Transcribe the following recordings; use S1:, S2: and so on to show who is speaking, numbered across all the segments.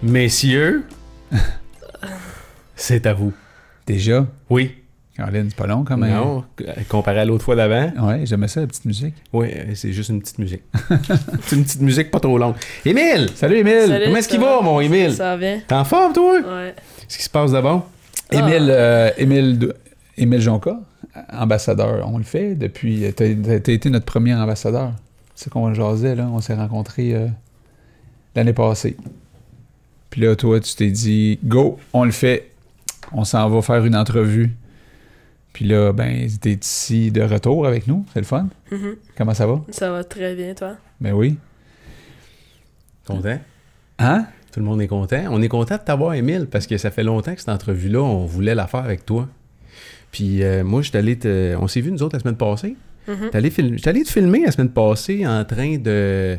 S1: Messieurs, c'est à vous.
S2: Déjà,
S1: Oui.
S2: Caroline, c'est pas long quand même.
S1: Ben Non, euh, comparé à l'autre fois d'avant,
S2: Ouais, j'aimais ça, la petite musique.
S1: oui, euh, c'est juste une petite musique. c'est une petite musique pas trop longue. Émile!
S2: Salut Émile!
S1: Salut. comment est-ce qu'il va, mon Émile?
S3: Ça va?
S1: T'es en forme, toi?
S3: Ouais.
S1: Qu'est-ce qui se passe d'abord?
S2: Émile, euh, Émile, Dou- Émile Jonca, ambassadeur, on le fait depuis. T'as t'as été notre premier ambassadeur. C'est sais qu'on jasait, là. On s'est rencontrés euh, l'année passée. Puis là, toi, tu t'es dit, go, on le fait. On s'en va faire une entrevue. Puis là, ben, t'es ici de retour avec nous. C'est le fun.
S1: Mm-hmm.
S3: Mhm.
S2: Comment ça va?
S3: Ça va très bien, toi?
S2: Ben oui.
S1: Content?
S2: Hein?
S1: Tout le monde est content. On est content de t'avoir, Émile, parce que ça fait longtemps que cette entrevue-là, on voulait la faire avec toi. Puis euh, moi, je suis allé te... On s'est vu, nous autres, la semaine passée.
S3: Mhm.
S1: J'étais allé fil- j'étais allé te filmer la semaine passée en train de...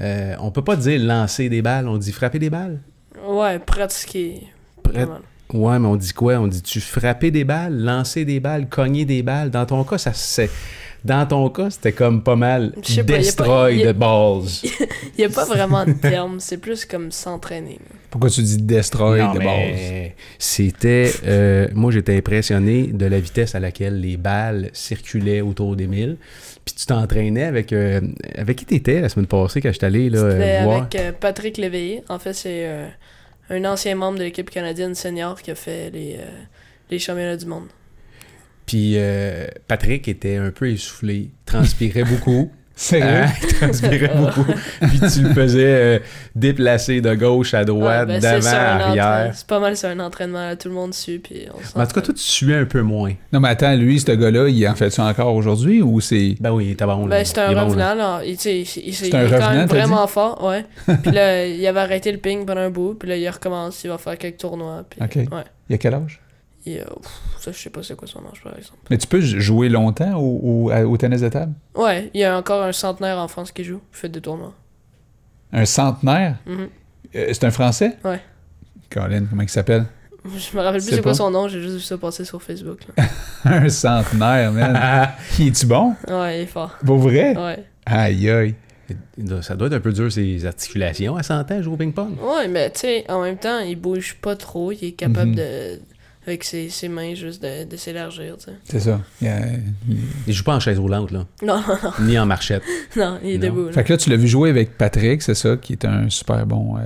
S1: euh, on peut pas dire lancer des balles, on dit frapper des balles.
S3: Ouais, pratiquer.
S1: Prêt-
S3: Vraiment.
S1: Ouais, mais on dit quoi? On dit tu frapper des balles, lancer des balles, cogner des balles. Dans ton cas, ça c'est. Dans ton cas, c'était comme pas mal
S3: Je sais pas, y a pas-
S1: destroy
S3: y a-
S1: the balls.
S3: Il n'y a pas vraiment de terme, c'est plus comme s'entraîner.
S2: Pourquoi tu dis destroy
S1: Non,
S2: de base?
S1: mais C'était. euh, moi, j'étais impressionné de la vitesse à laquelle les balles circulaient autour des milles. Puis tu t'entraînais avec. euh, avec qui t'étais la semaine passée quand je suis allé là,
S3: C'était
S1: euh, voir?
S3: avec euh, Patrick Léveillé. En fait, c'est euh, un ancien membre de l'équipe canadienne senior qui a fait les, euh, les championnats du monde.
S1: Puis euh, Patrick était un peu essoufflé, transpirait beaucoup.
S2: Sérieux?
S1: Ah, il transpirait beaucoup. Puis tu le faisais euh, déplacer de gauche à droite,
S3: Ouais, ben, c'est
S1: d'avant
S3: ça, un
S1: à
S3: entraînement.
S1: arrière.
S3: C'est pas mal, c'est un entraînement. là, tout le monde suit, puis
S1: Mais en
S3: on
S1: tout cas,
S3: s'entraîne.
S1: toi, tu suais un peu moins.
S2: Non, mais attends, lui, ce gars-là, il en fait ça encore aujourd'hui ou c'est.
S1: Ben oui, t'as bon. là.
S3: Ben, c'était
S1: Il est
S3: un
S1: bon, là.
S3: revenant, là. Il, tu sais, il- il- il
S2: un
S3: est quand
S2: revenant, t'as
S3: même vraiment fort, ouais. puis là, il avait arrêté le ping pendant un bout, puis là, il recommence, il va faire quelques tournois. Puis,
S2: Ok.
S3: Ouais.
S2: Il a quel âge?
S3: Il, euh, pff, ça, je sais pas c'est quoi son âge, par exemple.
S2: Mais tu peux jouer longtemps au, au- à- au tennis de table?
S3: Ouais, il y a encore un centenaire en France qui joue, fait des tournois.
S2: Un centenaire?
S3: Mhm.
S2: Euh, c'est un Français?
S3: Ouais.
S2: Colin, comment il s'appelle?
S3: Je me rappelle
S2: C'est
S3: plus
S2: pas.
S3: c'est quoi son nom, j'ai juste vu ça passer sur Facebook. là.
S2: un centenaire, man.
S1: Ah,
S2: Il est-tu bon?
S3: ouais, il est fort.
S2: Pour vrai?
S3: Ouais.
S2: Aïe, aïe.
S1: ah. Ça doit être un peu dur, ces articulations à 100 ans, jouer au ping-pong.
S3: Ouais, mais tu sais, en même temps, il bouge pas trop, il est capable
S2: Mhm.
S3: de. Avec ses, ses mains, juste de, de s'élargir, tu sais.
S2: C'est ça. Il a-
S1: Il joue pas en chaise roulante, là.
S3: Non, non, non,
S1: Ni en marchette.
S3: non, il est
S1: Non.
S3: debout. là.
S2: Fait que là, tu l'as vu jouer avec Patrick, c'est ça, qui est un super bon. euh,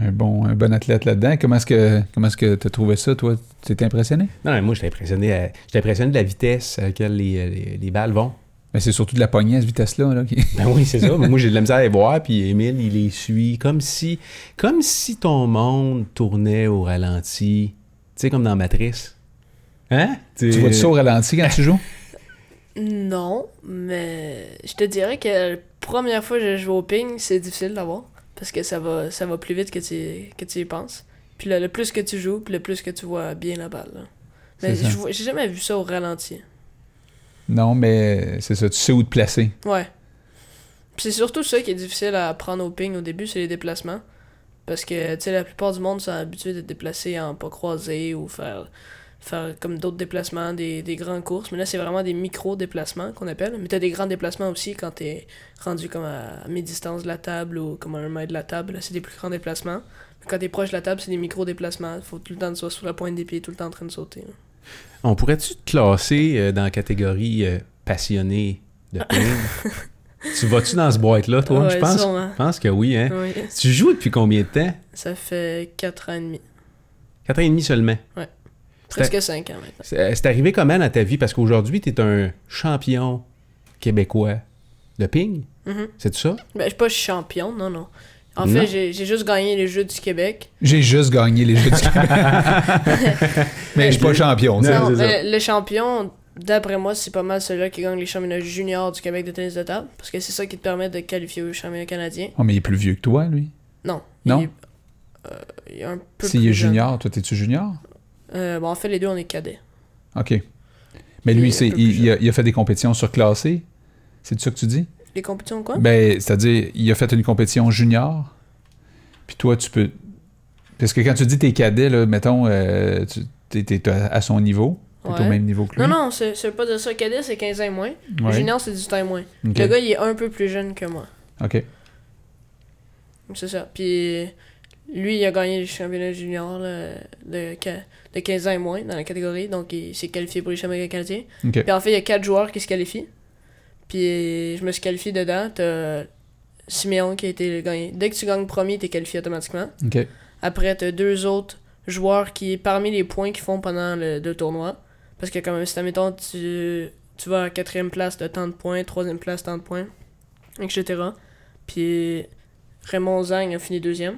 S2: Un bon, un bon athlète là-dedans. Comment est-ce que comment est-ce que t'as trouvé ça, toi? T'es impressionné?
S1: Non, mais moi, j'étais impressionné, à- j'étais impressionné de la vitesse à laquelle les, euh, les- les balles vont.
S2: Mais c'est surtout de la poignée à cette vitesse-là. Là, qui-
S1: Ben oui, c'est ça. Mais moi, j'ai de la misère à les voir, puis Émile, il les suit comme si, comme si ton monde tournait au ralenti. Tu sais, comme dans Matrice. Hein?
S2: Tu vois-tu ça au ralenti quand tu joues?
S3: Non, mais je te dirais que la première fois que j'ai joué au ping, c'est difficile d'avoir. Parce que ça va, ça va plus vite que tu, que tu y penses. Puis là, le plus que tu joues, puis le plus que tu vois bien la balle. là. Mais
S2: C'est ça.
S3: je vois- j'ai jamais vu ça au ralenti.
S2: Non, mais c'est ça, tu sais où te placer.
S3: Ouais. Puis c'est surtout ça qui est difficile à prendre au ping au début, c'est les déplacements. Parce que, tu sais, la plupart du monde sont habitués de se déplacer en pas croisé ou faire, faire comme d'autres déplacements, des, des grandes courses. Mais là, c'est vraiment des micro-déplacements qu'on appelle. Mais t'as des grands déplacements aussi quand t'es rendu comme à, à mi-distance de la table ou comme à un mètre de la table. Là, c'est des plus grands déplacements. Mais quand t'es proche de la table, c'est des micro-déplacements. Faut tout le temps que tu sois sur la pointe des pieds, tout le temps en train de sauter. là.
S1: On pourrait-tu te classer euh, dans la catégorie euh, passionné de ping? tu vas-tu dans ce boîte-là, toi? je
S3: Ouais,
S1: pense,
S3: sûrement.
S1: je pense que oui, hein?
S3: Oui.
S1: Tu joues depuis combien de temps?
S3: Ça fait 4 ans et demi.
S1: 4 ans et demi seulement. C'était-
S3: Presque 5 ans maintenant.
S1: C'est euh, c'est arrivé comment dans ta vie? Parce qu'aujourd'hui, tu es un champion québécois de ping.
S3: Mhm.
S1: C'est ça?
S3: Ben, je suis pas champion, non, non. En
S1: Non.
S3: fait, j'ai- j'ai juste gagné les Jeux du Québec.
S2: J'ai juste gagné les Jeux du Québec. mais je suis pas champion. tu sais.
S1: Non,
S3: Non,
S1: c'est
S3: euh,
S1: ça.
S3: mais le champion, d'après moi, c'est pas mal celui-là qui gagne les championnats juniors du Québec de tennis de table. Parce que c'est ça qui te permet de qualifier aux championnats canadiens.
S2: Oh, mais il est plus vieux que toi, lui.
S3: Non.
S2: Non.
S3: Il, est- euh, il est un peu
S2: S'il
S3: plus
S2: est
S3: jeune.
S2: junior, toi, t'es-tu junior?
S3: Euh, bon, en fait, les deux, on est cadets.
S2: OK. Mais
S3: Il
S2: lui,
S3: est
S2: c'est,
S3: un peu
S2: il,
S3: plus
S2: il a, il a fait des compétitions surclassées. C'est ça que tu dis?
S3: Les compétitions, quoi?
S2: Ben, c'est-à-dire, il a fait une compétition junior. Puis toi, tu peux. Parce que quand tu dis t'es cadet, là, mettons, euh, tu t'es, t'es à à son niveau. T'es au
S3: Ouais.
S2: même niveau que lui.
S3: Non, non, c'est c'est pas de ça. Cadet, c'est 15 ans et moins.
S2: Ouais.
S3: Junior, c'est 18 ans et moins.
S2: OK.
S3: Le gars, il est un peu plus jeune que moi.
S2: OK.
S3: Donc, C'est ça. Puis Lui, il a gagné le championnat junior là, de, qua- de 15 ans et moins dans la catégorie, donc il s'est qualifié pour les championnats canadiens.
S2: OK.
S3: Puis en fait, il y a 4 joueurs qui se qualifient. Puis je me suis qualifié dedans. T'as Siméon qui a été le gagné. Dès que tu gagnes premier, t'es qualifié automatiquement.
S2: OK.
S3: Après, t'as deux autres joueurs qui, parmi les points qu'ils font pendant le, le tournoi, parce que quand même, si admettons, tu, tu vas à quatrième place, t'as tant de points, troisième place, tant de points, etc. Puis Raymond Zang a fini deuxième.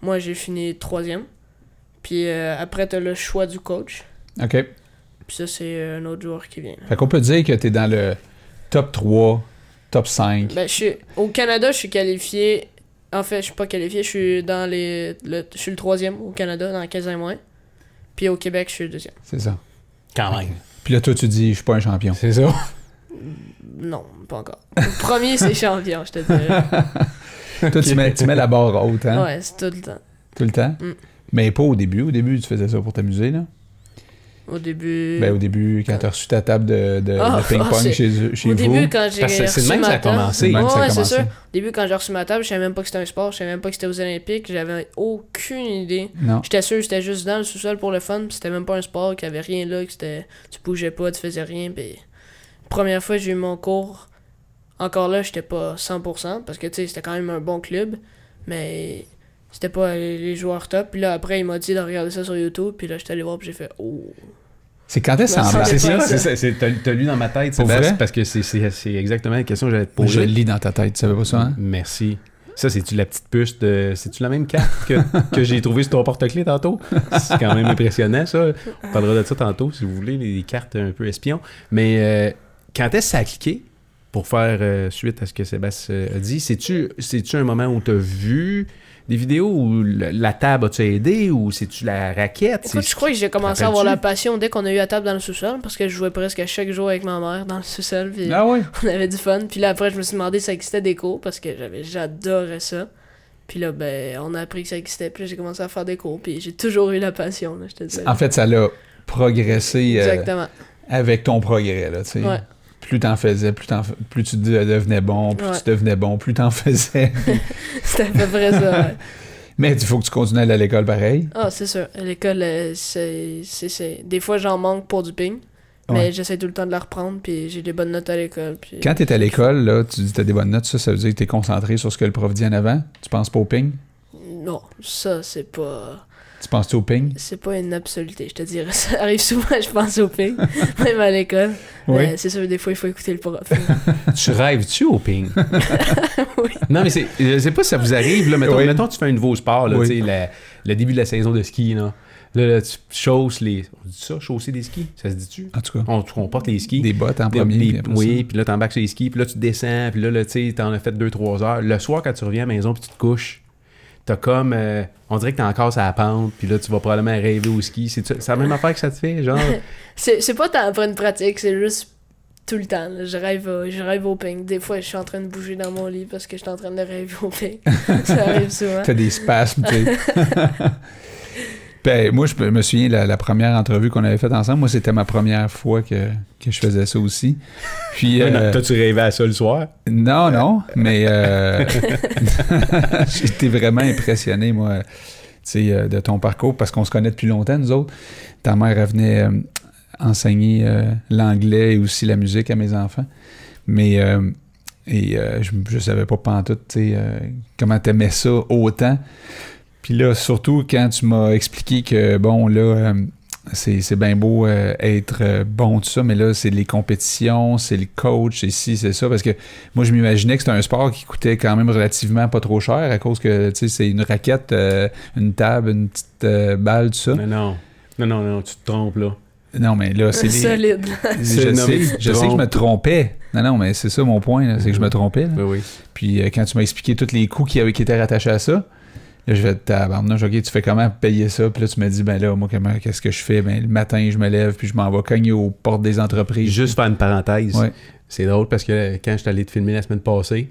S3: Moi, j'ai fini troisième. Puis euh, après, t'as le choix du coach.
S2: OK. Fait
S3: Puis ça, c'est euh, un autre joueur qui vient.
S2: qu'on peut dire que t'es dans le top 3, top 5.
S3: Ben, je suis- au Canada, je suis qualifié. En fait, je suis pas qualifié, je suis dans les. le- je suis le troisième au Canada, dans 15 ans et moins. Puis au Québec, je suis le deuxième.
S2: C'est ça.
S1: Quand même.
S2: Puis là, toi, tu dis, je suis pas un champion.
S1: C'est ça.
S3: Non, pas encore. Le premier, c'est champion, je te dis.
S2: toi, tu mets, tu mets la barre haute, hein?
S3: Ouais, c'est tout le temps.
S2: Tout le temps.
S3: Mm.
S2: Mais pas au début. Au début, tu faisais ça pour t'amuser, là.
S3: Au début.
S2: Ben, au début, quand t'as reçu ta table de, de-
S3: Ah,
S2: de ping-pong
S3: ah, c'est-
S2: chez, chez
S3: Au
S2: vous.
S3: début, quand j'ai
S1: Parce que
S3: reçu
S1: c'est- c'est le même
S3: ma
S1: que ça a
S3: table-
S1: commencé.
S2: C'est le même que ça a
S3: Ouais, c'est
S2: commencé.
S3: sûr. Au début, quand j'ai reçu ma table, je savais même pas que c'était un sport, je savais même pas que c'était aux Olympiques, j'avais aucune idée.
S2: Non.
S3: J'étais sûr que c'était juste dans le sous-sol pour le fun, puis c'était même pas un sport, qu'il y avait rien là, que c'était... Tu bougeais pas, tu faisais rien, puis... Première fois, j'ai eu mon cours, encore là, j'étais pas 100%, parce que, tu sais, c'était quand même un bon club, mais... C'était pas les les joueurs top. Puis là, après, il m'a dit de regarder ça sur YouTube. Puis là, j'étais allé voir. Puis j'ai fait Oh.
S2: C'est quand est-ce
S3: Non,
S2: en
S3: ça,
S2: bas?
S1: C'est
S3: c'est
S1: ça,
S3: pas-
S1: c'est ça. c'est- T'as t'as lu dans ma tête,
S2: Pour
S1: Sébastien,
S2: vrai?
S1: parce que c'est- c'est c'est exactement la question que j'allais te
S2: Je le
S1: poser.
S2: lis dans ta tête, tu savais pas ça, hein?
S1: Merci. Ça, c'est-tu la petite puce de. C'est-tu la même carte que, que j'ai trouvée sur ton porte-clés tantôt? C'est quand même impressionnant, ça. On parlera de ça tantôt, si vous voulez, les, les cartes un peu espions. Mais euh, quand est-ce que ça a cliqué pour faire euh, suite à ce que Sébastien euh, a dit? C'est-tu c'est-tu un moment où tu as vu des vidéos ou la, la table a-tu aidé ou c'est-tu la raquette?
S3: Écoute,
S1: C'est-
S3: je crois que j'ai commencé à avoir
S1: Rappelles-tu?
S3: la passion dès qu'on a eu la table dans le sous-sol, parce que je jouais presque à chaque jour avec ma mère dans le sous-sol, puis
S2: Ah ouais?
S3: on avait du fun. Puis là, après, je me suis demandé si ça existait des cours, parce que j'avais j'adorais ça. Puis là, ben, on a appris que ça existait, puis là, j'ai commencé à faire des cours, puis j'ai toujours eu la passion, là, je te dis.
S2: En fait, ça l'a progressé euh,
S3: Exactement.
S2: avec ton progrès, là, tu sais.
S3: Ouais.
S2: Plus t'en faisais, plus, t'en f- plus tu de- devenais bon, plus
S3: Ouais.
S2: tu devenais bon, plus t'en faisais.
S3: C'était à peu près ça. ouais.
S2: Mais il faut que tu continues à aller à l'école pareil.
S3: Ah, c'est sûr. À L'école, euh, c'est. c'est- c'est- Des fois, j'en manque pour du ping, mais
S2: Ouais.
S3: j'essaie tout le temps de la reprendre, puis j'ai des bonnes notes à l'école. Puis...
S2: Quand t'es à l'école, là, tu dis que t'as des bonnes notes, ça, ça veut dire que t'es concentré sur ce que le prof dit en avant. Tu penses pas au ping?
S3: Non, ça, c'est pas.
S2: Tu penses-tu au ping?
S1: Euh,
S3: C'est pas une absoluté, je te dirais. Ça arrive souvent, je pense, au ping, même à l'école. Mais c'est sûr, des fois, il faut écouter le prof.
S1: Tu rêves-tu au ping?
S3: Oui.
S1: Non, mais c'est, je sais pas si ça vous arrive. Là, mettons,
S2: Oui.
S1: mettons, tu fais un nouveau sport, là,
S2: Oui.
S1: tu sais, la- le début de la saison de ski. Là, là, là, tu chausses les. On dit ça, chausser des skis? Ça se dit-tu?
S2: En tout cas,
S1: On, on porte les skis.
S2: des bottes en
S1: Des-
S2: premier.
S1: des-
S2: puis après
S1: oui, puis là, t'embarques sur les skis, puis là, tu descends, puis là, là tu sais, t'en as fait 2-3 heures. Le soir, quand tu reviens à la maison, puis tu te couches, t'as comme. euh, on dirait que t'es encore sur la pente, puis là, tu vas probablement rêver au ski. C'est, c'est la même affaire que ça te fait, genre.
S3: C'est c'est pas tant après une pratique, c'est juste tout le temps. là. Je, rêve, au- je rêve au ping. Des fois, je suis en train de bouger dans mon lit parce que je suis en train de rêver au ping. ça arrive souvent.
S2: ça. T'as des spasmes, tu sais. Ben, moi, je me souviens, la, la première entrevue qu'on avait faite ensemble, moi, c'était ma première fois que, que je faisais ça aussi. Puis,
S1: Ouais, non,
S2: euh,
S1: T'as-tu rêvé à ça le soir?
S2: Non, non, mais euh, j'étais vraiment impressionné, moi, tu sais, euh, de ton parcours, parce qu'on se connaît depuis longtemps, nous autres. Ta mère, elle venait euh, enseigner euh, l'anglais et aussi la musique à mes enfants. Mais euh, et, euh, je ne savais pas pantoute, tu sais, euh, comment t'aimais ça autant. Puis là, surtout quand tu m'as expliqué que, bon, là... euh, c'est, c'est bien beau euh, être euh, bon, tout ça, mais là, c'est les compétitions, c'est le coach, c'est ci, c'est ça. Parce que moi, je m'imaginais que c'était un sport qui coûtait quand même relativement pas trop cher à cause que, tu sais, c'est une raquette, euh, une table, une petite euh, balle, tout ça.
S1: Non, non. Non, non, non, tu te trompes, là.
S2: Non, mais là, c'est des-
S3: solide.
S1: C'est
S2: je,
S1: nommé,
S2: sais,
S1: tu te
S2: je sais que je me
S1: trompes.
S2: trompais. Non, non, mais c'est ça mon point, là, c'est que je me trompais. là.
S1: Oui, oui.
S2: Puis euh, quand tu m'as expliqué tous les coûts qui, avaient- qui étaient rattachés à ça, là, je vais tabarnouche, OK, tu fais comment pour payer ça? Puis là, tu m'as dit, ben là, moi, comment, qu'est-ce que je fais? Ben, le matin, je me lève, puis je m'en vais cogner aux portes des entreprises.
S1: Juste faire une parenthèse.
S2: Ouais.
S1: C'est drôle parce que quand je suis allé te filmer la semaine passée,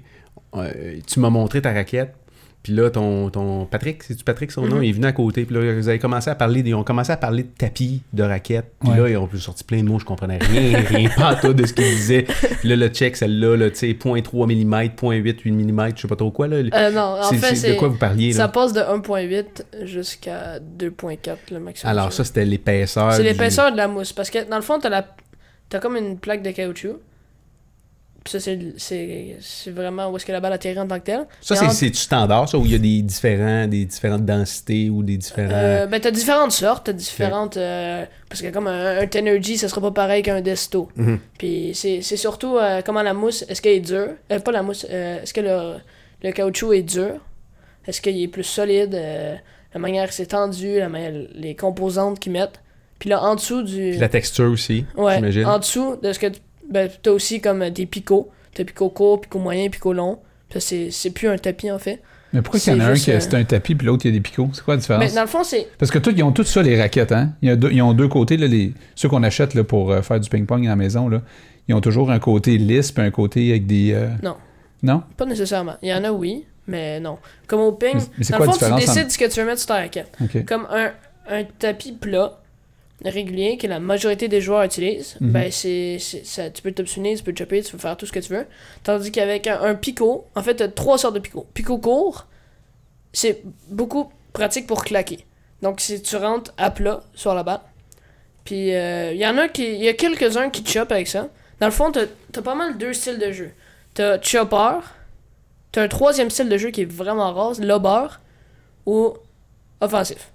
S1: euh, tu m'as montré ta raquette. Puis là, ton, ton Patrick, c'est-tu Patrick son nom?
S3: Mhm.
S1: Il est venu à côté. Puis là, vous avez commencé à parler, des- ils ont commencé à parler de tapis, de raquettes. Puis
S2: Ouais.
S1: là, ils ont sorti plein de mots, je comprenais rien, rien, pas tout de ce qu'ils disaient. Puis là, le check, celle-là, là, tu sais, 0.3 mm, 0.8, 8 mm, je sais pas trop quoi. Là.
S3: Euh, non, en
S1: C'est-
S3: fait,
S1: c'est
S3: c'est.
S1: de quoi vous parliez.
S3: Ça
S1: Là.
S3: passe de 1.8 jusqu'à 2.4 le maximum.
S1: Alors, ça, c'était l'épaisseur.
S3: C'est
S1: du-
S3: l'épaisseur de la mousse. Parce que dans le fond, t'as la... t'as comme une plaque de caoutchouc. Puis ça, c'est- c'est c'est vraiment où est-ce que la balle atterrit en tant que telle.
S1: Ça,
S3: Et
S1: c'est-
S3: en-
S1: c'est-tu standard, ça, où il y a des, différents, des différentes densités ou des différents.
S3: Euh, ben, t'as différentes sortes, t'as différentes. euh, parce que, comme un, un Tenergy, ça sera pas pareil qu'un Desto.
S1: Mhm.
S3: Puis c'est c'est surtout euh, comment la mousse, est-ce qu'elle est dure Euh, Pas la mousse, euh, est-ce que le, le caoutchouc est dur Est-ce qu'il est plus solide euh, La manière que c'est tendu, la manière, les composantes qu'ils mettent. Puis là, en dessous du.
S1: Puis la texture aussi,
S3: Ouais,
S1: j'imagine.
S3: en dessous de ce que. tu- Ben, t'as aussi comme euh, des picots. T'as picot court, picot moyen, picot long. Ça, c'est c'est plus un tapis en fait.
S2: Mais pourquoi qu'il y en
S3: C'est
S2: a un
S3: juste,
S2: qui a-
S3: euh,
S2: c'est un tapis puis l'autre il y a des picots? C'est quoi la
S1: Ah.
S2: différence?
S3: Mais dans le fond, c'est.
S2: Parce que tout, ils ont tout ça, les raquettes, hein? Ils ont deux, ils ont deux côtés, là, les, ceux qu'on achète là, pour euh, faire du ping-pong à la maison, là, ils ont toujours un côté lisse puis un côté avec des. euh,
S3: Non.
S2: Non?
S3: Pas nécessairement. Il y en a, oui, mais non. Comme au ping,
S2: Mais- mais c'est
S3: dans
S2: quoi
S3: le
S2: la
S3: fond, tu
S2: différence
S3: décides ce que tu veux mettre sur ta raquette.
S2: OK.
S3: Comme un, un tapis plat, régulier, que la majorité des joueurs utilisent,
S2: Mhm.
S3: ben c'est, c'est- ça, tu peux t'obstiner, tu peux chopper, tu peux faire tout ce que tu veux. Tandis qu'avec un, un picot, en fait, tu as trois sortes de picots. Picot court, c'est beaucoup pratique pour claquer. Donc, si tu rentres à plat sur la balle, puis euh, il y en a qui. Il y a quelques-uns qui chopent avec ça. Dans le fond, t'as t'as pas mal deux styles de jeu. T'as chopper, t'as un troisième style de jeu qui est vraiment rare, lobber, ou offensif.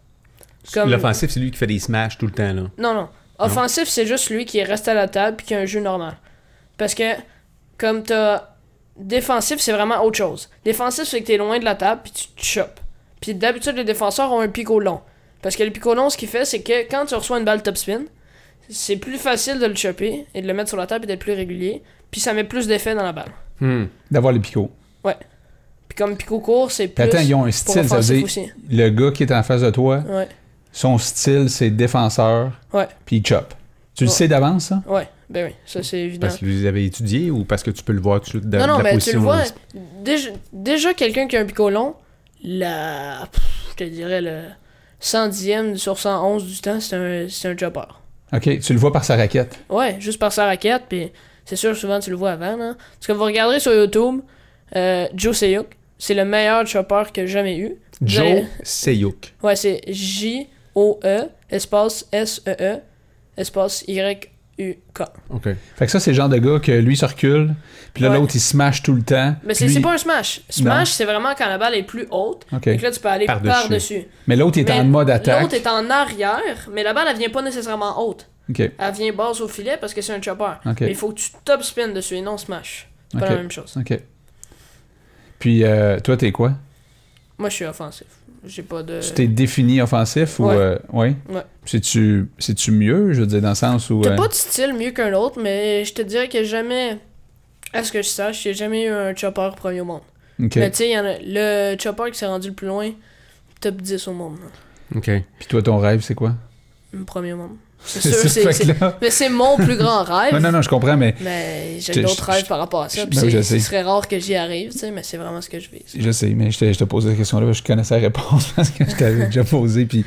S3: Comme-
S1: L'offensif, c'est lui qui fait des smash tout le temps. Là.
S3: Non, non. Offensif, c'est juste lui qui reste à la table puis qui a un jeu normal. Parce que, comme t'as. Défensif, c'est vraiment autre chose. Défensif, c'est que t'es loin de la table puis tu te chopes. Puis d'habitude, les défenseurs ont un picot long. Parce que le picot long, ce qu'il fait, c'est que quand tu reçois une balle top spin, c'est plus facile de le choper et de le mettre sur la table et d'être plus régulier. Puis ça met plus d'effet dans la balle.
S1: Hmm.
S2: D'avoir les picots.
S3: Puis comme picot court, c'est
S2: Puis
S3: plus.
S2: attends, ils ont un
S3: pour
S2: style, ça veut
S3: offensif
S2: dire,
S3: aussi.
S2: le gars qui est en face de toi,
S3: Ouais,
S2: son style, c'est défenseur,
S3: Ouais.
S2: puis il chop. Tu le
S3: Ouais.
S2: sais d'avance, ça?
S3: ouais. Ben oui, ça c'est évident.
S1: Parce que vous les avez étudié ou parce que tu peux le voir tout de suite dans
S3: Non, non,
S1: la
S3: mais tu le
S1: position?
S3: vois, déjà, déjà quelqu'un qui a un picot long, la, pff, je te dirais le 110e sur 111 du temps, c'est un, c'est un chopper.
S2: OK, tu le vois par sa raquette.
S3: Ouais, juste par sa raquette, puis c'est sûr, souvent tu le vois avant. Là. Parce que vous regarderez sur YouTube, euh, Joe Seyuk, c'est le meilleur chopper que j'ai jamais eu.
S1: Joe Seyuk.
S3: Ouais, c'est J-O-E, espace S-E-E, espace Y-U-K.
S1: OK.
S2: Fait que ça, c'est le genre de gars que lui, il se recule, puis là,
S3: Ouais.
S2: l'autre, il smash tout le temps.
S3: Mais c'est
S2: puis
S3: c'est
S2: lui-
S3: pas un smash. Smash, c'est vraiment quand la balle est plus haute.
S2: OK.
S3: Donc là, tu peux aller
S1: Par-dessus.
S3: par-dessus.
S2: Mais l'autre, il est
S3: Mais
S2: en mode
S3: L'autre
S2: attaque.
S3: est en arrière, mais la balle, elle vient pas nécessairement haute.
S2: OK.
S3: Elle vient basse au filet parce que c'est un chopper.
S2: OK.
S3: Mais il faut que tu top spin dessus et non smash. C'est pas
S2: Ok.
S3: la même chose.
S2: OK. Puis, euh, toi, t'es quoi?
S3: Moi, je suis offensif. J'ai pas de.
S2: Tu t'es défini offensif ou.
S3: Ouais.
S2: euh, ouais?
S3: Ouais.
S2: C'est-tu, c'est-tu mieux, je veux dire, dans le sens où.
S3: T'as
S2: euh,
S3: pas de style mieux qu'un autre, mais je te dirais que jamais. À ce que je sache, j'ai jamais eu un chopper premier au monde.
S2: OK.
S3: Mais tu sais, il y en a- le chopper qui s'est rendu le plus loin, top 10 au monde.
S1: OK.
S2: Puis toi, ton rêve, c'est quoi?
S3: Le premier au monde. C'est
S2: C'est
S3: sûr,
S2: ça,
S3: c'est.
S2: fait
S3: c'est-
S2: que là-
S3: Mais c'est mon plus grand rêve.
S2: Non, non, non, je comprends, mais
S3: Mais
S2: Je-
S3: j'ai d'autres
S2: je-
S3: rêves par rapport à ça.
S2: je-
S3: puis
S2: non, ben je
S3: c'est-
S2: sais.
S3: ce serait rare que j'y arrive, tu sais, mais c'est vraiment ce que je vise.
S2: je sais, mais je te, je te posais cette question-là, parce que je connaissais la réponse parce que je t'avais déjà posée. Puis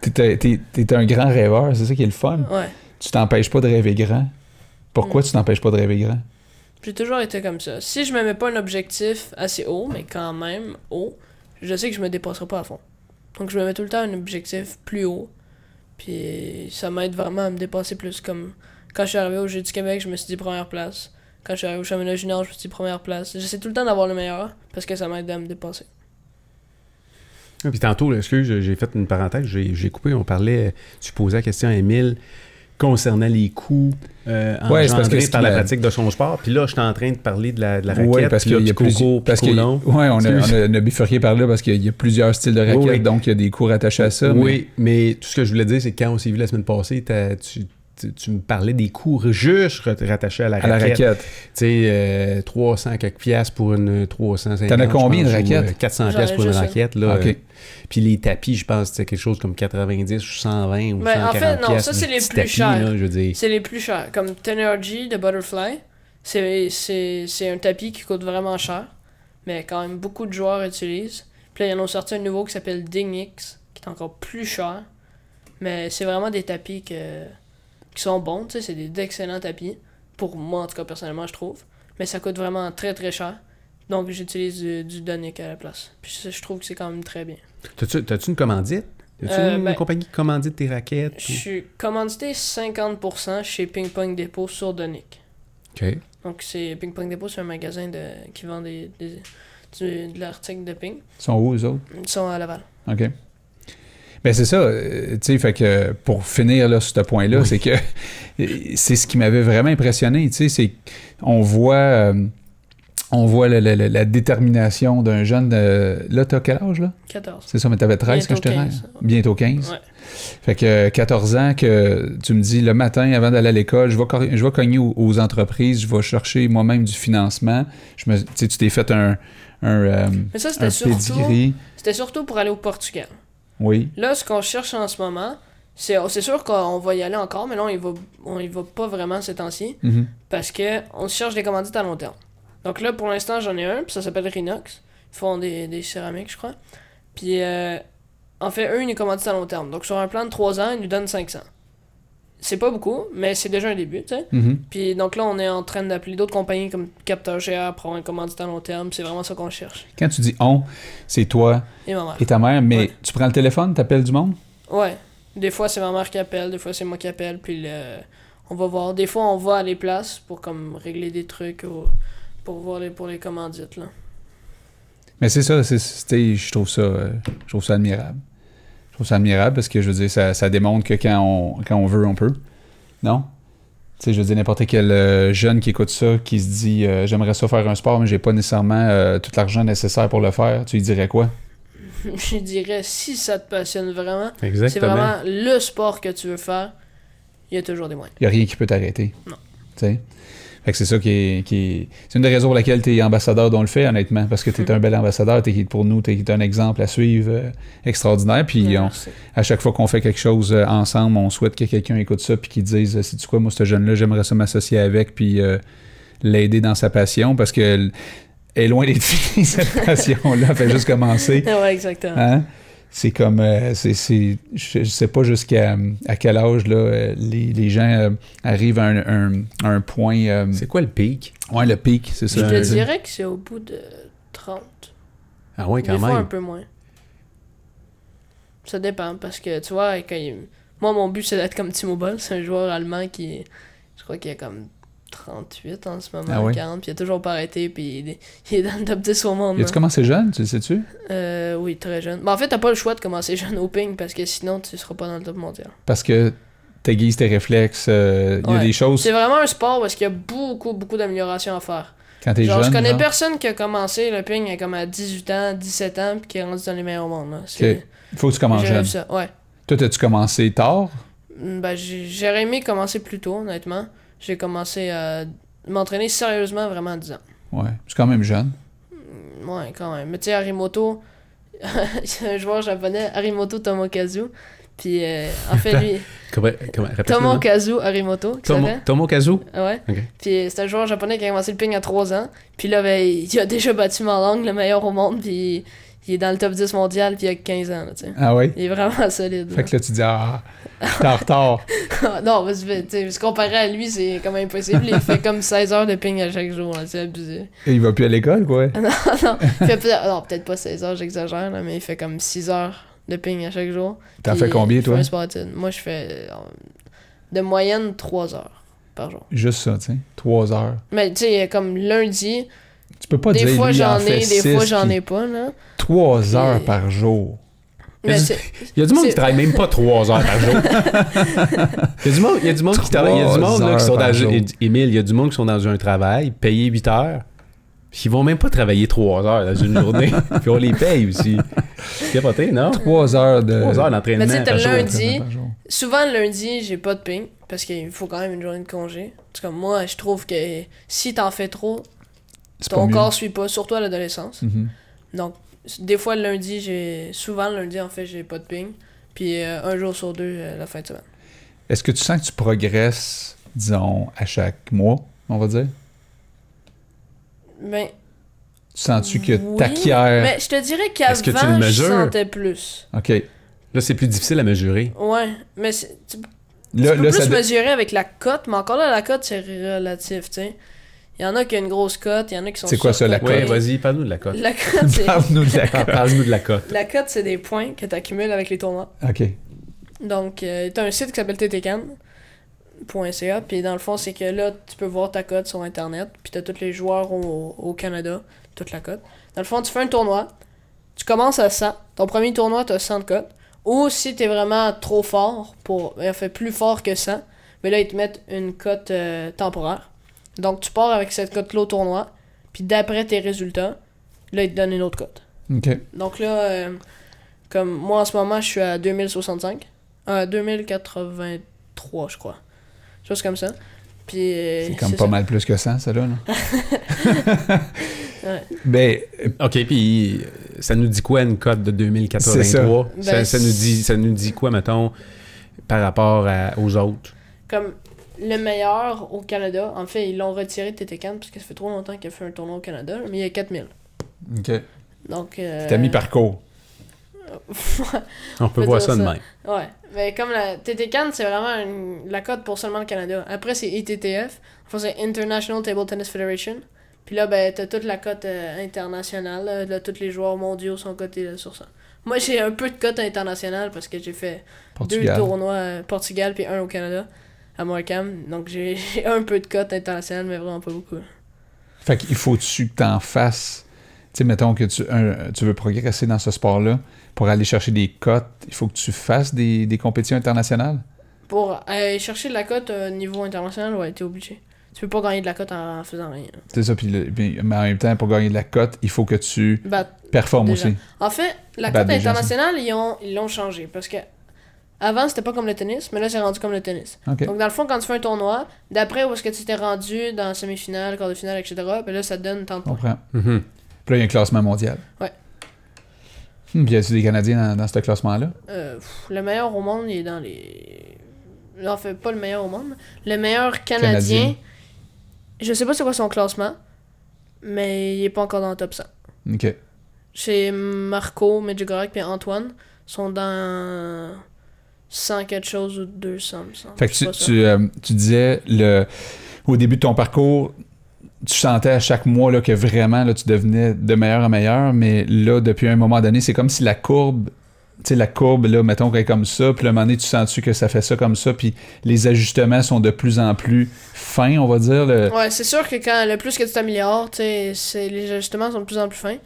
S2: t'es, t'es- t'es un grand rêveur, c'est ça qui est le fun.
S3: Ouais.
S2: Tu t'empêches pas de rêver grand. Pourquoi tu t'empêches pas de rêver grand?
S3: J'ai toujours été comme ça. Si je me mets pas un objectif assez haut, mais quand même haut, je sais que je me dépasserai pas à fond. Donc je me mets tout le temps un objectif plus haut. Puis ça m'aide vraiment à me dépasser plus. Comme quand je suis arrivé au Jeu du Québec, je me suis dit première place. Quand je suis arrivé au championnat junior, je me suis dit première place. J'essaie tout le temps d'avoir le meilleur parce que ça m'aide à me dépasser.
S1: Ah, Puis tantôt, là, excuse, j'ai fait une parenthèse, j'ai j'ai coupé, on parlait, tu posais la question à Émile concernant les coûts euh,
S2: Ouais, c'est parce
S1: engendrés
S2: que ce
S1: par
S2: qui
S1: la
S2: m'a-
S1: pratique de son sport. Puis là, je suis en train de parler de la, de la raquette,
S2: Oui, parce
S1: puis là,
S2: qu'il y a
S1: picot
S2: plusieurs.
S1: court,
S2: Parce que,
S1: picot
S2: ouais,
S1: long.
S2: on a, on, a,
S1: Excuse.
S2: on a bifurqué par là parce qu'il y a plusieurs styles de raquettes,
S1: Oui, oui.
S2: donc il y a des cours attachés à ça. mais-
S1: Oui, mais tout ce que je voulais dire, c'est que quand on s'est vu la semaine passée, t'as- tu, tu- tu me parlais des coûts juste rat- rattachés à la
S2: à la
S1: raquette.
S2: raquette.
S1: Tu sais, euh, 300 quelques piastres pour une 350.
S2: T'en as combien de
S1: je pense, ou, euh,
S2: raquettes?
S1: 400
S3: J'en
S1: piastres
S3: ai
S1: pour une
S3: juste une.
S1: raquette. Là,
S2: Ok.
S1: Euh, Puis les tapis, je pense que c'est quelque chose comme 90 ou 120 ou
S3: Ben,
S1: 140
S3: en fait, non,
S1: piastres
S3: ça,
S1: du
S3: c'est les
S1: petit
S3: plus
S1: tapis,
S3: chers.
S1: là, je veux dire.
S3: C'est les plus chers. Comme Tenergy de Butterfly, c'est- c'est c'est un tapis qui coûte vraiment cher, mais quand même beaucoup de joueurs utilisent. Puis Puis là, ils en ont sorti un nouveau qui s'appelle Dingix, qui est encore plus cher. Mais c'est vraiment des tapis que, qui sont bons, tu sais, c'est des- d'excellents tapis. Pour moi, en tout cas, personnellement, je trouve. Mais ça coûte vraiment très très cher. Donc j'utilise du, du Donic à la place. Puis ça, je trouve que c'est quand même très bien.
S1: T'as-tu t'as-tu une commandite? T'as-tu
S3: Euh,
S1: une
S3: ben-
S1: compagnie qui commandite tes raquettes?
S3: Je suis commandité 50% chez Ping Pong Dépôt sur Donic.
S1: OK.
S3: Donc c'est Ping Pong Dépôt, c'est un magasin de, qui vend des, des- du- de l'article de Ping.
S2: Ils sont où, eux autres?
S3: Ils sont à Laval.
S2: OK. Ben c'est ça, euh, tu sais, fait que pour finir là, sur ce point-là,
S1: Oui.
S2: c'est que euh, c'est ce qui m'avait vraiment impressionné, tu sais, c'est on voit, euh, on voit le- le- le- la détermination d'un jeune, de, là, t'as quel âge, là?
S3: 14.
S2: C'est ça, mais t'avais 13
S3: Bientôt
S2: quand je te
S3: 15.
S2: Bientôt 15.
S3: Ouais.
S2: Fait que euh, 14 ans que tu me dis, le matin, avant d'aller à l'école, je vais, cor- je vais cogner aux, aux entreprises, je vais chercher moi-même du financement. Je me, tu sais, tu t'es fait un, un, euh,
S3: Mais ça,
S2: un
S3: c'était surtout,
S2: pedigree.
S3: c'était surtout pour aller au Portugal.
S2: Oui.
S3: Là, ce qu'on cherche en ce moment, c'est c'est sûr qu'on va y aller encore, mais là, on y va, on y va pas vraiment ces temps-ci
S2: Mhm.
S3: parce que on cherche des commandites à long terme. Donc là, pour l'instant, j'en ai un, puis ça s'appelle Rinox. Ils font des, des céramiques, je crois. Puis, euh, en fait, eux, ils nous commanditent à long terme. Donc, sur un plan de 3 ans, ils nous donnent 500. C'est pas beaucoup, mais c'est déjà un début, tu sais.
S2: Mhm.
S3: Puis, donc là, on est en train d'appeler d'autres compagnies comme Capteur GR pour avoir un commandite à long terme. C'est vraiment ça qu'on cherche.
S2: Quand tu dis on, c'est toi
S3: Et ma mère.
S2: et ta mère, mais
S3: Ouais.
S2: tu prends le téléphone, t'appelles du monde?
S3: Ouais. Des fois, c'est ma mère qui appelle, des fois, c'est moi qui appelle, puis le- on va voir. Des fois, on va à les places pour comme régler des trucs ou pour voir les, pour les commandites, là.
S2: Mais c'est ça, c'est- c'est- t'sais, je trouve ça, euh, je trouve ça admirable. Je trouve ça admirable parce que je veux dire, ça, ça démontre que quand on, quand on veut, on peut. Non? Tu sais, je veux dire, n'importe quel euh, jeune qui écoute ça, qui se dit euh, j'aimerais ça faire un sport, mais j'ai pas nécessairement euh, tout l'argent nécessaire pour le faire, tu lui dirais quoi?
S3: Je dirais, si ça te passionne vraiment, c'est
S1: Exactement.
S3: vraiment le sport que tu veux faire, il y a toujours des moyens.
S2: Il n'y a rien qui peut t'arrêter.
S3: Non.
S2: Tu sais? Fait que c'est ça qui est. qui est- C'est une des raisons pour laquelle tu es ambassadeur dont le fait, honnêtement, parce que tu es
S3: Mm.
S2: un bel ambassadeur. T'es, pour nous, tu es un exemple à suivre euh, extraordinaire. Puis on-
S3: Merci.
S2: à chaque fois qu'on fait quelque chose euh, ensemble, on souhaite que quelqu'un écoute ça puis qu'il dise euh, Sais-tu quoi, moi, ce jeune-là, j'aimerais ça m'associer avec puis euh, l'aider dans sa passion parce que elle est loin d'être finie, cette passion-là. Elle fait juste commencer.
S3: Ouais, exactement.
S2: Hein? C'est comme. euh, c'est, c'est- je ne sais pas jusqu'à à quel âge là, euh, les, les gens euh, arrivent à un, un- à un point. euh,
S1: C'est quoi le pic?
S2: ouais, le pic, c'est
S3: Je
S2: ça.
S1: Ben,
S3: te
S1: euh,
S3: dirais que c'est au bout de 30.
S1: Ah ouais, quand
S3: des fois, un
S1: même.
S3: peu moins. Ça dépend, parce que tu vois, quand il- moi, mon but, c'est d'être comme Timo Boll. C'est un joueur allemand qui, je crois qu'il a comme 38 en ce moment,
S2: Ah ouais?
S3: 40, puis il a toujours pas arrêté, puis il est, il est dans le top 10 au monde.
S2: Y a-tu
S3: hein.
S2: commencé jeune, tu le sais-tu?
S3: Euh, oui, très jeune. Mais en fait, t'as pas le choix de commencer jeune au ping, parce que sinon, tu seras pas dans le top mondial.
S2: Parce que t'aiguises tes réflexes, euh, il y a
S3: Ouais.
S2: des choses
S3: C'est vraiment un sport où est-ce qu'il y a beaucoup, beaucoup d'améliorations à faire.
S2: quand t'es
S3: Genre,
S2: jeune.
S3: je connais
S2: genre.
S3: personne qui a commencé le ping à comme à 18 ans, 17 ans, puis qui est rendu dans les meilleurs au monde. Là. C'est-
S2: Faut que tu commences
S3: J'arrive
S2: jeune.
S3: ça, ouais.
S2: Toi, t'as-tu commencé tard?
S3: Mm, Ben, j'ai- j'aurais aimé commencer plus tôt, honnêtement. J'ai commencé à m'entraîner sérieusement vraiment à 10 ans.
S2: Ouais, c'est quand même jeune.
S3: Mm, Ouais, quand même. Mais tu sais, Harimoto, c'est un joueur japonais, Harimoto Tomokazu. Puis, euh, en fait, lui,
S1: Comment, comment, répète-le, non?
S3: Tomokazu Harimoto, qui
S1: Tomo,
S3: s'appelle.
S1: Tomo Kazu?
S3: Ouais.
S1: Ok.
S3: Puis, euh, c'est un joueur japonais qui a commencé le ping à 3 ans. Puis là, ben, il a déjà battu Malang, le meilleur au monde. Puis, il est dans le top 10 mondial, puis il a 15 ans, là, tu sais.
S2: Ah ouais?
S3: Il est vraiment solide.
S2: Fait que là, tu dis, ah, t'es en retard.
S3: Ah, non, parce que, tu sais, se comparer à lui, c'est comme impossible. Il fait comme 16 heures de ping à chaque jour, là, c'est abusé.
S2: Et il va plus à l'école, quoi.
S3: Ah, non, non, il fait peut-être, non, peut-être pas 16 heures, j'exagère, là, mais il fait comme 6 heures de ping à chaque jour.
S2: T'en
S3: Puis,
S2: fais combien,
S3: il fait
S2: toi?
S3: un sport études. Moi, je fais euh, de moyenne 3 heures par jour.
S2: Juste ça, tu sais. Trois heures.
S3: Mais tu sais, comme lundi,
S2: Tu peux pas
S3: des
S2: dire,
S3: fois
S2: lui, il en
S3: j'en
S2: fait
S3: ai, des
S2: six,
S3: fois j'en
S2: puis
S3: ai pas, là.
S2: Trois heures
S3: Et-
S2: par jour.
S3: Mais
S1: Vas-y.
S3: c'est-
S1: Il y a du monde qui
S3: C'est-
S1: travaille même pas trois heures par jour. Il y a du monde, il y a du monde qui travaille. Il y a du
S2: Trois
S1: monde là, qui sont
S2: heures par
S1: dans
S2: jour.
S1: Émile, il y a du monde qui sont dans un travail, payé 8 heures, puis ils vont même pas travailler trois heures dans une journée. puis on les paye aussi. C'est capoté, non?
S2: Trois heures de.
S1: Trois heures d'entraînement.
S3: Mais tu sais, t'as
S1: par jour.
S3: lundi,
S2: d'entraînement par jour.
S3: Souvent, le lundi, j'ai pas de ping parce qu'il faut quand même une journée de congé. En tout cas, moi, je trouve que si t'en fais trop,
S2: C'est pas
S3: ton
S2: mieux.
S3: corps suit pas, surtout à l'adolescence.
S2: Mhm.
S3: Donc, des fois, le lundi, j'ai. Souvent, le lundi, en fait, j'ai pas de ping. Puis euh, un jour sur deux, euh, la fin de semaine.
S2: Est-ce que tu sens que tu progresses, disons, à chaque mois, on va dire?
S3: Mais
S2: Tu sens-tu que
S3: Oui,
S2: t'acquières.
S3: Mais je te dirais
S1: Est-ce que tu
S3: qu'avant,
S1: le
S3: je
S1: mesures?
S3: sentais plus.
S2: OK.
S1: Là, c'est plus difficile à mesurer.
S3: Ouais, mais c'est- tu, tu
S2: Là,
S3: peux
S2: là,
S3: plus
S2: ça. de-
S3: mesurer avec la cote, mais encore là, la cote, c'est relatif, tu sais. Il y en a qui ont une grosse cote, il y en a qui sont
S2: C'est quoi ça, la
S1: Oui,
S3: surcotés.
S2: cote?
S1: vas-y, parle-nous de la cote.
S3: La cote, c'est...
S2: Parle-nous de la
S1: Par-
S2: cote.
S1: Parle-nous de la cote.
S3: La cote, c'est des points que tu accumules avec les tournois.
S2: OK.
S3: Donc, euh, t'as un site qui s'appelle ttcan.ca, puis dans le fond, c'est que là, tu peux voir ta cote sur Internet, puis t'as tous les joueurs au, au Canada, toute la cote. Dans le fond, tu fais un tournoi, tu commences à 100, ton premier tournoi, t'as 100 de cote, ou si t'es vraiment trop fort, pour, euh, fait plus fort que 100, mais là, ils te mettent une cote euh, temporaire. Donc, tu pars avec cette cote-là au tournoi, puis d'après tes résultats, là, ils te donnent une autre cote.
S2: OK.
S3: Donc là, euh, comme moi en ce moment, je suis à 2065. Euh, 2083, je crois. Chose comme ça. Puis. euh,
S2: C'est comme pas
S3: ça.
S2: mal plus que 100, ça, là. non?
S3: Ouais.
S2: Ben,
S1: OK, puis euh, ça nous dit quoi une cote de 2083?
S2: C'est ça.
S1: Ça.
S3: Ben,
S1: ça nous dit, ça nous dit quoi, mettons, par rapport à- aux autres?
S3: Comme le meilleur au Canada. En fait, ils l'ont retiré de TTCAN parce que ça fait trop longtemps qu'il a fait un tournoi au Canada. Mais il y a 4000.
S2: OK. T'as
S3: Donc. Euh...
S2: mis parcours.
S1: On peut
S3: peut
S1: voir
S3: dire
S1: ça de
S3: ça.
S1: même.
S3: Ouais, mais comme la TTCAN, c'est vraiment une- la cote pour seulement le Canada. Après, c'est E ITTF, enfin, c'est International Table Tennis Federation. Puis là, ben, t'as toute la cote euh, internationale. Là, Là, tous les joueurs mondiaux sont cotés là, sur ça. Moi, j'ai un peu de cote internationale parce que j'ai fait
S2: Portugal.
S3: deux tournois à Portugal puis un au Canada, à Morecambe. Donc, j'ai j'ai un peu de cote internationale, mais vraiment pas beaucoup.
S2: Fait qu'il faut-tu que t'en fasses. Tu sais, mettons que tu, un, tu veux progresser dans ce sport-là. Pour aller chercher des cotes, il faut que tu fasses des, des compétitions internationales.
S3: Pour aller chercher de la cote euh, niveau international, ouais, t'es obligé. Tu peux pas gagner de la cote en, en faisant rien.
S2: C'est ça. Puis le- puis- mais en même temps, pour gagner de la cote, il faut que tu
S3: Bah,
S2: performes
S3: Déjà.
S2: aussi.
S3: En fait, la
S2: Battre
S3: cote
S2: Bah, des gens,
S3: internationale, ils ont- ils l'ont changé parce que avant c'était pas comme le tennis, mais là c'est rendu comme le tennis.
S2: OK.
S3: Donc dans le fond, quand tu fais un tournoi, d'après où est-ce que tu t'es rendu dans la semi-finale, quart de finale, etc., ben là ça te donne tant de
S2: Je
S3: points.
S2: comprends.
S1: Mhm.
S2: Puis là, il y a un classement mondial.
S3: Ouais.
S2: Hum, puis y a-tu des Canadiens dans, dans ce classement-là?
S3: Euh, pff, le meilleur au monde, il est dans les. En fait, pas le meilleur au monde, mais le meilleur canadien.
S2: Canadien.
S3: Je sais pas c'est quoi son classement, mais il est pas encore dans le top 100.
S2: OK.
S3: C'est Marco, Medjugorje et Antoine sont dans 100 quelque chose ou 200, me semble.
S2: Fait
S3: Je
S2: que
S3: suis
S2: tu,
S3: pas sûr.
S2: tu, euh, tu disais le, au début de ton parcours, tu sentais à chaque mois là, que vraiment là, tu devenais de meilleur en meilleur, mais là, depuis un moment donné, c'est comme si la courbe, tu sais, la courbe, là, mettons qu'elle est comme ça, puis là, un moment donné, tu sens-tu que ça fait ça comme ça, puis les ajustements sont de plus en plus fins, on va dire. le-
S3: Ouais, c'est sûr que quand le plus que tu t'améliores, tu sais, c'est- les ajustements sont de plus en plus fins.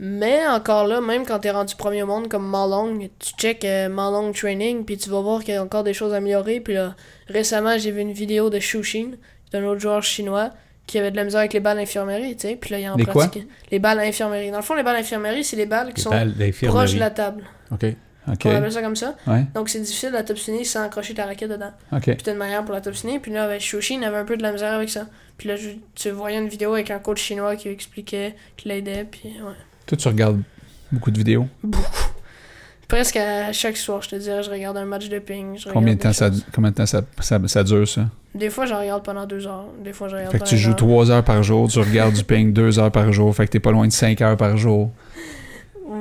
S3: Mais encore là, même quand t'es rendu premier au monde comme Malong, tu check euh, Malong Training, puis tu vas voir qu'il y a encore des choses à améliorer. Puis là, récemment, j'ai vu une vidéo de Shushin, d'un autre joueur chinois, qui avait de la misère avec les balles infirmeries, tu sais. Puis là, il en
S2: Les quoi?
S3: pratique- Les balles infirmeries. Dans le fond, les balles infirmeries, c'est les balles qui
S1: Les
S3: sont
S1: balles
S3: proches
S1: d'infirmerie.
S3: de la table.
S1: OK.
S2: OK.
S3: On appelle ça comme ça.
S2: Ouais,
S3: Donc, c'est difficile de la topsiner sans accrocher ta raquette dedans
S2: OK.
S3: putain de manière pour la topsiner. Puis là, avec Shoshin, il avait un peu de la misère avec ça. Puis là, je, tu voyais une vidéo avec un coach chinois qui expliquait, qui l'aidait, puis ouais.
S2: Toi, tu regardes beaucoup de vidéos.
S3: Presque à chaque soir, je te dirais, je regarde un match de ping. je
S2: Combien de temps,
S3: regarde
S2: ça,
S3: des choses.
S2: combien de temps ça, ça, ça dure, ça?
S3: Des fois, j'en regarde pendant deux heures. Des fois, je regarde
S2: Fait que
S3: pendant
S2: tu
S3: une
S2: joues
S3: heure.
S2: trois heures par jour, tu regardes du ping deux heures par jour, fait que t'es pas loin de cinq heures par jour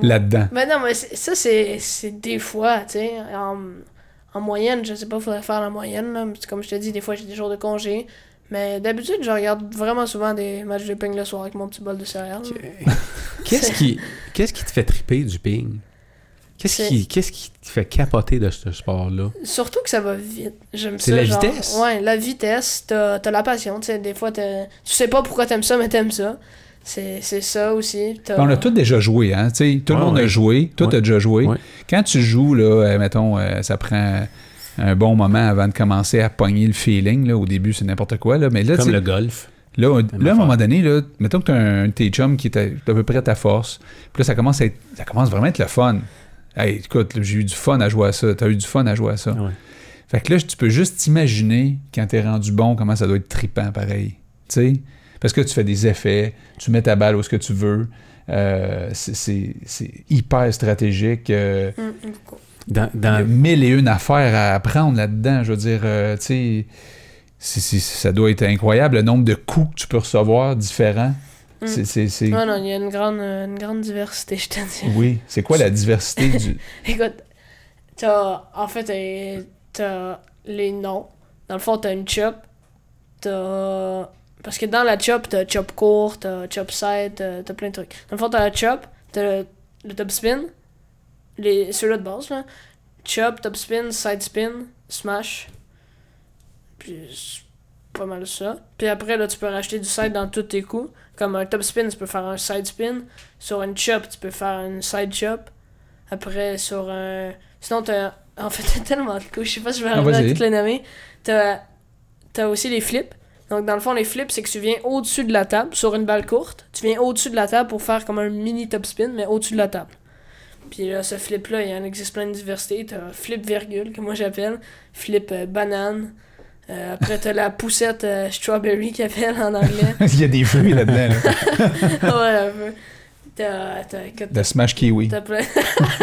S2: là-dedans.
S3: Mais non, mais c'est- ça, c'est c'est des fois, tu sais. En, en moyenne, je sais pas, faudrait faire la moyenne, là. mais Comme je te dis, des fois, j'ai des jours de congé. Mais d'habitude, je regarde vraiment souvent des matchs de ping le soir avec mon petit bol de céréales.
S1: Qu'est-ce qui, qu'est-ce qui te fait triper du ping? Qu'est-ce
S3: C'est-
S1: qui, qu'est-ce qui te fait capoter de ce sport-là?
S3: Surtout que ça va vite. J'aime ça.
S1: C'est la
S3: genre-
S1: vitesse.
S3: Ouais, la vitesse. T'as t'as la passion. Tu sais, des fois, t'as- tu sais pas pourquoi t'aimes ça, mais t'aimes ça. C'est c'est ça aussi. T'as-
S1: Ben,
S2: On a tous déjà joué, hein? tu sais, tout le
S1: Ouais,
S2: monde a
S1: ouais.
S2: joué, toi
S1: Ouais.
S2: t'as déjà joué.
S1: Ouais.
S2: Quand tu joues, là, euh, mettons, euh, ça prend un bon moment avant de commencer à pogner le feeling. Là. Au début, c'est n'importe quoi, là. mais là, tu
S1: Comme
S2: sais,
S1: le golf.
S2: là, un- là, à un
S1: affaire.
S2: moment donné, là, mettons que t'as un de tes chums qui est à, à peu près à ta force, puis là, ça commence, à être- ça commence vraiment à être le fun. Hey, écoute, là, j'ai eu du fun à jouer à ça, t'as eu du fun à jouer à ça.
S1: Ouais.
S2: Fait que là, tu peux juste t'imaginer quand t'es rendu bon, comment ça doit être tripant pareil. Tu sais? Parce que tu fais des effets, tu mets ta balle où ce que tu veux. euh, c'est- c'est c'est hyper stratégique. euh,
S3: Hum, hum, beaucoup.
S1: Dans,
S2: il y a
S1: dans,
S2: mille et une affaires à apprendre là-dedans. Je veux dire, euh, tu sais, c'est- c'est- ça doit être incroyable le nombre de coups que tu peux recevoir différents
S3: Mm.
S2: C'est- c'est- c'est-
S3: Ouais, non, il y a une grande, euh, une grande diversité, je te dis.
S2: Oui, c'est quoi la diversité du.
S3: Écoute, t'as. En fait, t'as- t'as les noms. Dans le fond, t'as une chop. T'as. Parce que dans la chop, t'as chop court, t'as chop side, t'as t'as plein de trucs. Dans le fond, t'as la chop, t'as le, le top spin, les, ceux-là de base, là. Chop, top spin, side spin, smash. Puis c'est pas mal ça. Puis après, là, tu peux racheter du side dans tous tes coups. Comme un top spin, tu peux faire un side spin. Sur une chop, tu peux faire une side chop. Après, sur un. Sinon, t'as. En fait, t'as tellement de coups. Je sais pas si je vais
S2: Ah,
S3: arriver à
S2: vas-y.
S3: toutes les nommer. T'as t'as aussi les flips. Donc, dans le fond, les flips, c'est que tu viens au-dessus de la table, sur une balle courte. Tu viens au-dessus de la table pour faire comme un mini top spin, mais au-dessus de la table. Puis là, ce flip-là, il y en existe plein de diversités. T'as flip virgule, que moi j'appelle. Flip euh, banane. Euh, après, t'as la poussette euh, strawberry qu'ils appellent en anglais.
S2: Il y a des fruits là-dedans. là.
S3: ouais, un peu. T'as. T'as. écoute,
S1: Ben
S2: Le Smash Kiwi.
S3: t'as plein.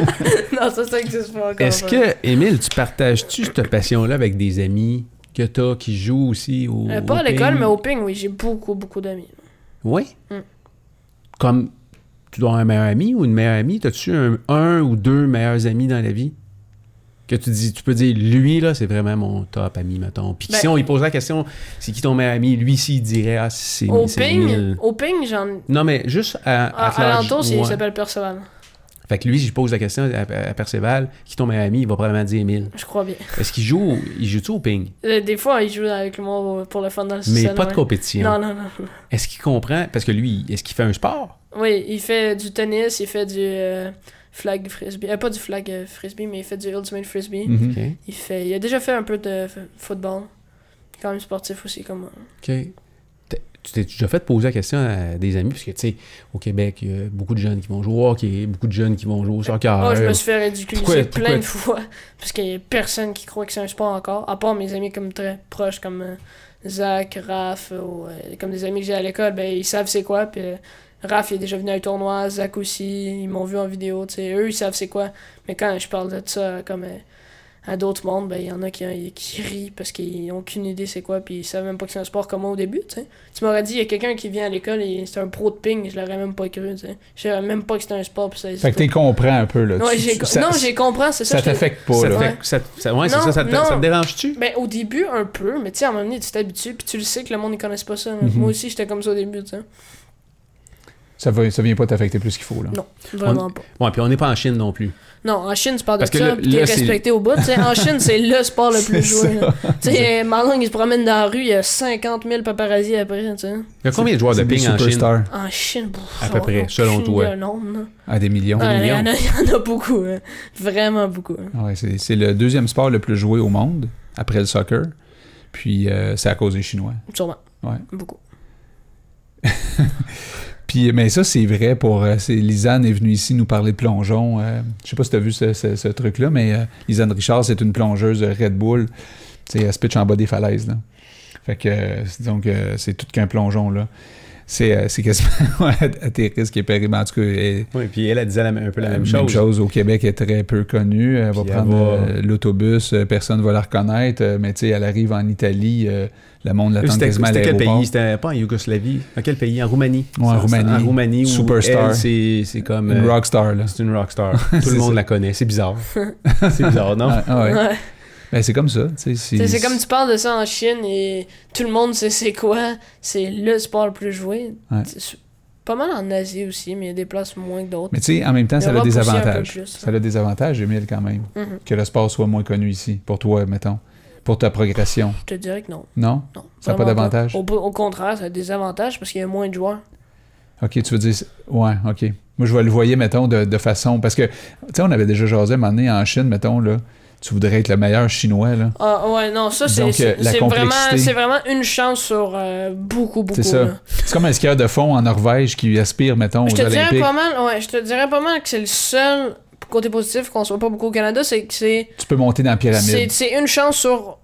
S3: non, ça, ça existe pas encore.
S1: Est-ce que, Émile, tu partages-tu cette passion-là avec des amis que t'as qui jouent aussi au.
S3: Euh, pas à l'école, mais au ping, oui, j'ai beaucoup, beaucoup d'amis.
S1: Oui.
S3: Mm.
S1: Comme tu dois avoir un meilleur ami ou une meilleure amie, as-tu un, un ou deux meilleurs amis dans la vie? Que tu dis, tu peux dire, lui, là, c'est vraiment mon top ami, mettons. Puis
S3: Ben-
S1: si on lui pose la question, c'est qui ton meilleur ami? Lui, s'il dirait, ah, c'est
S3: Au Ah,
S1: c'est
S3: ping,
S1: Émile.
S3: au ping, j'en.
S1: Non, mais juste à, à
S3: À,
S1: large,
S3: l'entour,
S1: ouais.
S3: il s'appelle Perceval.
S1: Fait que lui, je pose la question à, à Perceval, qui est ton meilleur ami, il va probablement dire Émile.
S3: Je crois bien.
S1: Est-ce qu'il joue, il joue-tu au ping?
S3: Euh, Des fois, il joue avec moi pour le fun dans le
S1: Mais
S3: salon,
S1: pas de
S3: ouais.
S1: compétition.
S3: Non, non, non.
S1: Est-ce qu'il comprend? Parce que lui, est-ce qu'il fait un sport?
S3: Oui, il fait du tennis, il fait du euh, flag frisbee. Euh, pas du flag euh, frisbee, mais il fait du ultimate frisbee.
S2: Mhm.
S1: OK.
S3: Il, fait, il a déjà fait un peu de f- football. Quand même sportif aussi, comme moi.
S1: OK. T'es- Tu t'es déjà fait poser la question à des amis, parce que, tu sais, au Québec, il y a beaucoup de jeunes qui vont jouer au hockey, beaucoup de jeunes qui vont jouer au soccer.
S3: oh, je me suis fait ridiculiser
S1: Pourquoi-
S3: plein
S1: pourquoi-
S3: de fois. Parce qu'il y a personne qui croit que c'est un sport encore. À part mes amis comme très proches, comme euh, Zach, Raph, ou, euh, comme des amis que j'ai à l'école, ben, ils savent c'est quoi. Puis euh, Raph, il est déjà venu à un tournoi, Zach aussi, ils m'ont vu en vidéo. tu sais, Eux, ils savent c'est quoi. Mais quand je parle de ça comme euh, à d'autres mondes, ben, il y en a qui, qui rient parce qu'ils n'ont aucune idée c'est quoi. Puis ils savent même pas que c'est un sport comme moi au début. tu sais. Tu m'aurais dit, il y a quelqu'un qui vient à l'école et c'est un pro de ping, je l'aurais même pas cru. tu sais. Je savais même pas que c'était un sport. Puis ça
S2: Fait que
S3: existait.
S2: t'es comprends un peu. Là.
S3: Ouais,
S2: Tu-
S3: j'ai-
S2: tu- ça-
S3: non, j'ai compris, c'est ça.
S2: Ça
S3: je te-
S2: t'affecte pas.
S1: Ça te
S2: là.
S1: fait-
S3: Ouais.
S1: ça te- ça- ouais, c'est
S3: Non,
S1: ça, ça te,
S3: non.
S1: ça te dérange-tu?
S3: Ben, au début, un peu, mais tu sais, à un moment donné, tu t'habitues, puis tu le sais que le monde, ils connaissent pas ça. là.
S2: Mhm.
S3: Moi aussi, j'étais comme ça au début, tu sais.
S2: Ça, va- ça vient pas t'affecter plus qu'il faut. Là.
S3: Non, vraiment pas.
S1: Ouais, puis on n'est pas en Chine non plus.
S3: Non, en Chine, tu parles de
S1: Parce que
S3: ça,
S1: là-
S3: puis t'es
S1: là, c'est-
S3: respecté au bout, tu sais. En Chine, c'est le sport le
S2: C'est
S3: plus joué.
S2: ça.
S3: là. Tu sais, Marlon, il se promène dans la rue, il y a 50 000 paparazzi après, tu sais.
S1: Il y a combien de joueurs de
S2: C'est des
S1: ping en Chine?
S2: superstars.
S3: En Chine, pff,
S1: À peu
S3: on-
S1: près,
S3: on-
S1: selon
S3: aucune
S1: toi.
S3: idée, non, non.
S2: Ah, des millions.
S3: Ouais, Il y, en
S1: millions.
S3: a- il y en a beaucoup, hein. vraiment beaucoup. hein.
S2: Ouais, c'est c'est le deuxième sport le plus joué au monde, après le soccer. Puis euh, c'est à cause des Chinois.
S3: Sûrement.
S2: Ouais.
S3: Beaucoup.
S2: Puis, mais ça, c'est vrai pour. euh, c'est, Lisanne est venue ici nous parler de plongeon. euh, je sais pas si tu as vu ce, ce- ce truc-là, mais euh, Lisanne Richard, c'est une plongeuse Red Bull. Tu sais, elle se pitch en bas des falaises. Là. Fait que, euh, c'est- donc, euh, c'est tout qu'un plongeon, là. C'est, euh, c'est quasiment ouais, à tes risques et périls. Mais en tout cas, elle-
S1: Oui, puis elle, elle disait la- un peu la
S2: euh,
S1: même chose.
S2: au Québec elle est très peu connue. Elle va
S1: Puis elle
S2: prendre
S1: va-
S2: euh, l'autobus, euh, personne ne va la reconnaître. euh, mais tu sais, elle arrive en Italie, euh, le monde
S1: Eux,
S2: l'attend
S1: C'était
S2: quasiment à
S1: c'était quel
S2: l'aéroport.
S1: pays? C'était pas en Yougoslavie. Dans quel pays? En Roumanie.
S2: Ouais, en
S1: Ça- ça-
S2: Roumanie.
S1: En Roumanie où
S2: Superstar.
S1: elle, c'est- c'est comme...
S2: Une
S1: euh,
S2: rockstar, là.
S1: C'est une rockstar. Tout
S2: C'est
S1: le monde
S2: ça.
S1: la connaît. C'est bizarre. c'est bizarre, non?
S2: Ah, ah ouais.
S3: Ouais.
S2: Ben, c'est comme ça. tu sais,
S3: Tu sais, C'est comme tu parles de ça en Chine et tout le monde sait c'est quoi. C'est le sport le plus joué.
S2: Ouais.
S3: C'est Pas mal en Asie aussi, mais il y a des places moins que d'autres.
S2: Mais tu sais, en même temps, ça a
S3: L'Europe
S2: des
S3: aussi, un peu
S2: avantages.
S3: plus.
S2: Ça a des avantages, Émile, quand même.
S3: Mhm.
S2: Que le sport soit moins connu ici, pour toi, mettons. Pour ta progression.
S3: Je te dirais que non.
S2: Non?
S3: non
S2: Ça a pas
S3: vraiment
S2: d'avantage?
S3: Au, au contraire, ça a des avantages parce qu'il y a moins de joueurs.
S2: OK, tu veux dire. Ouais, OK. Moi, je vais le voyer, mettons, de, de façon. Parce que, tu sais, on avait déjà jasé à un moment donné en Chine, mettons, là. Tu voudrais être le meilleur chinois, là.
S3: Ah ouais, non, ça c'est
S2: Donc, euh,
S3: c'est-
S2: la
S3: c'est vraiment,
S2: complexité.
S3: c'est vraiment une chance sur euh, beaucoup, beaucoup.
S2: C'est ça.
S3: là.
S2: C'est comme un skieur de fond en Norvège qui aspire, mettons,
S3: Je
S2: aux
S3: te dirais
S2: Olympiques.
S3: pas mal, ouais, je te dirais pas mal que c'est le seul côté positif qu'on soit pas beaucoup au Canada, c'est que c'est
S2: Tu peux monter dans la
S3: c'est-
S2: pyramide.
S3: c'est une chance sur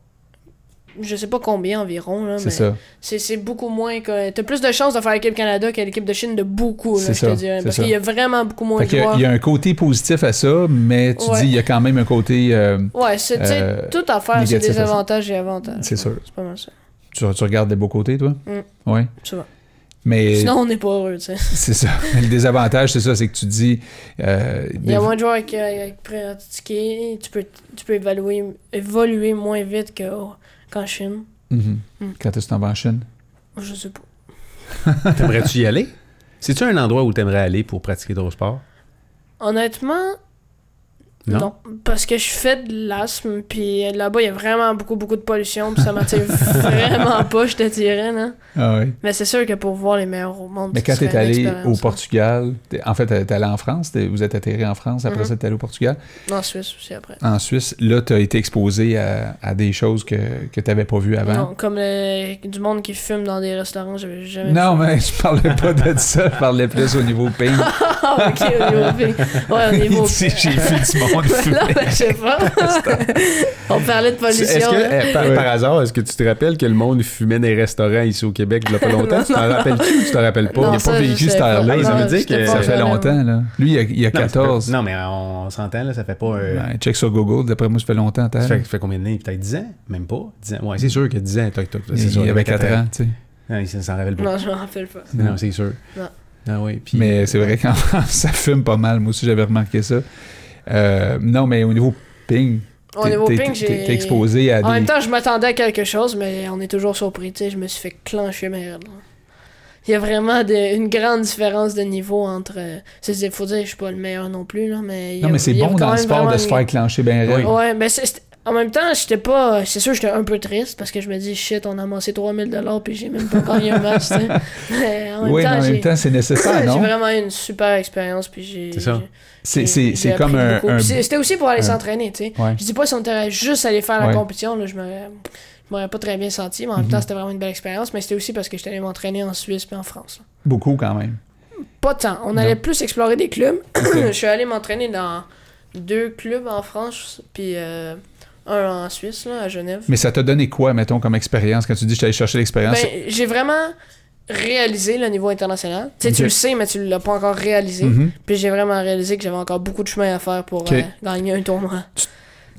S3: je sais pas combien environ là,
S2: C'est
S3: mais
S2: ça.
S3: C'est, c'est beaucoup moins que. T'as plus de chances de faire l'équipe Canada que l'équipe de Chine de beaucoup, là,
S2: C'est
S3: je te
S2: ça,
S3: dirais.
S2: c'est
S3: Parce
S2: ça.
S3: qu'il y a vraiment beaucoup moins
S2: Fait
S3: de
S2: qu'il y a-
S3: joueurs.
S2: il y, a un côté positif à ça, mais tu
S3: Ouais.
S2: dis, il y a quand même un côté. euh,
S3: Ouais, c'est, tu sais,
S2: Euh,
S3: toute affaire, c'est
S2: négatif
S3: des
S2: à ça.
S3: avantages et avantages.
S2: C'est sûr.
S3: C'est pas mal ça.
S2: tu, tu regardes des beaux côtés, toi?
S3: Mm.
S2: Ouais.
S3: Souvent.
S2: Mais
S3: Sinon, on n'est pas heureux, tu sais.
S2: c'est ça. Mais le désavantage, c'est ça, c'est que tu dis. euh,
S3: Il y a
S2: des-
S3: moins de joueurs qui euh, qui prennent un ticket. Tu peux, tu peux évaluer, évoluer moins vite que- oh, qu'en Chine.
S2: Mhm.
S3: Mm.
S2: Quand tu t'en vas en Chine.
S3: Je sais pas.
S1: T'aimerais-tu y aller? C'est-tu un endroit où t'aimerais aller pour pratiquer ton sport?
S3: Honnêtement,
S1: Non?
S3: non. Parce que je fais de l'asthme, puis là-bas, il y a vraiment beaucoup, beaucoup de pollution, puis ça m'attire vraiment pas, je te dirais, non?
S2: Ah oui.
S3: Mais c'est sûr que pour voir les meilleurs au monde,
S2: Mais
S3: ce
S2: quand tu
S3: serait
S2: es
S3: une
S2: allé
S3: expérience,
S2: au
S3: hein.
S2: Portugal, t'es- en fait, tu allé en France, t'es- vous êtes atterri en France, après
S3: Mhm.
S2: ça, tu allé au Portugal.
S3: En Suisse aussi, après.
S2: En Suisse, là, tu as été exposé à, à des choses que, que tu n'avais pas vues avant.
S3: Non, comme euh, du monde qui fume dans des restaurants, j'avais jamais
S2: Non,
S3: vu
S2: mais je parlais pas de ça, je parlais plus au niveau pays.
S3: ça. Ah, ok, au niveau pays. Ouais, au
S2: Il
S3: niveau.
S2: dit, j'ai vu du monde
S3: Ben
S2: fumer.
S3: non, ben, je sais pas. On parlait de pollution.
S1: Est-ce que,
S3: là.
S1: eh, par, par hasard, est-ce que tu te rappelles que le monde fumait dans les restaurants ici au Québec il y a pas longtemps?
S3: Non,
S1: tu
S3: non,
S1: t'en
S3: non.
S1: rappelles-tu ou tu t'en rappelles pas?
S3: Non,
S1: Il y a
S3: ça,
S1: pas
S3: je
S1: vécu
S3: sais
S1: cette
S3: pas.
S1: heure-là.
S2: Non,
S1: Ça veut dire
S3: j'étais
S1: que
S3: pas
S2: Ça
S3: Ouais,
S2: fait
S3: ouais,
S2: longtemps, là. Lui, il a, il
S1: Non, mais c'est
S2: a
S1: pas-
S2: 14.
S1: Non, mais on s'entend, là, ça fait pas. euh,
S2: Ouais, check sur Google, d'après moi, ça fait longtemps. t'as-
S1: Ça fait, ça fait combien d'années? Peut-être 10 ans? Même pas? 10 ans. Ouais, c'est sûr que 10 ans, toc, toc, c'est
S2: Il,
S1: sûr,
S2: il avait
S1: quatre
S2: 4 ans, tu sais.
S1: Non, il s'en rappelle pas.
S3: Non, je m'en rappelle pas.
S1: Non, c'est sûr.
S3: Non.
S1: Ah oui. Puis,
S2: mais c'est vrai qu'en France, ça fume pas mal. Moi aussi, j'avais remarqué ça. Euh, non, mais au niveau ping,
S3: Au
S2: t'es-
S3: niveau
S2: t'es-
S3: ping,
S2: t'es-
S3: j'ai.
S2: t'es exposé à
S3: En même
S2: des...
S3: temps, je m'attendais à quelque chose, mais on est toujours surpris. Tu sais, je me suis fait clencher mes rêves. Il y a vraiment de- une grande différence de niveau entre. euh, c'est- c'est- faut dire, je suis pas le meilleur non plus, là, mais. il y a-
S2: Non, mais c'est
S3: il y a
S2: bon
S3: quand
S2: dans le
S3: même
S2: sport de
S3: vraiment
S2: se faire clencher bien
S1: Oui.
S2: raide.
S3: une- Ouais, mais c'est- c'est- en même temps, j'étais pas. C'est sûr, j'étais un peu triste parce que je me dis, shit, on a amassé 3000$ puis j'ai même pas gagné un match, tu sais. Mais en même
S2: Oui, mais
S3: temps,
S2: en même
S3: j'ai.
S2: temps, c'est nécessaire,
S3: j'ai
S2: non?
S3: vraiment eu une super expérience, puis j'ai.
S1: C'est ça.
S3: j'ai-
S2: C'est-
S3: j'ai-
S2: C'est
S3: j'ai
S2: c'est
S3: appris
S2: comme un...
S3: beaucoup.
S2: un-
S3: Puis c'est- C'était aussi pour aller
S2: un-
S3: s'entraîner, tu sais.
S2: Ouais.
S3: Je dis pas si on était juste allé faire la
S2: Ouais. Mhm.
S3: compétition, là, je m'aurais je m'aurais pas très bien senti, mais en même temps, c'était vraiment une belle expérience. Mais c'était aussi parce que j'étais allé m'entraîner en Suisse puis en France. là.
S2: Beaucoup, quand même.
S3: Pas tant. On
S2: Non.
S3: allait plus explorer des clubs.
S2: Ok.
S3: je suis allé m'entraîner dans deux clubs en France, puis euh, un en Suisse, là, à Genève.
S2: Mais ça t'a donné quoi, mettons, comme expérience, quand tu dis « je suis allé chercher l'expérience
S3: Ben, j'ai vraiment réalisé le niveau international. Tu sais,
S2: Ok.
S3: Tu le sais, mais tu l'as pas encore réalisé.
S2: Mhm.
S3: Puis j'ai vraiment réalisé que j'avais encore beaucoup de chemin à faire pour
S2: Ok.
S3: euh, gagner un tournoi.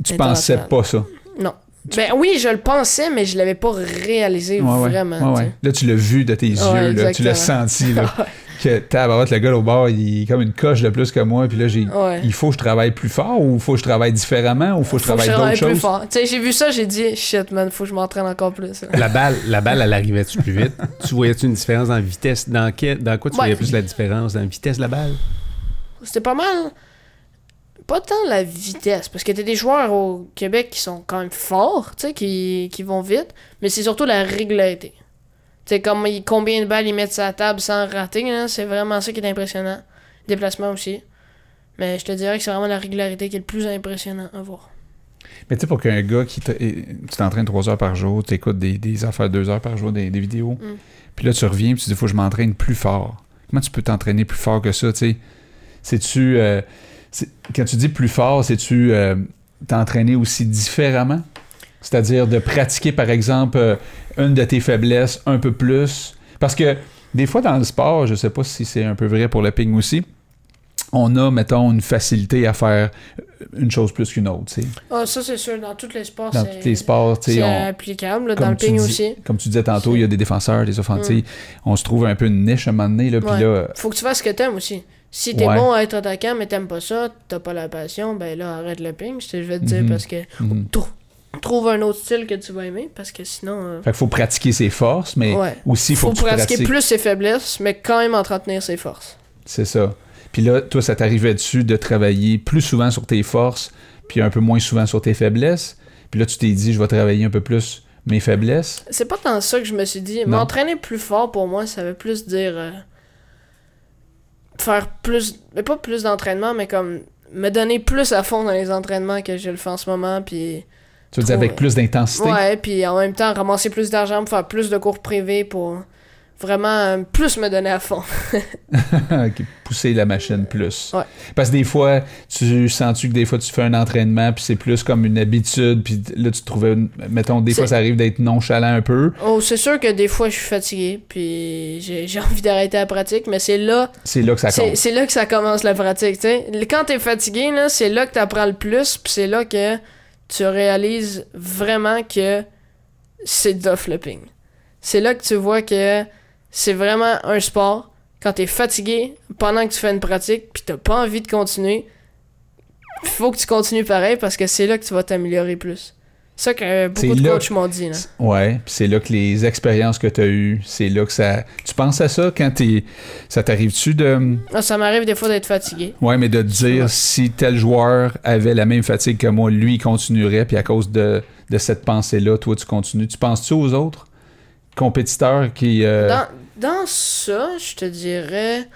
S2: Tu pensais
S3: international.
S2: pas ça.
S3: Non. Ben oui, je le pensais, mais je l'avais pas réalisé
S2: Ouais, ouais. Ouais,
S3: vraiment. tu
S2: ouais. Là, tu l'as vu de tes yeux, là. tu l'as senti. Là, que tabarouette, le gars au bord, il est comme une coche de plus que moi. Puis là, j'ai,
S3: sais. Ouais.
S2: il faut que je travaille plus fort ou il faut que je travaille différemment ou il faut que je
S3: Faut que
S2: travaille
S3: je
S2: d'autres
S3: travaille
S2: choses.
S3: plus fort. Tu sais, j'ai vu ça, j'ai dit, shit, man, faut que je m'entraîne encore plus.
S1: La balle, la balle, elle arrivait-tu plus vite? tu voyais-tu une différence dans la vitesse? Dans, quel- dans quoi tu
S3: Ouais.
S1: voyais plus la différence? Dans la vitesse de la balle?
S3: C'était pas mal. Pas tant la vitesse, parce que t'as des joueurs au Québec qui sont quand même forts, tu sais, qui, qui vont vite, mais c'est surtout la régularité. Tu sais, comme ils- combien de balles ils mettent sur la table sans rater, là, c'est vraiment ça qui est impressionnant. Déplacement aussi. Mais je te dirais que c'est vraiment la régularité qui est le plus impressionnant à voir.
S2: Mais tu sais, pour qu'un gars qui. te- eh, Tu t'entraînes trois heures par jour, tu écoutes des, des affaires deux heures par jour, des, des vidéos. Puis là, tu reviens puis tu dis faut que je m'entraîne plus fort. Comment tu peux t'entraîner plus fort que ça, tu sais? C'est-tu. euh, c'est- quand tu dis plus fort, c'est-tu euh, t'entraîner aussi différemment? C'est-à-dire de pratiquer, par exemple, euh, une de tes faiblesses un peu plus. Parce que des fois, dans le sport, je sais pas si c'est un peu vrai pour le ping aussi, on a, mettons, une facilité à faire une chose plus qu'une autre, tu sais.
S3: Ah, ça, c'est sûr, dans tous les sports,
S2: Dans
S3: c'est-
S2: tous les sports, tu sais,
S3: c'est
S2: on-
S3: applicable. là,
S2: comme
S3: dans le
S2: tu
S3: ping
S2: dis-
S3: aussi. Mm.
S2: comme tu disais tantôt, il y a des défenseurs, des offensives. On se trouve un peu une niche à un moment donné, là, puis
S3: Ouais.
S2: là,
S3: Faut que tu fasses ce que t'aimes aussi. Si t'es
S2: Euh, Ouais.
S3: bon à être attaquant, mais t'aimes pas ça, t'as pas la passion, ben là, arrête le ping, je te- je vais te dire,
S2: Mhm.
S3: parce que
S2: mhm.
S3: trou- trouve un autre style que tu vas aimer, parce que sinon... euh,
S2: Fait qu'il faut pratiquer ses forces, mais
S3: Ouais.
S2: aussi il faut,
S3: faut
S2: que tu
S3: pratiquer
S2: pratiques.
S3: plus ses faiblesses, mais quand même entretenir ses forces.
S2: C'est ça. Puis là, toi, ça t'arrivait dessus de travailler plus souvent sur tes forces, puis un peu moins souvent sur tes faiblesses. Puis là, tu t'es dit, je vais travailler un peu plus mes faiblesses.
S3: C'est pas tant ça que je me suis dit.
S2: Non.
S3: M'entraîner plus fort, pour moi, ça veut plus dire... euh, faire plus... Mais pas plus d'entraînement, mais comme... Me donner plus à fond dans les entraînements que je le fais en ce moment, puis...
S2: Tu veux dire
S3: Trop,
S2: avec
S3: ouais.
S2: plus d'intensité.
S3: Ouais, puis en même temps, ramasser plus d'argent pour faire plus de cours privés pour vraiment euh, plus me donner à fond.
S2: qui- pousser la machine plus.
S3: Ouais.
S2: Parce que des fois, tu sens-tu que des fois tu fais un entraînement, puis c'est plus comme une habitude, puis là tu te trouvais, une- mettons, des
S3: C'est-
S2: fois ça arrive d'être nonchalant un peu.
S3: Oh, c'est sûr que des fois, je suis fatigué, puis j'ai j'ai envie d'arrêter la pratique, mais c'est là,
S2: C'est là que ça
S3: c'est
S2: compte.
S3: c'est là que ça commence la pratique, tu sais. Le- Quand t'es fatigué, là, c'est là que t'apprends le plus, puis c'est là que tu réalises vraiment que c'est duff le ping. C'est là que tu vois que c'est vraiment un sport. Quand t'es fatigué, pendant que tu fais une pratique, puis t'as pas envie de continuer, faut que tu continues pareil parce que c'est là que tu vas t'améliorer plus. C'est ça que
S2: C'est
S3: beaucoup de
S2: là
S3: coachs m'ont dit. Là.
S2: Ouais, puis c'est là que les expériences que tu as eues, c'est là que ça. Tu penses à ça quand t'es. Ça t'arrive-tu de.
S3: Ah, ça m'arrive des fois d'être fatigué.
S2: Ouais, mais de te dire si tel joueur avait la même fatigue que moi, lui, il continuerait, puis à cause de, de cette pensée-là, toi, tu continues. Tu penses-tu aux autres compétiteurs qui. euh,
S3: Dans, dans ça, je te dirais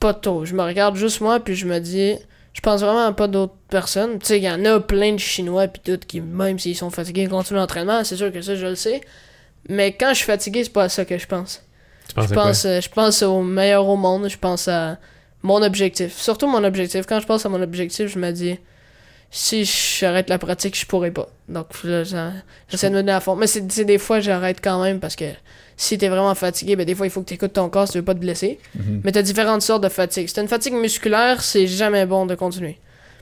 S3: pas trop. Je me regarde juste moi, puis je me dis, je pense vraiment à pas d'autres personnes. Tu sais, il y en a plein de Chinois, puis tout, qui, même s'ils sont fatigués, continuent l'entraînement. C'est sûr que ça, je le sais. Mais quand je suis fatigué, c'est pas à ça que je pense.
S1: Tu penses
S3: Je
S1: à quoi?
S3: pense, euh, je pense au meilleur au monde, je pense à mon objectif. Surtout mon objectif. Quand je pense à mon objectif, je me dis si j'arrête la pratique, je pourrais pas. Donc là, ça- j'essaie de me donner à fond. Mais c'est c'est des fois, j'arrête quand même parce que si t'es vraiment fatigué, ben des fois, il faut que t'écoutes ton corps si tu veux pas te blesser.
S2: Mhm.
S3: Mais t'as différentes sortes de fatigue. Si t'as une fatigue musculaire, c'est jamais bon de continuer.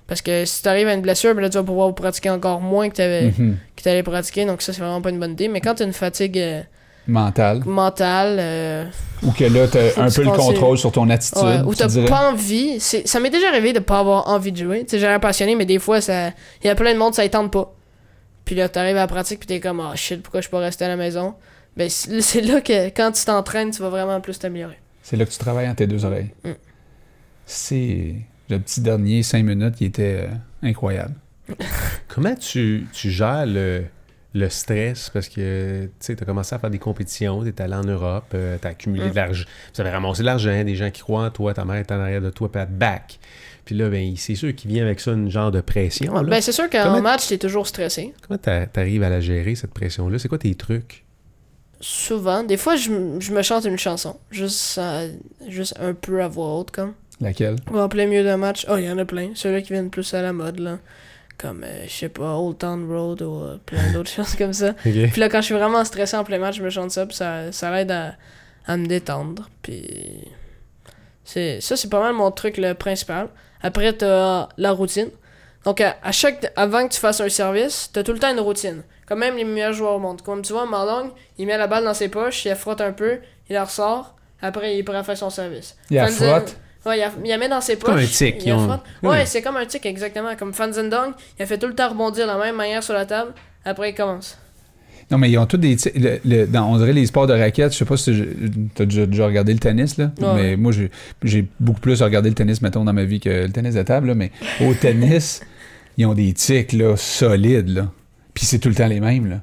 S3: Parce que si t'arrives à une blessure, ben là, tu vas pouvoir pratiquer encore moins que t'avais
S2: Mhm.
S3: que t'allais pratiquer. Donc ça, c'est vraiment pas une bonne idée. Mais quand t'as une fatigue euh,
S2: Mental.
S3: mentale, euh,
S2: Ou que là, tu
S3: Faut
S2: as un
S3: que tu
S2: peu le
S3: penses-
S2: contrôle sur ton attitude.
S3: Ouais, ou
S2: tu
S3: t'as
S2: dirais.
S3: pas envie. C'est- Ça m'est déjà arrivé de pas avoir envie de jouer. Tu sais, j'ai l'air passionné, mais des fois, ça... il y a plein de monde, ça y tente pas. Puis là, t'arrives à la pratique, puis t'es comme, oh shit, pourquoi je peux pas rester à la maison? Ben, c'est c'est là que quand tu t'entraînes, tu vas vraiment plus t'améliorer.
S2: C'est là que tu travailles entre tes deux oreilles.
S3: Mm.
S2: C'est. Le petit dernier, cinq minutes, il était euh, incroyable.
S1: Comment tu, tu gères le, le stress? Parce que, tu sais, t'as commencé à faire des compétitions, t'es allé en Europe, euh, t'as accumulé de l'argent. Vous avez ramassé de l'argent, des gens qui croient en toi, ta mère est en arrière de toi, puis elle te back. Puis là, ben, c'est sûr qu'il vient avec ça une genre de pression. là.
S3: Ben, c'est sûr qu'en
S1: Comment-
S3: match, t'es toujours stressé.
S1: Comment t'a- t'arrives à la gérer, cette pression-là? C'est quoi tes trucs?
S3: Souvent. Des fois, je, m- je me chante une chanson. Juste, euh, juste un peu à voix haute, comme.
S2: Laquelle?
S3: Ou en plein milieu d'un match. Oh, il y en a plein. Ceux-là qui viennent plus à la mode, là. Comme, euh, je sais pas, Old Town Road ou euh, plein d'autres choses comme ça. Puis là, quand je suis vraiment stressé en plein match, je me chante ça, puis ça, ça l'aide à, à me détendre. Puis. c'est- Ça, c'est pas mal mon truc le principal. Après, t'as la routine. Donc, à, à chaque, avant que tu fasses un service, t'as tout le temps une routine. Comme même les meilleurs joueurs au monde. Comme tu vois, Marlong, il met la balle dans ses poches, il la frotte un peu, il la ressort. Après, il est prêt à faire son service.
S2: Il la
S3: Fanzen-
S2: frotte?
S3: Ouais, il la, il la met dans ses poches.
S1: comme un tic,
S3: il
S1: ils
S3: la
S1: ont-
S3: frotte.
S1: Ouais.
S3: Ouais, c'est comme un tic, exactement. Comme Fanzendong, il a fait tout le temps rebondir de la même manière sur la table. Après, il commence.
S2: Non, mais ils ont tous des. ti- le- le- dans- on dirait les sports de raquettes. Je sais pas si tu as déjà, déjà regardé le tennis, là.
S3: Ouais.
S2: Mais moi, j'ai- j'ai beaucoup plus regardé le tennis, mettons, dans ma vie que le tennis de table, là. Mais au tennis, ils ont des tics, là, solides, là. Puis c'est tout le temps les mêmes, là.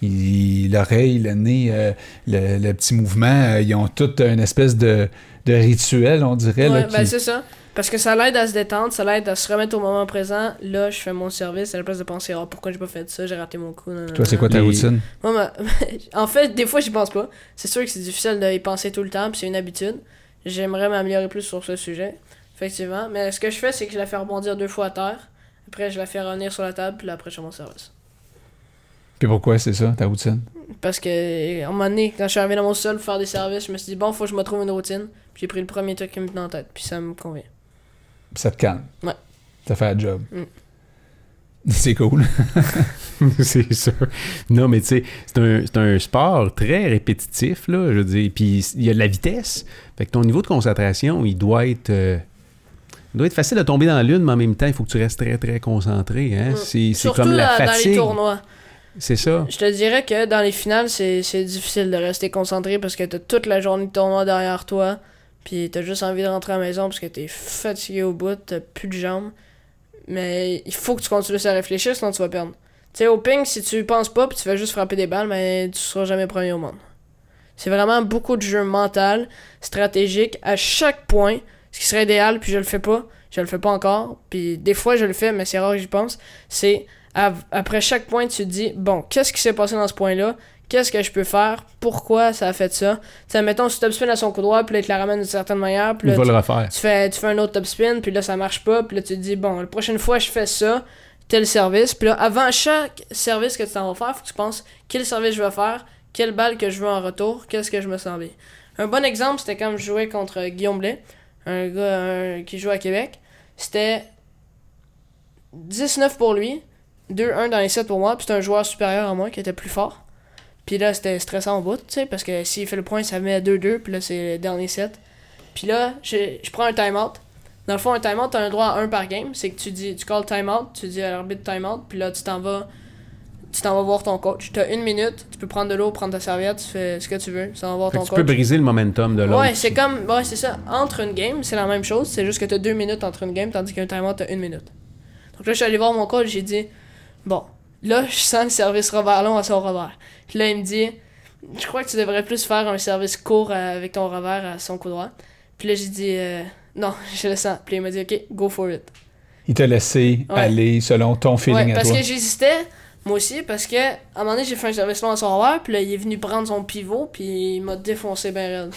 S2: Ils- L'oreille, le nez, euh, le, le petit mouvement, euh, ils ont toute une espèce de, de rituel, on dirait. là,
S3: Ouais, ben
S2: qui-
S3: c'est ça. Parce que ça l'aide à se détendre, ça l'aide à se remettre au moment présent. Là, je fais mon service à la place de penser oh, pourquoi j'ai pas fait ça, j'ai raté mon coup. nanana.
S2: Toi, c'est quoi ta
S1: Les-
S2: routine?
S3: Moi, ma- en fait, des fois, j'y pense pas. C'est sûr que c'est difficile d'y penser tout le temps, puis c'est une habitude. J'aimerais m'améliorer plus sur ce sujet, effectivement. Mais ce que je fais, c'est que je la fais rebondir deux fois à terre. Après, je la fais revenir sur la table, puis là, après, je fais mon service.
S2: Puis pourquoi c'est ça, ta routine?
S3: Parce que, à un moment donné, quand je suis arrivé dans mon sol pour faire des services, je me suis dit, bon, faut que je me trouve une routine. Puis j'ai pris le premier truc qui me tenait en tête, puis ça me convient.
S2: Ça te calme.
S3: Ouais.
S2: Ça fait la job.
S3: Mm.
S2: C'est cool.
S1: c'est sûr. Non, mais tu sais, c'est un, c'est un sport très répétitif, là, je veux dire. Puis il y a de la vitesse. Fait que ton niveau de concentration, il doit être. euh, il doit être facile de tomber dans la lune, mais en même temps, il faut que tu restes très, très concentré. Hein?
S3: Mm.
S1: C'est c'est
S3: Surtout
S1: comme la
S3: dans- dans les
S1: fatigue.
S3: tournois.
S1: C'est ça.
S3: Je te dirais que dans les finales, c'est c'est difficile de rester concentré parce que t'as toute la journée de tournoi derrière toi. Puis t'as juste envie de rentrer à la maison parce que t'es fatigué au bout, t'as plus de jambes. Mais il faut que tu continues à réfléchir, sinon tu vas perdre. Tu sais, au ping, si tu penses pas puis tu vas juste frapper des balles, mais tu seras jamais premier au monde. C'est vraiment beaucoup de jeu mental, stratégique, à chaque point. Ce qui serait idéal, puis je le fais pas, je le fais pas encore. Puis des fois, je le fais, mais c'est rare que j'y pense. C'est av- après chaque point, tu te dis, bon, qu'est-ce qui s'est passé dans ce point-là? Qu'est-ce que je peux faire? Pourquoi ça a fait ça? Tu sais, mettons, si tu topspin à son coup droit, puis là, il te la ramène d'une certaine manière, puis
S1: Il
S3: là,
S1: va
S3: tu,
S1: le refaire.
S3: tu fais, tu fais un autre topspin, puis là, ça marche pas, puis là, tu te dis, bon, la prochaine fois, je fais ça, tel service, puis là, avant chaque service que tu t'en vas faire, faut que tu penses, quel service je vais faire, quelle balle que je veux en retour, qu'est-ce que je me sens bien. Un bon exemple, c'était quand je jouais contre Guillaume Blais, un gars un- qui joue à Québec. C'était 19 pour lui, 2-1 dans les 7 pour moi, puis c'était un joueur supérieur à moi qui était plus fort. Puis là, c'était stressant au bout, tu sais, parce que s'il fait le point, ça met à 2-2, puis là, c'est le dernier set. Puis là, je, je prends un time-out. Dans le fond, un time-out, t'as un droit à un par game. C'est que tu dis, tu calls time-out, tu dis à l'arbitre time-out, puis là, tu t'en vas, tu t'en vas voir ton coach. T'as une minute, tu peux prendre de l'eau, prendre ta serviette, tu fais ce que tu veux, tu t'en vas voir
S1: Fait
S3: ton
S1: que tu peux
S3: coach.
S1: briser le momentum de l'autre.
S3: Ouais, c'est comme, ouais, c'est ça. Entre une game, c'est la même chose, c'est juste que t'as deux minutes entre une game, tandis qu'un time-out, t'as une minute. Donc là, je suis allé voir mon coach, j'ai dit, bon, là, je sens le service Robert long à son revers. Puis là, il me dit, je crois que tu devrais plus faire un service court euh, avec ton revers à son coup droit. Puis là, j'ai dit, euh, non, je le sens. Puis il m'a dit, ok, go for it.
S2: Il t'a laissé
S3: Ouais.
S2: aller selon ton feeling
S3: Ouais,
S2: à
S3: parce
S2: toi.
S3: que j'hésitais, moi aussi, parce que à un moment donné, j'ai fait un service long à son revers, puis là, il est venu prendre son pivot, puis il m'a défoncé ben raide.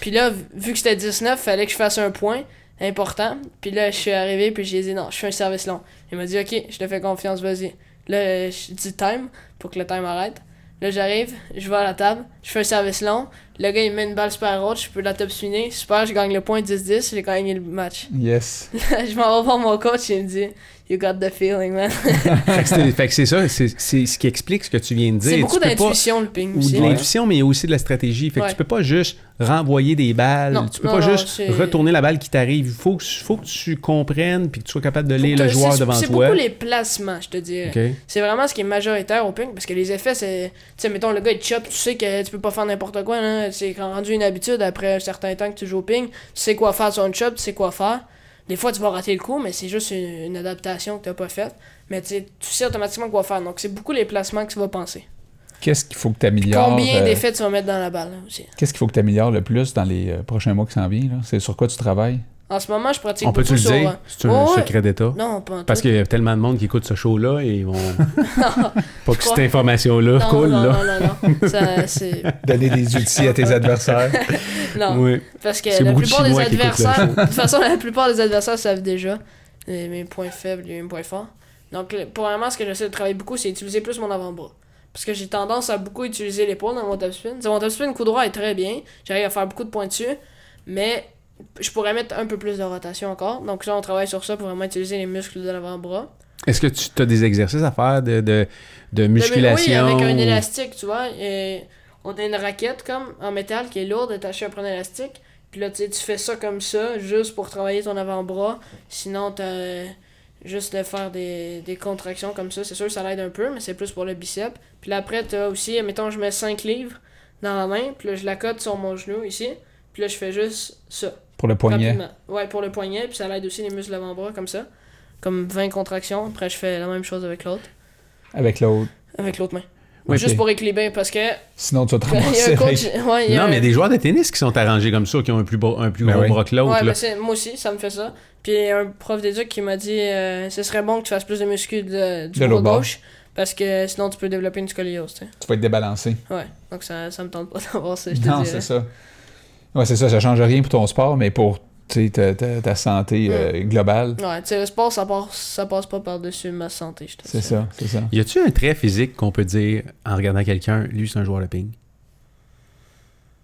S3: puis là, vu- vu que c'était 19, fallait que je fasse un point important. Puis là, je suis arrivé, puis j'ai dit non, je fais un service long. Il m'a dit ok, je te fais confiance, vas-y. Là, je dis time pour que le time arrête. Là, j'arrive, je vais à la table, je fais un service long. Le gars, il met une balle super haute, je peux la top spinner. Super, je gagne le point 10-10, j'ai gagné le match.
S2: Yes.
S3: je m'en vais voir mon coach, il me dit You got the feeling, man.
S1: fait que c'est- fait que c'est ça, c'est c'est ce qui explique ce que tu viens de dire.
S3: C'est beaucoup
S1: Tu peux pas-
S3: d'intuition, le ping.
S1: Ou
S3: aussi.
S1: de l'intuition, mais aussi de la stratégie. Fait que
S3: Ouais.
S1: tu peux pas juste renvoyer des balles,
S3: Non,
S1: tu peux
S3: non,
S1: pas
S3: non,
S1: juste
S3: c'est-
S1: retourner la balle qui t'arrive. Il faut, que- faut que tu comprennes puis que tu sois capable de
S3: Faut que
S1: lire le
S3: t'as-
S1: joueur
S3: c'est-
S1: devant
S3: C'est
S1: toi.
S3: beaucoup les placements, je te dirais.
S1: OK.
S3: C'est vraiment ce qui est majoritaire au ping parce que les effets, c'est. Tu sais, mettons, le gars, il te chope, tu sais que tu peux pas faire n'importe quoi. Là. C'est quand rendu une habitude après un certain temps que tu joues au ping. Tu sais quoi faire sur une chop, tu sais quoi faire. Des fois, tu vas rater le coup, mais c'est juste une, une adaptation que t'as pas faite. Mais tu sais- tu sais automatiquement quoi faire. Donc, c'est beaucoup les placements que tu vas penser.
S2: Qu'est-ce qu'il faut que tu améliores
S3: Combien
S2: euh,
S3: d'effets tu vas mettre dans la balle là, aussi.
S2: Qu'est-ce qu'il faut que tu améliores le plus dans les euh, prochains mois qui s'en viennent? là? C'est sur quoi tu travailles?
S3: En ce moment, je pratique
S1: On peut-tu
S3: beaucoup
S1: le
S3: sur. euh,
S1: dire? C'est un
S3: Ouais, ouais.
S1: secret d'État?
S3: Non, pas en tout.
S1: Parce qu'il y a tellement de monde qui écoute ce show-là et ils vont
S3: Non.
S1: pas que cette
S3: crois-
S1: information-là
S3: Non,
S1: coule.
S3: non,
S1: Euh, là.
S3: non, non, non. Ça, c'est...
S2: Donner des outils à tes adversaires.
S3: Non,
S1: Oui.
S3: parce
S1: Parce
S3: que
S1: qu'il y a
S3: la
S1: beaucoup de
S3: plupart des
S1: Chinois qui écoutent le
S3: adversaires... De toute façon, la plupart des adversaires savent déjà les- mes points faibles et mes points forts. Donc, le- pour vraiment, ce que j'essaie de travailler beaucoup, c'est utiliser plus mon avant-bras. Parce que j'ai tendance à beaucoup utiliser l'épaule dans mon topspin. T'sais, mon topspin, coup droit est très bien. J'arrive à faire beaucoup de points dessus. Mais je pourrais mettre un peu plus de rotation encore. Donc là, on travaille sur ça pour vraiment utiliser les muscles de l'avant-bras.
S1: Est-ce que tu as des exercices à faire de, de, de musculation?
S3: Oui, avec un
S1: ou-
S3: élastique, tu vois. Et on a une raquette comme en métal qui est lourde, attachée après un élastique. Puis là, tu sais, tu fais ça comme ça, juste pour travailler ton avant-bras. Sinon, t'as juste de faire des, des contractions comme ça. C'est sûr, ça l'aide un peu, mais c'est plus pour le bicep. Puis là, après, t'as aussi, mettons, je mets 5 livres dans la main, puis là, je la cote sur mon genou ici. Puis là, je fais juste ça.
S2: Pour le poignet.
S3: Rapidement. Ouais, pour le poignet, puis ça l'aide aussi les muscles de l'avant-bras comme ça. Comme 20 contractions. Après, je fais la même chose avec l'autre.
S2: Avec l'autre.
S3: Avec l'autre main.
S2: Oui,
S3: Juste
S2: puis- Ah,
S3: pour équilibrer parce que
S2: Sinon, tu vas te
S3: Ben, il y a
S2: ramasser
S3: un
S2: avec-
S3: coach. Ouais, il y a
S1: Non,
S3: un-
S1: mais il y a des joueurs de tennis qui sont arrangés comme ça, qui ont un plus, beau- un plus
S2: Ben
S1: gros
S2: oui.
S1: bras que l'autre.
S3: Ouais,
S1: là.
S3: ben c'est- moi aussi, ça me fait ça. Puis il y a un prof d'éduc qui m'a dit euh, ce serait bon que tu fasses plus de muscu de, du
S2: De
S3: bras
S2: l'autre bord.
S3: gauche parce que sinon tu peux développer une scoliose. tu sais.
S2: Tu vas être débalancé.
S3: Ouais, donc ça, ça me tente pas d'avoir ça, je te
S2: Non,
S3: dirais.
S2: c'est ça. Ouais, c'est ça. Ça change rien pour ton sport, mais pour tu sais, ta, ta- ta
S3: Mm.
S2: santé euh, globale.
S3: Ouais, tu sais, le sport, ça, passe- ça passe pas par-dessus ma santé, je te
S2: C'est
S3: dirais.
S2: ça, c'est ça.
S1: Y a-tu un trait physique qu'on peut dire en regardant quelqu'un, lui, c'est un joueur de ping?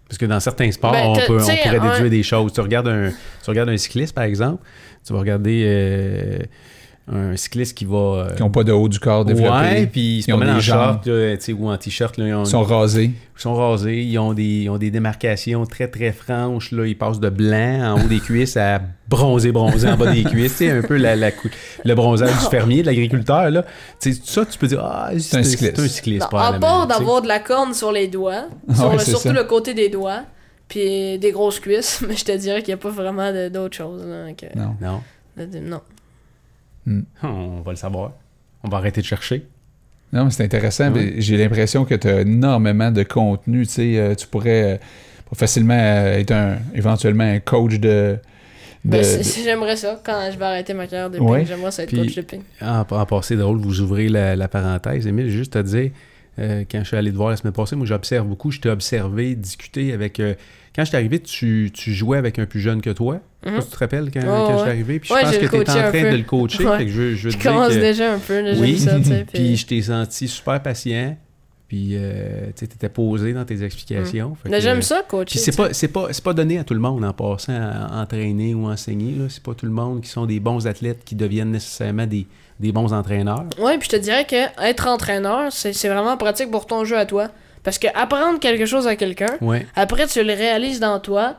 S1: Parce que dans certains sports,
S3: Ben,
S1: on,
S3: t'as-
S1: peut, on
S3: tu sais,
S1: pourrait
S3: un-
S1: déduire des choses. Tu regardes, un, tu regardes un cycliste, par exemple, tu vas regarder euh, un cycliste qui va. euh,
S2: Ils n'ont pas de haut du corps
S1: ouais,
S2: développé.
S1: puis ils se
S2: Ils ont
S1: promènent
S2: des
S1: en
S2: jambes.
S1: short là, tu sais, ou en t-shirt. là, Ils, ont-
S2: Ils sont rasés.
S1: ils sont rasés, ils ont, des, ils ont des démarcations très très franches. Là. Ils passent de blanc en haut des cuisses à bronzé bronzé en bas des cuisses. C'est un peu la, la cou- le bronzage du fermier, de l'agriculteur. Là. Tu sais, ça, tu peux dire Ah, c'est
S2: un cycliste.
S1: C'est un cycliste.
S3: Non, à
S1: probablement,
S3: part
S1: tu sais.
S3: d'avoir de la corne sur les doigts, sur
S2: Ouais,
S3: le-
S2: c'est
S3: surtout
S2: ça.
S3: le côté des doigts, puis des grosses cuisses, mais je te dirais qu'il y a pas vraiment de- d'autre chose. là, que-
S2: Non.
S1: Non. Ah,
S3: de- non.
S1: On va le savoir. On va arrêter de chercher.
S2: Non, mais c'est intéressant.
S1: Ouais.
S2: mais J'ai l'impression que tu as énormément de contenu. Tu, sais, euh, tu pourrais euh, facilement euh, être un, éventuellement un coach de. de-
S3: Ben, c'est-
S2: de-
S3: c'est- J'aimerais ça quand je vais arrêter ma carrière de ping.
S2: Ouais.
S3: J'aimerais ça être
S1: Puis-
S3: coach de ping.
S1: En, en passé, ah, drôle, vous ouvrez la, la parenthèse. Émile, juste te dire, euh, quand je suis allé te voir la semaine passée, moi j'observe beaucoup. Je t'ai observé, discuté avec. euh, quand je suis arrivé, tu, tu jouais avec un plus jeune que toi. Je sais pas
S3: Mhm.
S1: si tu te rappelles quand,
S3: Ouais,
S1: quand je
S3: ouais.
S1: suis arrivé? Puis je
S3: Ouais,
S1: pense
S3: je
S1: que
S3: le
S1: tu étais en
S3: coachais un
S1: train
S3: peu.
S1: de le coacher.
S3: Ouais.
S1: fait que je, veux- je veux
S3: Je
S1: te dire
S3: commence
S1: que-
S3: déjà un peu, là, j'aime
S1: Oui.
S3: ça, tu sais. Puis...
S1: Puis je t'ai senti super patient. Puis euh, tu étais posé dans tes explications. Fait
S3: Mm. Mais
S1: que-
S3: j'aime ça, coach.
S1: Puis c'est pas, c'est pas, c'est pas donné à tout le monde en passant à entraîner ou enseigner. Là. C'est pas tout le monde qui sont des bons athlètes qui deviennent nécessairement des, des bons entraîneurs.
S3: Ouais, puis je te dirais que être entraîneur, c'est c'est vraiment pratique pour ton jeu à toi. Parce que apprendre quelque chose à quelqu'un,
S1: Ouais.
S3: après tu le réalises dans toi,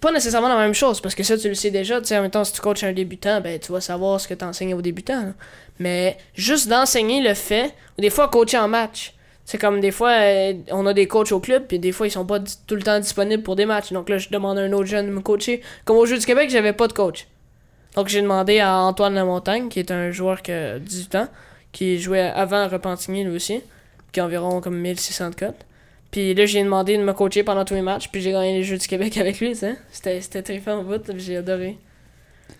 S3: pas nécessairement la même chose, parce que ça tu le sais déjà, tu sais, en même temps si tu coaches un débutant, ben tu vas savoir ce que tu enseignes aux débutants. là. Mais juste d'enseigner le fait, ou des fois coacher en match. C'est comme des fois, euh, on a des coachs au club, puis des fois ils sont pas di- tout le temps disponibles pour des matchs. Donc là, je demande à un autre jeune de me coacher. Comme au Jeu du Québec, j'avais pas de coach. Donc j'ai demandé à Antoine Lamontagne, qui est un joueur que 18 ans, qui jouait avant à Repentigny lui aussi, qui a environ comme 1600 de cotes. Puis là, j'ai demandé de me coacher pendant tous les matchs, puis j'ai gagné les Jeux du Québec avec lui, tu sais. C'était, c'était trippant au bout, puis j'ai adoré.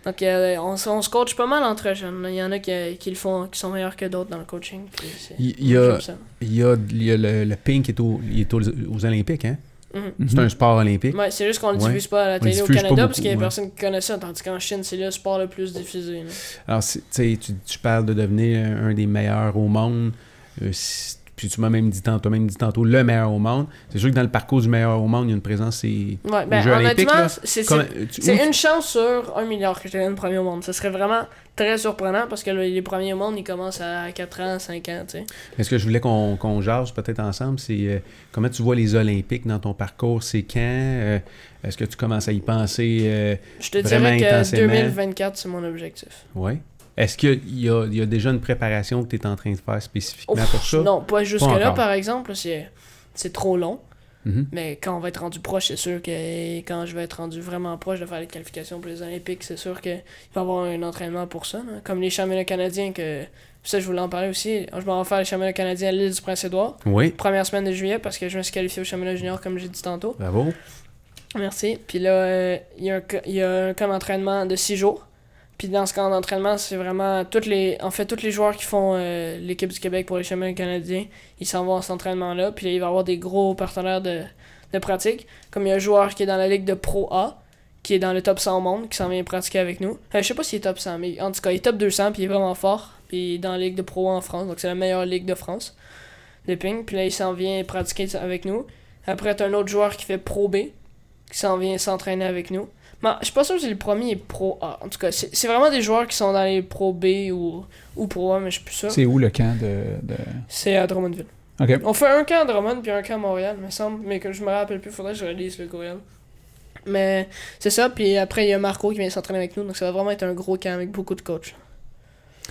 S3: Donc, euh, on, s- on se coach pas mal entre jeunes. là. Il y en a qui, qui le font, qui sont meilleurs que d'autres dans le coaching. puis c'est-
S1: Il il y a,
S3: j'aime ça.
S1: il y a, il y a le, le ping qui est, au- il est aux, aux Olympiques. Hein?
S3: Mhm.
S1: C'est un sport olympique.
S3: Ouais, c'est juste qu'on le
S1: Ouais.
S3: diffuse pas à la
S1: On le
S3: télé au
S1: diffuse pas
S3: Canada parce qu'il y a
S1: beaucoup, ouais.
S3: personne qui connaît ça, tandis qu'en Chine, c'est le sport le plus diffusé. là.
S1: Alors, c'est- tu sais, tu- tu parles de devenir un un des meilleurs au monde. euh, si- puis tu m'as même dit tantôt, même dit tantôt le meilleur au monde. C'est sûr que dans le parcours du meilleur au monde, il y a une présence. et-
S3: Ouais, ben,
S1: Jeux olympiques,
S3: honnêtement,
S1: là,
S3: c'est, c'est,
S1: Comme- tu- où-
S3: C'est une chance sur un milliard que je devienne premier au monde. Ce serait vraiment très surprenant parce que le- les premiers au monde, ils commencent à 4 ans, 5 ans, tu sais.
S1: Mais ce que je voulais qu'on qu'on jase peut-être ensemble, c'est euh, comment tu vois les Olympiques dans ton parcours? C'est quand? Euh, Est-ce que tu commences à y penser? euh,
S3: Je te
S1: Vraiment
S3: dirais que
S1: intensément.
S3: 2024, c'est mon objectif.
S1: ouais. Est-ce qu'il y a- il y, a- il y a déjà une préparation que tu es en train de faire spécifiquement
S3: Ouf,
S1: pour ça?
S3: Non, pas jusque-là,
S1: encore.
S3: par exemple. C'est c'est trop long.
S1: Mhm.
S3: Mais quand on va être rendu proche, c'est sûr que quand je vais être rendu vraiment proche de faire les qualifications pour les Olympiques, c'est sûr qu'il va y avoir un entraînement pour ça. là. Comme les championnats canadiens, que ça, je voulais en parler aussi. Je m'en vais faire les championnats canadiens à l'île du Prince-Édouard,
S1: Oui.
S3: première semaine de juillet, parce que je me suis qualifié au championnat junior, comme j'ai dit tantôt.
S1: Bravo.
S3: Merci. Puis là, euh, il y, a un ca- il y a un camp d'entraînement de 6 jours. Puis dans ce camp d'entraînement, c'est vraiment toutes les, en fait, tous les joueurs qui font euh, l'équipe du Québec pour les chemins canadiens, ils s'en vont à cet entraînement-là. Puis là, il va y avoir des gros partenaires de, de pratique. Comme il y a un joueur qui est dans la ligue de Pro A, qui est dans le top 100 au monde, qui s'en vient pratiquer avec nous. Euh, je sais pas s'il est top 100, mais en tout cas, il est top 200, puis il est vraiment fort. Puis il est dans la ligue de Pro A en France, donc c'est la meilleure ligue de France de ping. Puis là, il s'en vient pratiquer avec nous. Après, t'as un autre joueur qui fait Pro B, qui s'en vient s'entraîner avec nous. Mais je suis pas sûr si le premier est Pro A. En tout cas, c'est c'est vraiment des joueurs qui sont dans les Pro B ou, ou Pro A, mais je suis plus sûr.
S2: C'est où le camp de. de-
S3: C'est à Drummondville.
S2: Ok.
S3: On fait un camp à Drummond puis un camp à Montréal, me semble, mais que je me rappelle plus, faudrait que je relise le courriel. Mais c'est ça, puis après il y a Marco qui vient s'entraîner avec nous, donc ça va vraiment être un gros camp avec beaucoup de coachs.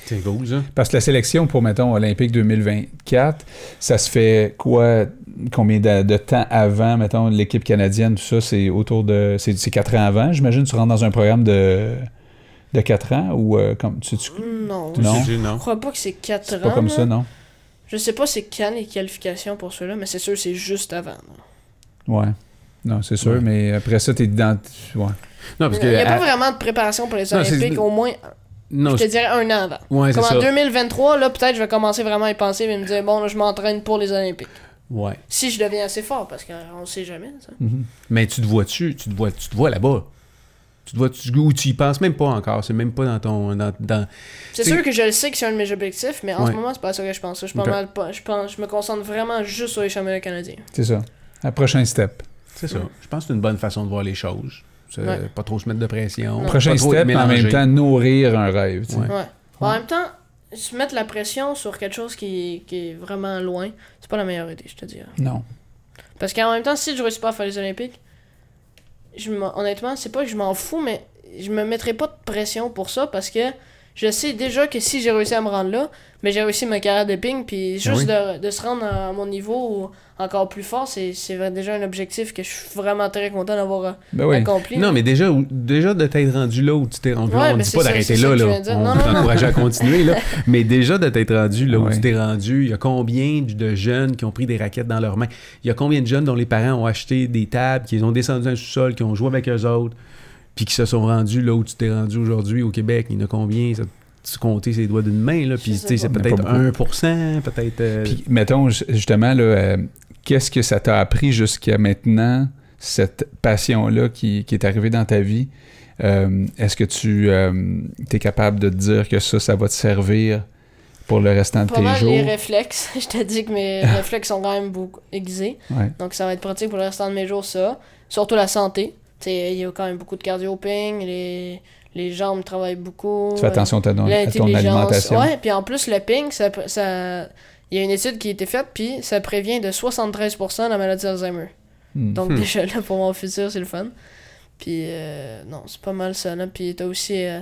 S1: C'est cool, ça.
S2: Parce que la sélection pour, mettons, Olympique 2024, ça se fait quoi, combien de, de temps avant, mettons, l'équipe canadienne, tout ça, c'est autour de. C'est c'est quatre ans avant. J'imagine tu rentres dans un programme de, de quatre ans ou euh, comme. Tu, tu-
S3: Non,
S2: Non.
S1: C'est-
S3: je crois pas que c'est 4 ans.
S2: c'est pas comme
S3: là.
S2: ça, non?
S3: Je sais pas c'est quand les qualifications pour ceux-là, mais c'est sûr c'est juste avant.
S1: Ah,
S2: Ouais. Non, c'est sûr,
S1: Ouais.
S2: mais après ça, t'es dans. Ouais.
S1: Non,
S3: Il
S1: parce
S3: n'y
S1: que.
S3: a pas
S1: à-
S3: vraiment de préparation pour les
S1: Non, c'est-
S3: Olympiques, au moins,
S1: non,
S3: je te
S1: c'est-
S3: dirais un an avant.
S1: ouais, c'est
S3: Comme
S1: ça.
S3: en 2023, là peut-être je vais commencer vraiment à y penser et me dire bon là je m'entraîne pour les Olympiques.
S1: Ouais.
S3: Si je deviens assez fort, parce qu'on sait jamais ça.
S2: Mhm.
S1: Mais tu te vois-tu? Tu te vois, tu te vois là-bas. Tu te vois tu, ou tu y penses même pas encore. C'est même pas dans ton. Dans, dans-
S3: C'est
S1: C'est-
S3: sûr que je le sais que c'est un de mes objectifs, mais en
S1: Ouais.
S3: ce moment, c'est pas à ça que je pense. Je, suis pas
S1: Ok.
S3: mal pas- je, pense, je me concentre vraiment juste sur les championnats canadiens.
S2: C'est ça. À prochain step.
S1: C'est ça. Je pense que c'est une bonne façon de voir les choses. C'est-
S3: Ouais.
S1: Pas trop se mettre de pression.
S2: Prochain
S1: pas trop
S2: step,
S1: être
S2: mais en même
S1: mélangé.
S2: temps, nourrir un rêve. tu sais.
S1: Ouais.
S3: Ouais. En même temps, se mettre la pression sur quelque chose qui, qui est vraiment loin, c'est pas la meilleure idée, je te dirais.
S2: Non.
S3: Parce qu'en même temps, si je réussis pas à faire les Olympiques, je m'en- honnêtement, c'est pas que je m'en fous, mais je me mettrai pas de pression pour ça parce que je sais déjà que si j'ai réussi à me rendre là, mais j'ai réussi ma carrière de ping, puis juste de, de se rendre à mon niveau ou encore plus fort, c'est c'est déjà un objectif que je suis vraiment très content d'avoir euh,
S2: Ben oui.
S3: accompli.
S1: Non, mais déjà, où- déjà de t'être rendu là où tu t'es rendu,
S3: Ouais,
S1: on
S3: mais
S1: dit
S3: c'est
S1: pas
S3: ça,
S1: d'arrêter
S3: c'est ça
S1: là,
S3: que je
S1: là.
S3: viens de
S1: on
S3: dire. Non,
S1: veut
S3: non, non.
S1: t'encourager à continuer, là. mais déjà de t'être rendu là où
S2: Ouais.
S1: tu t'es rendu, il y a combien de jeunes qui ont pris des raquettes dans leurs mains? Il y a combien de jeunes dont les parents ont acheté des tables, qui ont descendu dans le sous-sol, qui ont joué avec eux autres, puis qui se sont rendus là où tu t'es rendu aujourd'hui au Québec? Il y en a combien? Ça, tu comptais ses doigts d'une main, là, puis
S3: Je sais
S1: tu sais, c'est
S2: pas.
S1: peut-être
S2: Mais pas beaucoup.
S1: 1%, peut-être... euh,
S2: Puis, mettons, ju- justement, là, euh, qu'est-ce que ça t'a appris jusqu'à maintenant, cette passion-là qui, qui est arrivée dans ta vie? Euh, Est-ce que tu es capable de te dire que ça, ça va te servir pour le restant de
S3: Pas
S2: tes
S3: mal les
S2: jours?
S3: réflexes. je te dis que mes réflexes sont quand même beaucoup aiguisés.
S2: Ouais.
S3: Donc ça va être pratique pour le restant de mes jours, ça. Surtout la santé. Tu sais, il y a quand même beaucoup de cardio ping, les, les jambes travaillent beaucoup.
S2: Tu fais attention à ton, à ton
S3: L'intelligence.
S2: alimentation.
S3: Ouais, puis en plus, le ping, ça, ça, Il y a une étude qui a été faite, puis ça prévient de 73% la maladie d'Alzheimer.
S2: Hmm.
S3: Donc
S1: Hmm.
S3: déjà là pour mon futur, c'est le fun. Puis euh, non, c'est pas mal ça là. Puis t'as aussi, euh,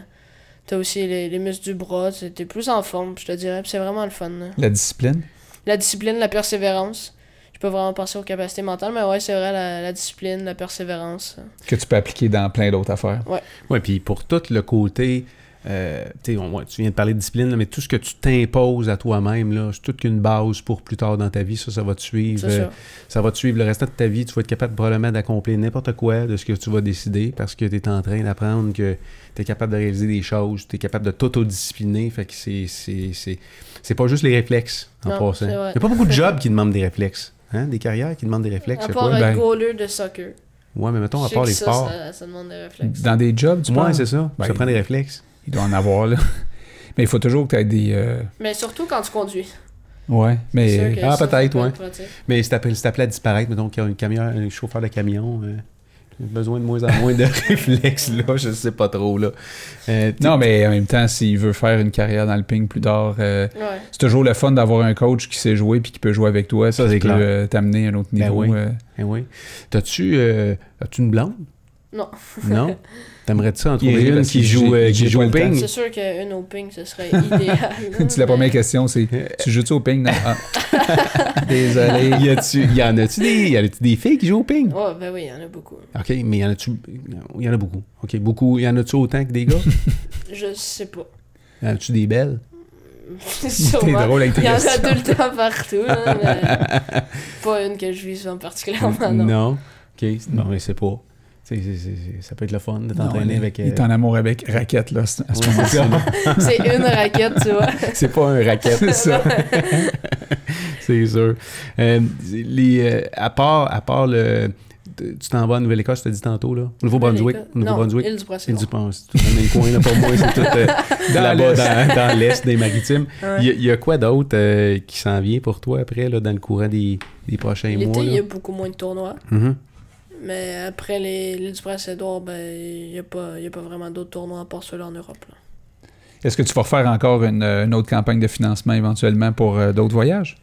S3: t'as aussi les, les muscles du bras, t'es t'es plus en forme, je te dirais. Puis c'est vraiment le fun. là.
S2: La discipline.
S3: La discipline, la persévérance. Je peux vraiment penser aux capacités mentales, mais ouais, c'est vrai, la, la discipline, la persévérance.
S2: que tu peux appliquer dans plein d'autres affaires.
S1: Oui, puis pour tout le côté, euh, tu sais, on- ouais, tu viens de parler de discipline, là, mais tout ce que tu t'imposes à toi-même, là, c'est toute qu'une base pour plus tard dans ta vie. Ça, ça va te suivre.
S3: C'est
S1: euh,
S3: sûr.
S1: ça va te suivre le restant de ta vie. Tu vas être capable probablement d'accomplir n'importe quoi de ce que tu vas décider parce que tu es en train d'apprendre que tu es capable de réaliser des choses, tu es capable de t'autodiscipliner. Fait que c'est, c'est, c'est, c'est pas juste les réflexes en
S3: Non,
S1: passant.
S3: c'est
S1: Il n'y
S3: vrai.
S1: a pas beaucoup de jobs qui demandent des réflexes. Hein? Des carrières qui demandent des réflexes.
S3: À
S1: je sais
S3: part
S1: pas.
S3: être
S2: ben-
S3: goaler de soccer.
S1: Ouais, mais mettons,
S3: Je
S1: à
S3: sais
S1: part
S3: que
S1: les
S3: ça,
S1: sports.
S3: Ça, ça demande des réflexes.
S2: Dans des jobs, tu
S1: Ouais,
S2: penses?
S1: c'est ça.
S2: Ben,
S1: ça prend des réflexes.
S2: Il doit en avoir, là. Mais il faut toujours que tu aies des... euh,
S3: Mais surtout quand tu conduis.
S2: Ouais,
S3: C'est sûr
S2: mais...
S3: que
S1: ah,
S3: ça,
S1: peut-être,
S3: ça peut
S1: ouais.
S3: être pratique.
S1: Mais c'est appelé, c'est appelé à disparaître, mettons qu'il y a une camion, un chauffeur de camion. euh, il a besoin de moins en moins de réflexes, là, je sais pas trop, là. Euh, t'es-
S2: Non, mais en même temps, s'il veut faire une carrière dans le ping plus tard, euh,
S3: Ouais.
S2: c'est toujours le fun d'avoir un coach qui sait jouer puis qui peut jouer avec toi.
S1: Ça,
S2: puis
S1: c'est
S2: qui peut,
S1: clair.
S2: euh, t'amener à un autre
S1: Ben
S2: niveau.
S1: oui.
S2: euh.
S1: Eh oui. T'as-tu euh, as-tu une blonde?
S3: Non.
S1: Non? T'aimerais-tu en trouver
S2: rit
S1: une
S2: parce
S1: qui
S2: que
S1: joue,
S2: j'ai-
S1: euh,
S2: j'ai
S1: qui joue
S2: pas
S1: au
S2: le temps.
S1: ping?
S3: C'est sûr qu'une au ping, ce serait idéal.
S2: C'est la première question, c'est tu joues-tu au ping? Non. Ah. Désolé.
S1: Y, a-tu- y en a-tu des, y en a-tu des filles qui jouent au ping?
S3: Ouais, ben oui, il y en a beaucoup.
S1: OK, mais y en a-tu. Y en a beaucoup. OK, beaucoup. Y en a-tu autant que des gars?
S3: Je sais pas.
S1: y en a-tu des belles?
S2: T'es
S3: Sûrement.
S2: drôle avec tes
S3: Il y en a
S2: questions.
S3: tout le temps partout, là, mais pas une que je vise en particulièrement, non.
S1: OK, non, mais c'est pas. tu sais, c'est- c'est- c'est- ça peut être le fun de
S2: Non, il
S1: t'entraîner avec.
S2: il
S1: euh,
S2: est en amour avec raquette, là, à ce à ce
S1: ouais,
S2: moment-là.
S1: c'est ça.
S3: C'est une raquette, tu vois.
S1: C'est pas un racket.
S2: C'est ça.
S1: C'est sûr. Euh, les, euh, à part, à part le. Tu t'en vas à Nouvelle-Écosse, je te dis tantôt, là. Au Nouveau-Brunswick. Au Nouveau-Brunswick.
S3: Non, île du Prince, c'est
S1: Il
S3: bon.
S1: dit pas, c'est tout dans le même coin, là, pour moi, c'est tout euh, là-bas, dans, dans l'est des maritimes.
S3: Ouais.
S1: Il y a- il y, a quoi d'autre euh, qui s'en vient pour toi après, là, dans le courant des, des prochains
S3: L'été,
S1: mois?
S3: il
S1: là?
S3: y a beaucoup moins de tournois.
S1: Mhm.
S3: Mais après les- l'île du Prince-Édouard, ben, il n'y a, pas- il y a pas vraiment d'autres tournois à part ceux-là en Europe. là.
S2: Est-ce que tu vas refaire encore une, euh, une autre campagne de financement éventuellement pour euh, d'autres voyages?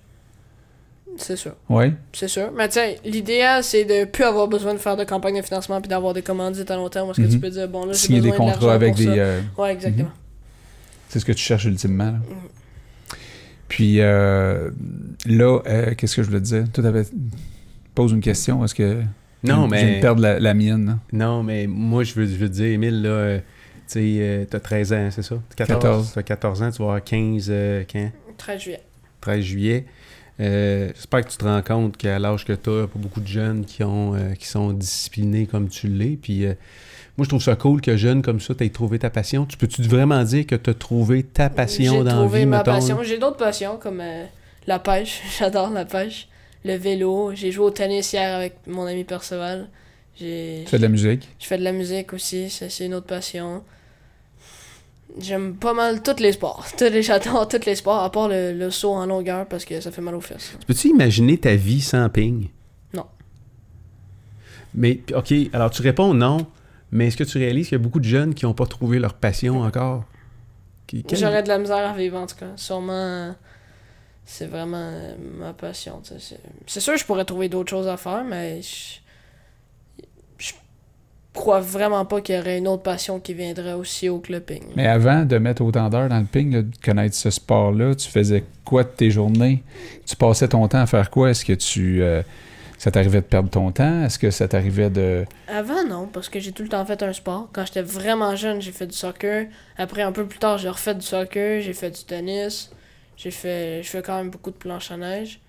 S3: C'est sûr.
S2: Oui.
S3: C'est sûr. Mais tiens, l'idéal, c'est de plus avoir besoin de faire de campagne de financement puis d'avoir des commandites à long terme. Parce que tu
S2: Mhm.
S3: peux dire, bon, là, j'ai
S2: Signer
S3: besoin
S2: des
S3: de l'argent
S2: contrats avec
S3: pour
S2: des.
S3: ça.
S2: euh,
S3: Ouais, exactement.
S1: Mhm.
S2: c'est ce que tu cherches ultimement. là. Puis euh, là, euh, qu'est-ce que je voulais te dire? Toi, t'avais. Pose une question. Est-ce que.
S1: Non,
S2: je- Je viens de
S1: mais,
S2: perdre la, la mienne. hein? là.
S1: non, mais moi, je veux, je veux te dire, Émile, là, euh, tu sais, euh, t'as 13 ans, c'est ça? 14.
S2: 14.
S1: T'as 14 ans, tu vas avoir 15, euh, quand?
S3: 13 juillet.
S1: 13 juillet. Euh, J'espère que tu te rends compte qu'à l'âge que tu as, pas beaucoup de jeunes qui, ont, euh, qui sont disciplinés comme tu l'es. Puis euh, moi, je trouve ça cool que jeune comme ça, tu aies trouvé ta passion. Tu peux-tu vraiment dire que tu as trouvé ta passion
S3: J'ai
S1: dans la
S3: trouvé
S1: vie,
S3: ma
S1: mettons?
S3: passion. J'ai d'autres passions comme euh, la pêche. J'adore la pêche. Le vélo. J'ai joué au tennis hier avec mon ami Perceval. J'ai-
S2: Tu fais de la musique.
S3: Je fais de la musique aussi. ça, C'est une autre passion. J'aime pas mal tous les sports. Tous les- J'adore tous les sports, à part le, le saut en longueur parce que ça fait mal aux fesses.
S1: Peux-tu imaginer ta vie sans ping?
S3: Non.
S1: Mais, puis, OK, alors tu réponds non, mais est-ce que tu réalises qu'il y a beaucoup de jeunes qui n'ont pas trouvé leur passion encore? Qui- quel-
S3: J'aurais de la misère à vivre en tout cas. Sûrement, euh, c'est vraiment euh, ma passion. tu sais, C'est c'est sûr, je pourrais trouver d'autres choses à faire, mais je, je crois vraiment pas qu'il y aurait une autre passion qui viendrait aussi haut que le ping.
S2: Mais avant de mettre autant d'heures dans le ping, là, de connaître ce sport-là, tu faisais quoi de tes journées? Tu passais ton temps à faire quoi? Est-ce que tu. euh, ça t'arrivait de perdre ton temps? Est-ce que ça t'arrivait de.
S3: Avant, non, parce que j'ai tout le temps fait un sport. Quand j'étais vraiment jeune, j'ai fait du soccer. Après, un peu plus tard, j'ai refait du soccer, j'ai fait du tennis. J'ai fait, je fais quand même beaucoup de planche à neige.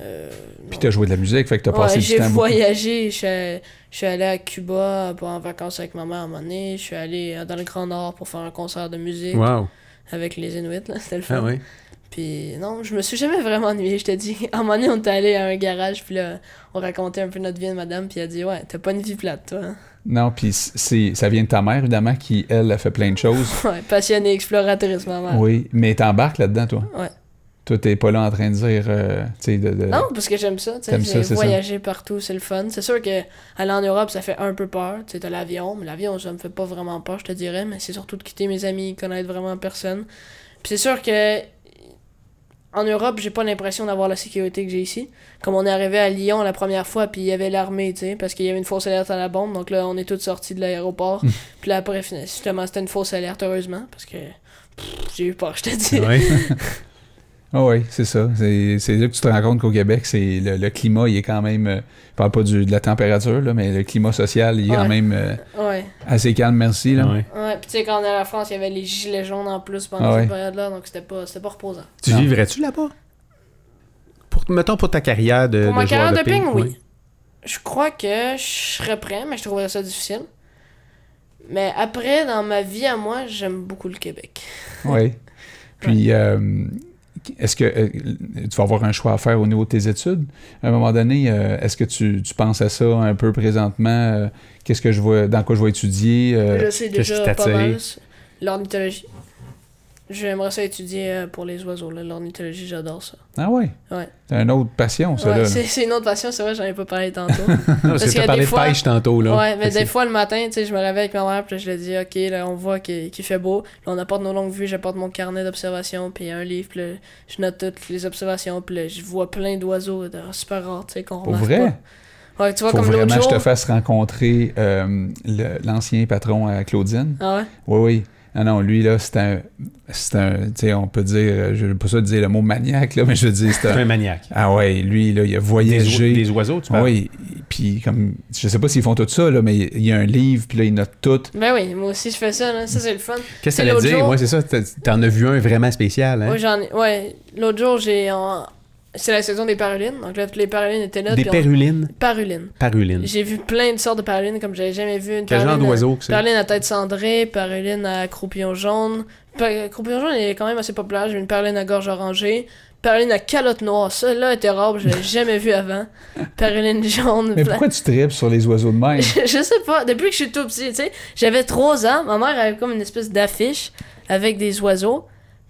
S3: Euh,
S2: Puis
S3: non.
S2: t'as joué de la musique, fait que t'as
S3: Ouais,
S2: passé du
S3: j'ai
S2: temps. beaucoup.
S3: voyagé. Je suis- je suis allé à Cuba pour en vacances avec ma mère à un moment donné. Je suis allé euh, dans le Grand Nord pour faire un concert de musique
S1: Wow.
S3: avec les Inuits. là, C'était le fun.
S1: Ah ouais.
S3: Puis non, je me suis jamais vraiment ennuyé, je te dis. À un moment donné, on est allé à un garage, puis là, on racontait un peu notre vie de madame, puis elle a dit Ouais, t'as pas une vie plate, toi. hein?
S2: Non, puis c'est- ça vient de ta mère, évidemment, qui, elle, a fait plein de choses.
S3: Ouais, passionnée, exploratrice, ma mère.
S2: Oui, mais t'embarques là-dedans, toi.
S3: Ouais.
S2: Toi, t'es pas là en train de dire, euh, tu sais, de, de-
S3: Non, parce que j'aime ça, tu sais,
S2: T'aimes ça,
S3: j'ai
S2: c'est ça.
S3: voyager partout, c'est le fun. C'est sûr que aller en Europe, ça fait un peu peur, tu sais, t'as l'avion, mais l'avion, ça me fait pas vraiment peur, je te dirais, mais c'est surtout de quitter mes amis, connaître vraiment personne. Puis c'est sûr que en Europe, j'ai pas l'impression d'avoir la sécurité que j'ai ici. Comme on est arrivé à Lyon la première fois, puis il y avait l'armée, tu sais, parce qu'il y avait une fausse alerte à la bombe. Donc là, on est tous sortis de
S2: Hmm.
S3: l'aéroport. puis là, après, fin- justement, c'était une fausse alerte, heureusement, parce que pff, j'ai eu peur, je te dis.
S1: Ouais.
S2: Ah oui, c'est ça. C'est c'est là que tu te rends compte qu'au Québec, c'est le, le climat, il est quand même. euh, Je parle pas du- de la température, là, mais le climat social, il est quand
S3: Ouais.
S2: même euh,
S3: Ouais.
S2: assez calme, merci. Là.
S1: Ah Ouais.
S3: Ouais, puis tu sais, quand on est à la France, il y avait les gilets jaunes en plus pendant
S2: Ah ouais.
S3: cette période-là, donc c'était pas, c'était pas reposant.
S1: Tu
S2: Non.
S1: vivrais-tu là-bas? Pour, mettons pour ta carrière de,
S3: Pour ma
S1: de joueur
S3: carrière de
S1: de
S3: ping,
S1: ping,
S3: oui. Je crois que je serais prêt, mais je trouverais ça difficile. Mais après, dans ma vie à moi, j'aime beaucoup le Québec.
S2: Oui. Puis, euh, est-ce que euh, tu vas avoir un choix à faire au niveau de tes études? À un moment donné, euh, est-ce que tu, tu penses à ça un peu présentement? Euh, Qu'est-ce que je vois, dans quoi je vais étudier? Euh,
S3: je sais
S1: qu'est-ce qui
S3: déjà pas
S1: t'attire?
S3: mal. L'ornithologie. J'aimerais ça étudier euh, pour les oiseaux. là. L'ornithologie, j'adore ça.
S2: Ah ouais.
S3: Ouais.
S2: C'est une autre passion, ça,
S3: Ouais,
S2: là.
S3: c'est c'est une autre passion, c'est vrai, j'en ai pas parlé tantôt.
S1: Non,
S3: Parce
S1: parce que
S3: qu'il y a
S1: t'as parlé
S3: des
S1: de
S3: fois-
S1: pêche tantôt, là.
S3: ouais, mais
S1: Fait
S3: des
S1: que
S3: fois le matin, tu sais, je me réveille avec ma mère, puis je lui dis, ok, là, on voit qu'il qu'il fait beau. Puis on apporte nos longues vues, j'apporte mon carnet d'observations, puis un livre, puis là, je note toutes les observations, puis là, je vois plein d'oiseaux de- super rares, tu sais, qu'on
S2: Pour
S3: remarque
S2: vrai?
S3: pas. Ouais, tu vois,
S2: Faut
S3: comme l'autre
S2: vraiment que je
S3: jour.
S2: te fasse rencontrer euh, le- l'ancien patron à Claudine.
S3: Ah ouais?
S2: Oui, oui. Ah non, lui, là, c'est un. C'est un. Tu sais, on peut dire. euh, Je veux pas ça dire le mot maniaque, là, mais je veux dire, c'est
S1: C'est
S2: un.
S1: un maniaque.
S2: Ah ouais, lui, là, il a
S1: Des, oi-
S2: voyagé.
S1: des oiseaux, tu parles?
S2: Oui, puis comme. Je sais pas s'ils font tout ça, là, mais il y a un livre, puis là, ils notent tout.
S3: Ben oui, moi aussi, je fais ça, là. Ça, c'est le fun.
S1: Qu'est-ce que
S3: C'est
S1: ça veut
S3: l'autre
S1: dire?
S3: jour-
S1: Ouais, c'est ça. t'as- T'en as vu un vraiment spécial, hein?
S3: Moi, j'en ai- Ouais, l'autre jour, j'ai. en- C'est la saison des parulines, donc là, toutes les parulines étaient là.
S1: des
S3: puis on-
S1: pérulines.
S3: Parulines.
S1: Parulines.
S3: J'ai vu plein de sortes de parulines comme j'avais jamais vu. Une
S1: Quel genre
S3: paruline euh, à-
S1: d'oiseau que c'est?
S3: Perline à tête cendrée, perline à croupillon jaune. Per- Croupillon jaune il est quand même assez populaire. J'ai vu une perline à gorge orangée. Perline à calotte noire. Celle-là était rare, je l'avais jamais vu avant. Perline jaune.
S2: Mais
S3: plein-
S2: pourquoi tu tripes sur les oiseaux de mer?
S3: je, je sais pas. Depuis que je suis tout petit, tu sais, j'avais 3 ans. Ma mère avait comme une espèce d'affiche avec des oiseaux.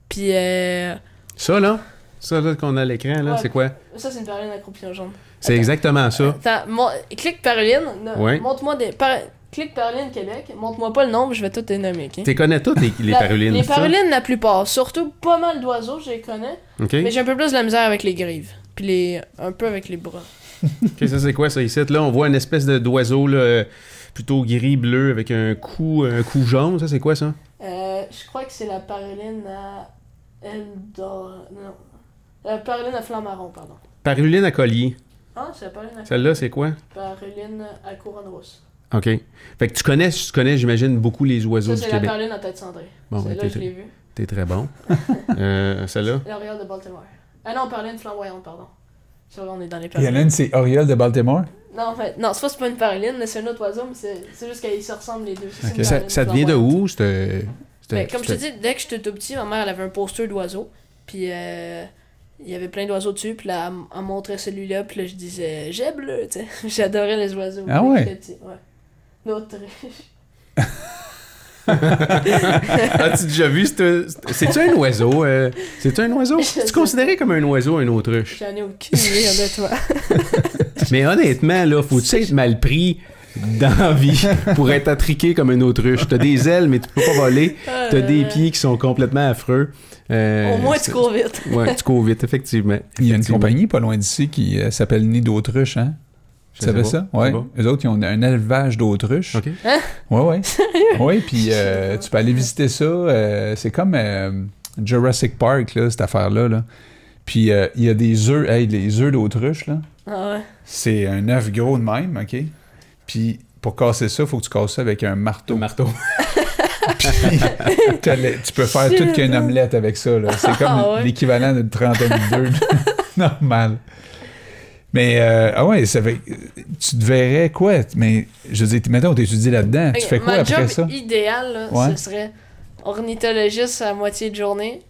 S3: Puis euh,
S1: Ça, là? Ça, là, qu'on a à l'écran, là,
S3: Ouais.
S1: c'est quoi?
S3: ça, c'est une perline à croupillon jaune.
S1: C'est
S3: Attends.
S1: exactement ça.
S3: Attends, mon- clique perline. Ne-
S1: Ouais.
S3: Montre-moi des. par- Clique perline Québec. Montre-moi pas le nombre, je vais tout dénommer.
S1: Tu
S3: ok?
S1: les connais toutes, les, les
S3: La-
S1: parulines.
S3: Les
S1: c'est ça?
S3: parulines, la plupart. Surtout pas mal d'oiseaux, je les connais.
S1: OK.
S3: Mais j'ai un peu plus de la misère avec les grives. Puis les... un peu avec les bras.
S1: OK, ça, c'est quoi, ça, ici? Là, on voit une espèce de- d'oiseau, là, euh, plutôt gris-bleu, avec un cou, un cou jaune. Ça, c'est quoi, ça?
S3: Euh, je crois que c'est la paruline à. Eldor. Non. La paruline à flanc marron, pardon.
S1: Paruline à collier.
S3: Ah, c'est la paruline à.
S1: Celle-là, c'est quoi?
S3: Paruline à couronne rose.
S1: OK. Fait que tu connais, tu connais j'imagine, beaucoup les oiseaux
S3: Ça,
S1: du
S3: c'est la
S1: Québec.
S3: paruline à tête cendrée.
S1: Bon,
S3: Celle-là,
S1: ok,
S3: je l'ai vue.
S1: T'es très bon. Euh, Celle-là?
S3: L'Oriole de Baltimore. Ah non, paruline flamboyante, pardon. C'est vrai, on est dans les
S2: Il y en a
S3: parulines.
S2: une, c'est Oriole de Baltimore.
S3: Non, mais- non, c'est pas, c'est pas une paruline, mais c'est un autre oiseau, mais c'est c'est juste qu'ils se ressemblent les deux. Ça, c'est
S2: Ok.
S3: une
S1: Ça,
S3: paruline
S1: ça te vient de
S3: flamboyante.
S1: où? c'te- c'te-
S3: Ben, comme je te
S1: c'te-
S3: dis, dès que j'étais tout petit, ma mère elle avait un poster d'oiseaux. Puis euh, il y avait plein d'oiseaux dessus. Puis là, elle, m- elle me montrait celui-là. Puis là, je disais, j'ai bleu. tu sais. J'adorais les oiseaux.
S2: Ah
S3: dès que
S2: ouais?
S3: j'étais petit, ouais. L'Autriche.
S1: As-tu déjà vu c'te- c'te- C'est-tu un oiseau? euh, C'est-tu un oiseau?
S3: Je
S1: Tu
S3: sais.
S1: considéré comme un oiseau un autruche?
S3: J'en ai aucune idée de toi.
S1: Mais honnêtement, là, faut-tu être mal pris dans la vie pour être attriqué comme un autruche? T'as des ailes, mais tu peux pas voler. T'as des pieds qui sont complètement affreux. Euh,
S3: Euh. Au moins,
S1: c'est-
S3: tu cours vite.
S1: Ouais, tu cours vite, effectivement.
S2: Il y a une
S1: Effectivement.
S2: compagnie pas loin d'ici qui euh, s'appelle Nid d'Autruche, hein?
S1: Je
S2: Tu
S1: sais
S2: savais
S1: pas.
S2: ça? Oui.
S1: C'est bon.
S2: Eux autres, ils ont un élevage d'autruche.
S1: OK.
S2: Oui, oui. Oui, puis euh, tu peux aller visiter ça. euh, c'est comme euh, Jurassic Park, là, cette affaire-là. Là. Puis euh, il y a des œufs, hey, les œufs d'autruche, là.
S3: Ah ouais.
S2: C'est un œuf gros de même, OK? Puis pour casser ça, il faut que tu casses ça avec un marteau.
S1: marteau.
S2: Puis t'as le- tu peux faire
S3: Shit.
S2: toute qu'une omelette avec ça. là. C'est comme
S3: Ah ouais.
S2: l'équivalent d'une trentaine d'œufs normal. Mais, euh, ah ouais, ça fait- tu te verrais quoi? Mais, je veux dire, mettons, t'étudies là-dedans, tu
S3: Ok,
S2: fais quoi
S3: Ma
S2: après
S3: job
S2: ça?
S3: idéal, là,
S2: Ouais.
S3: ce serait ornithologiste à moitié de journée,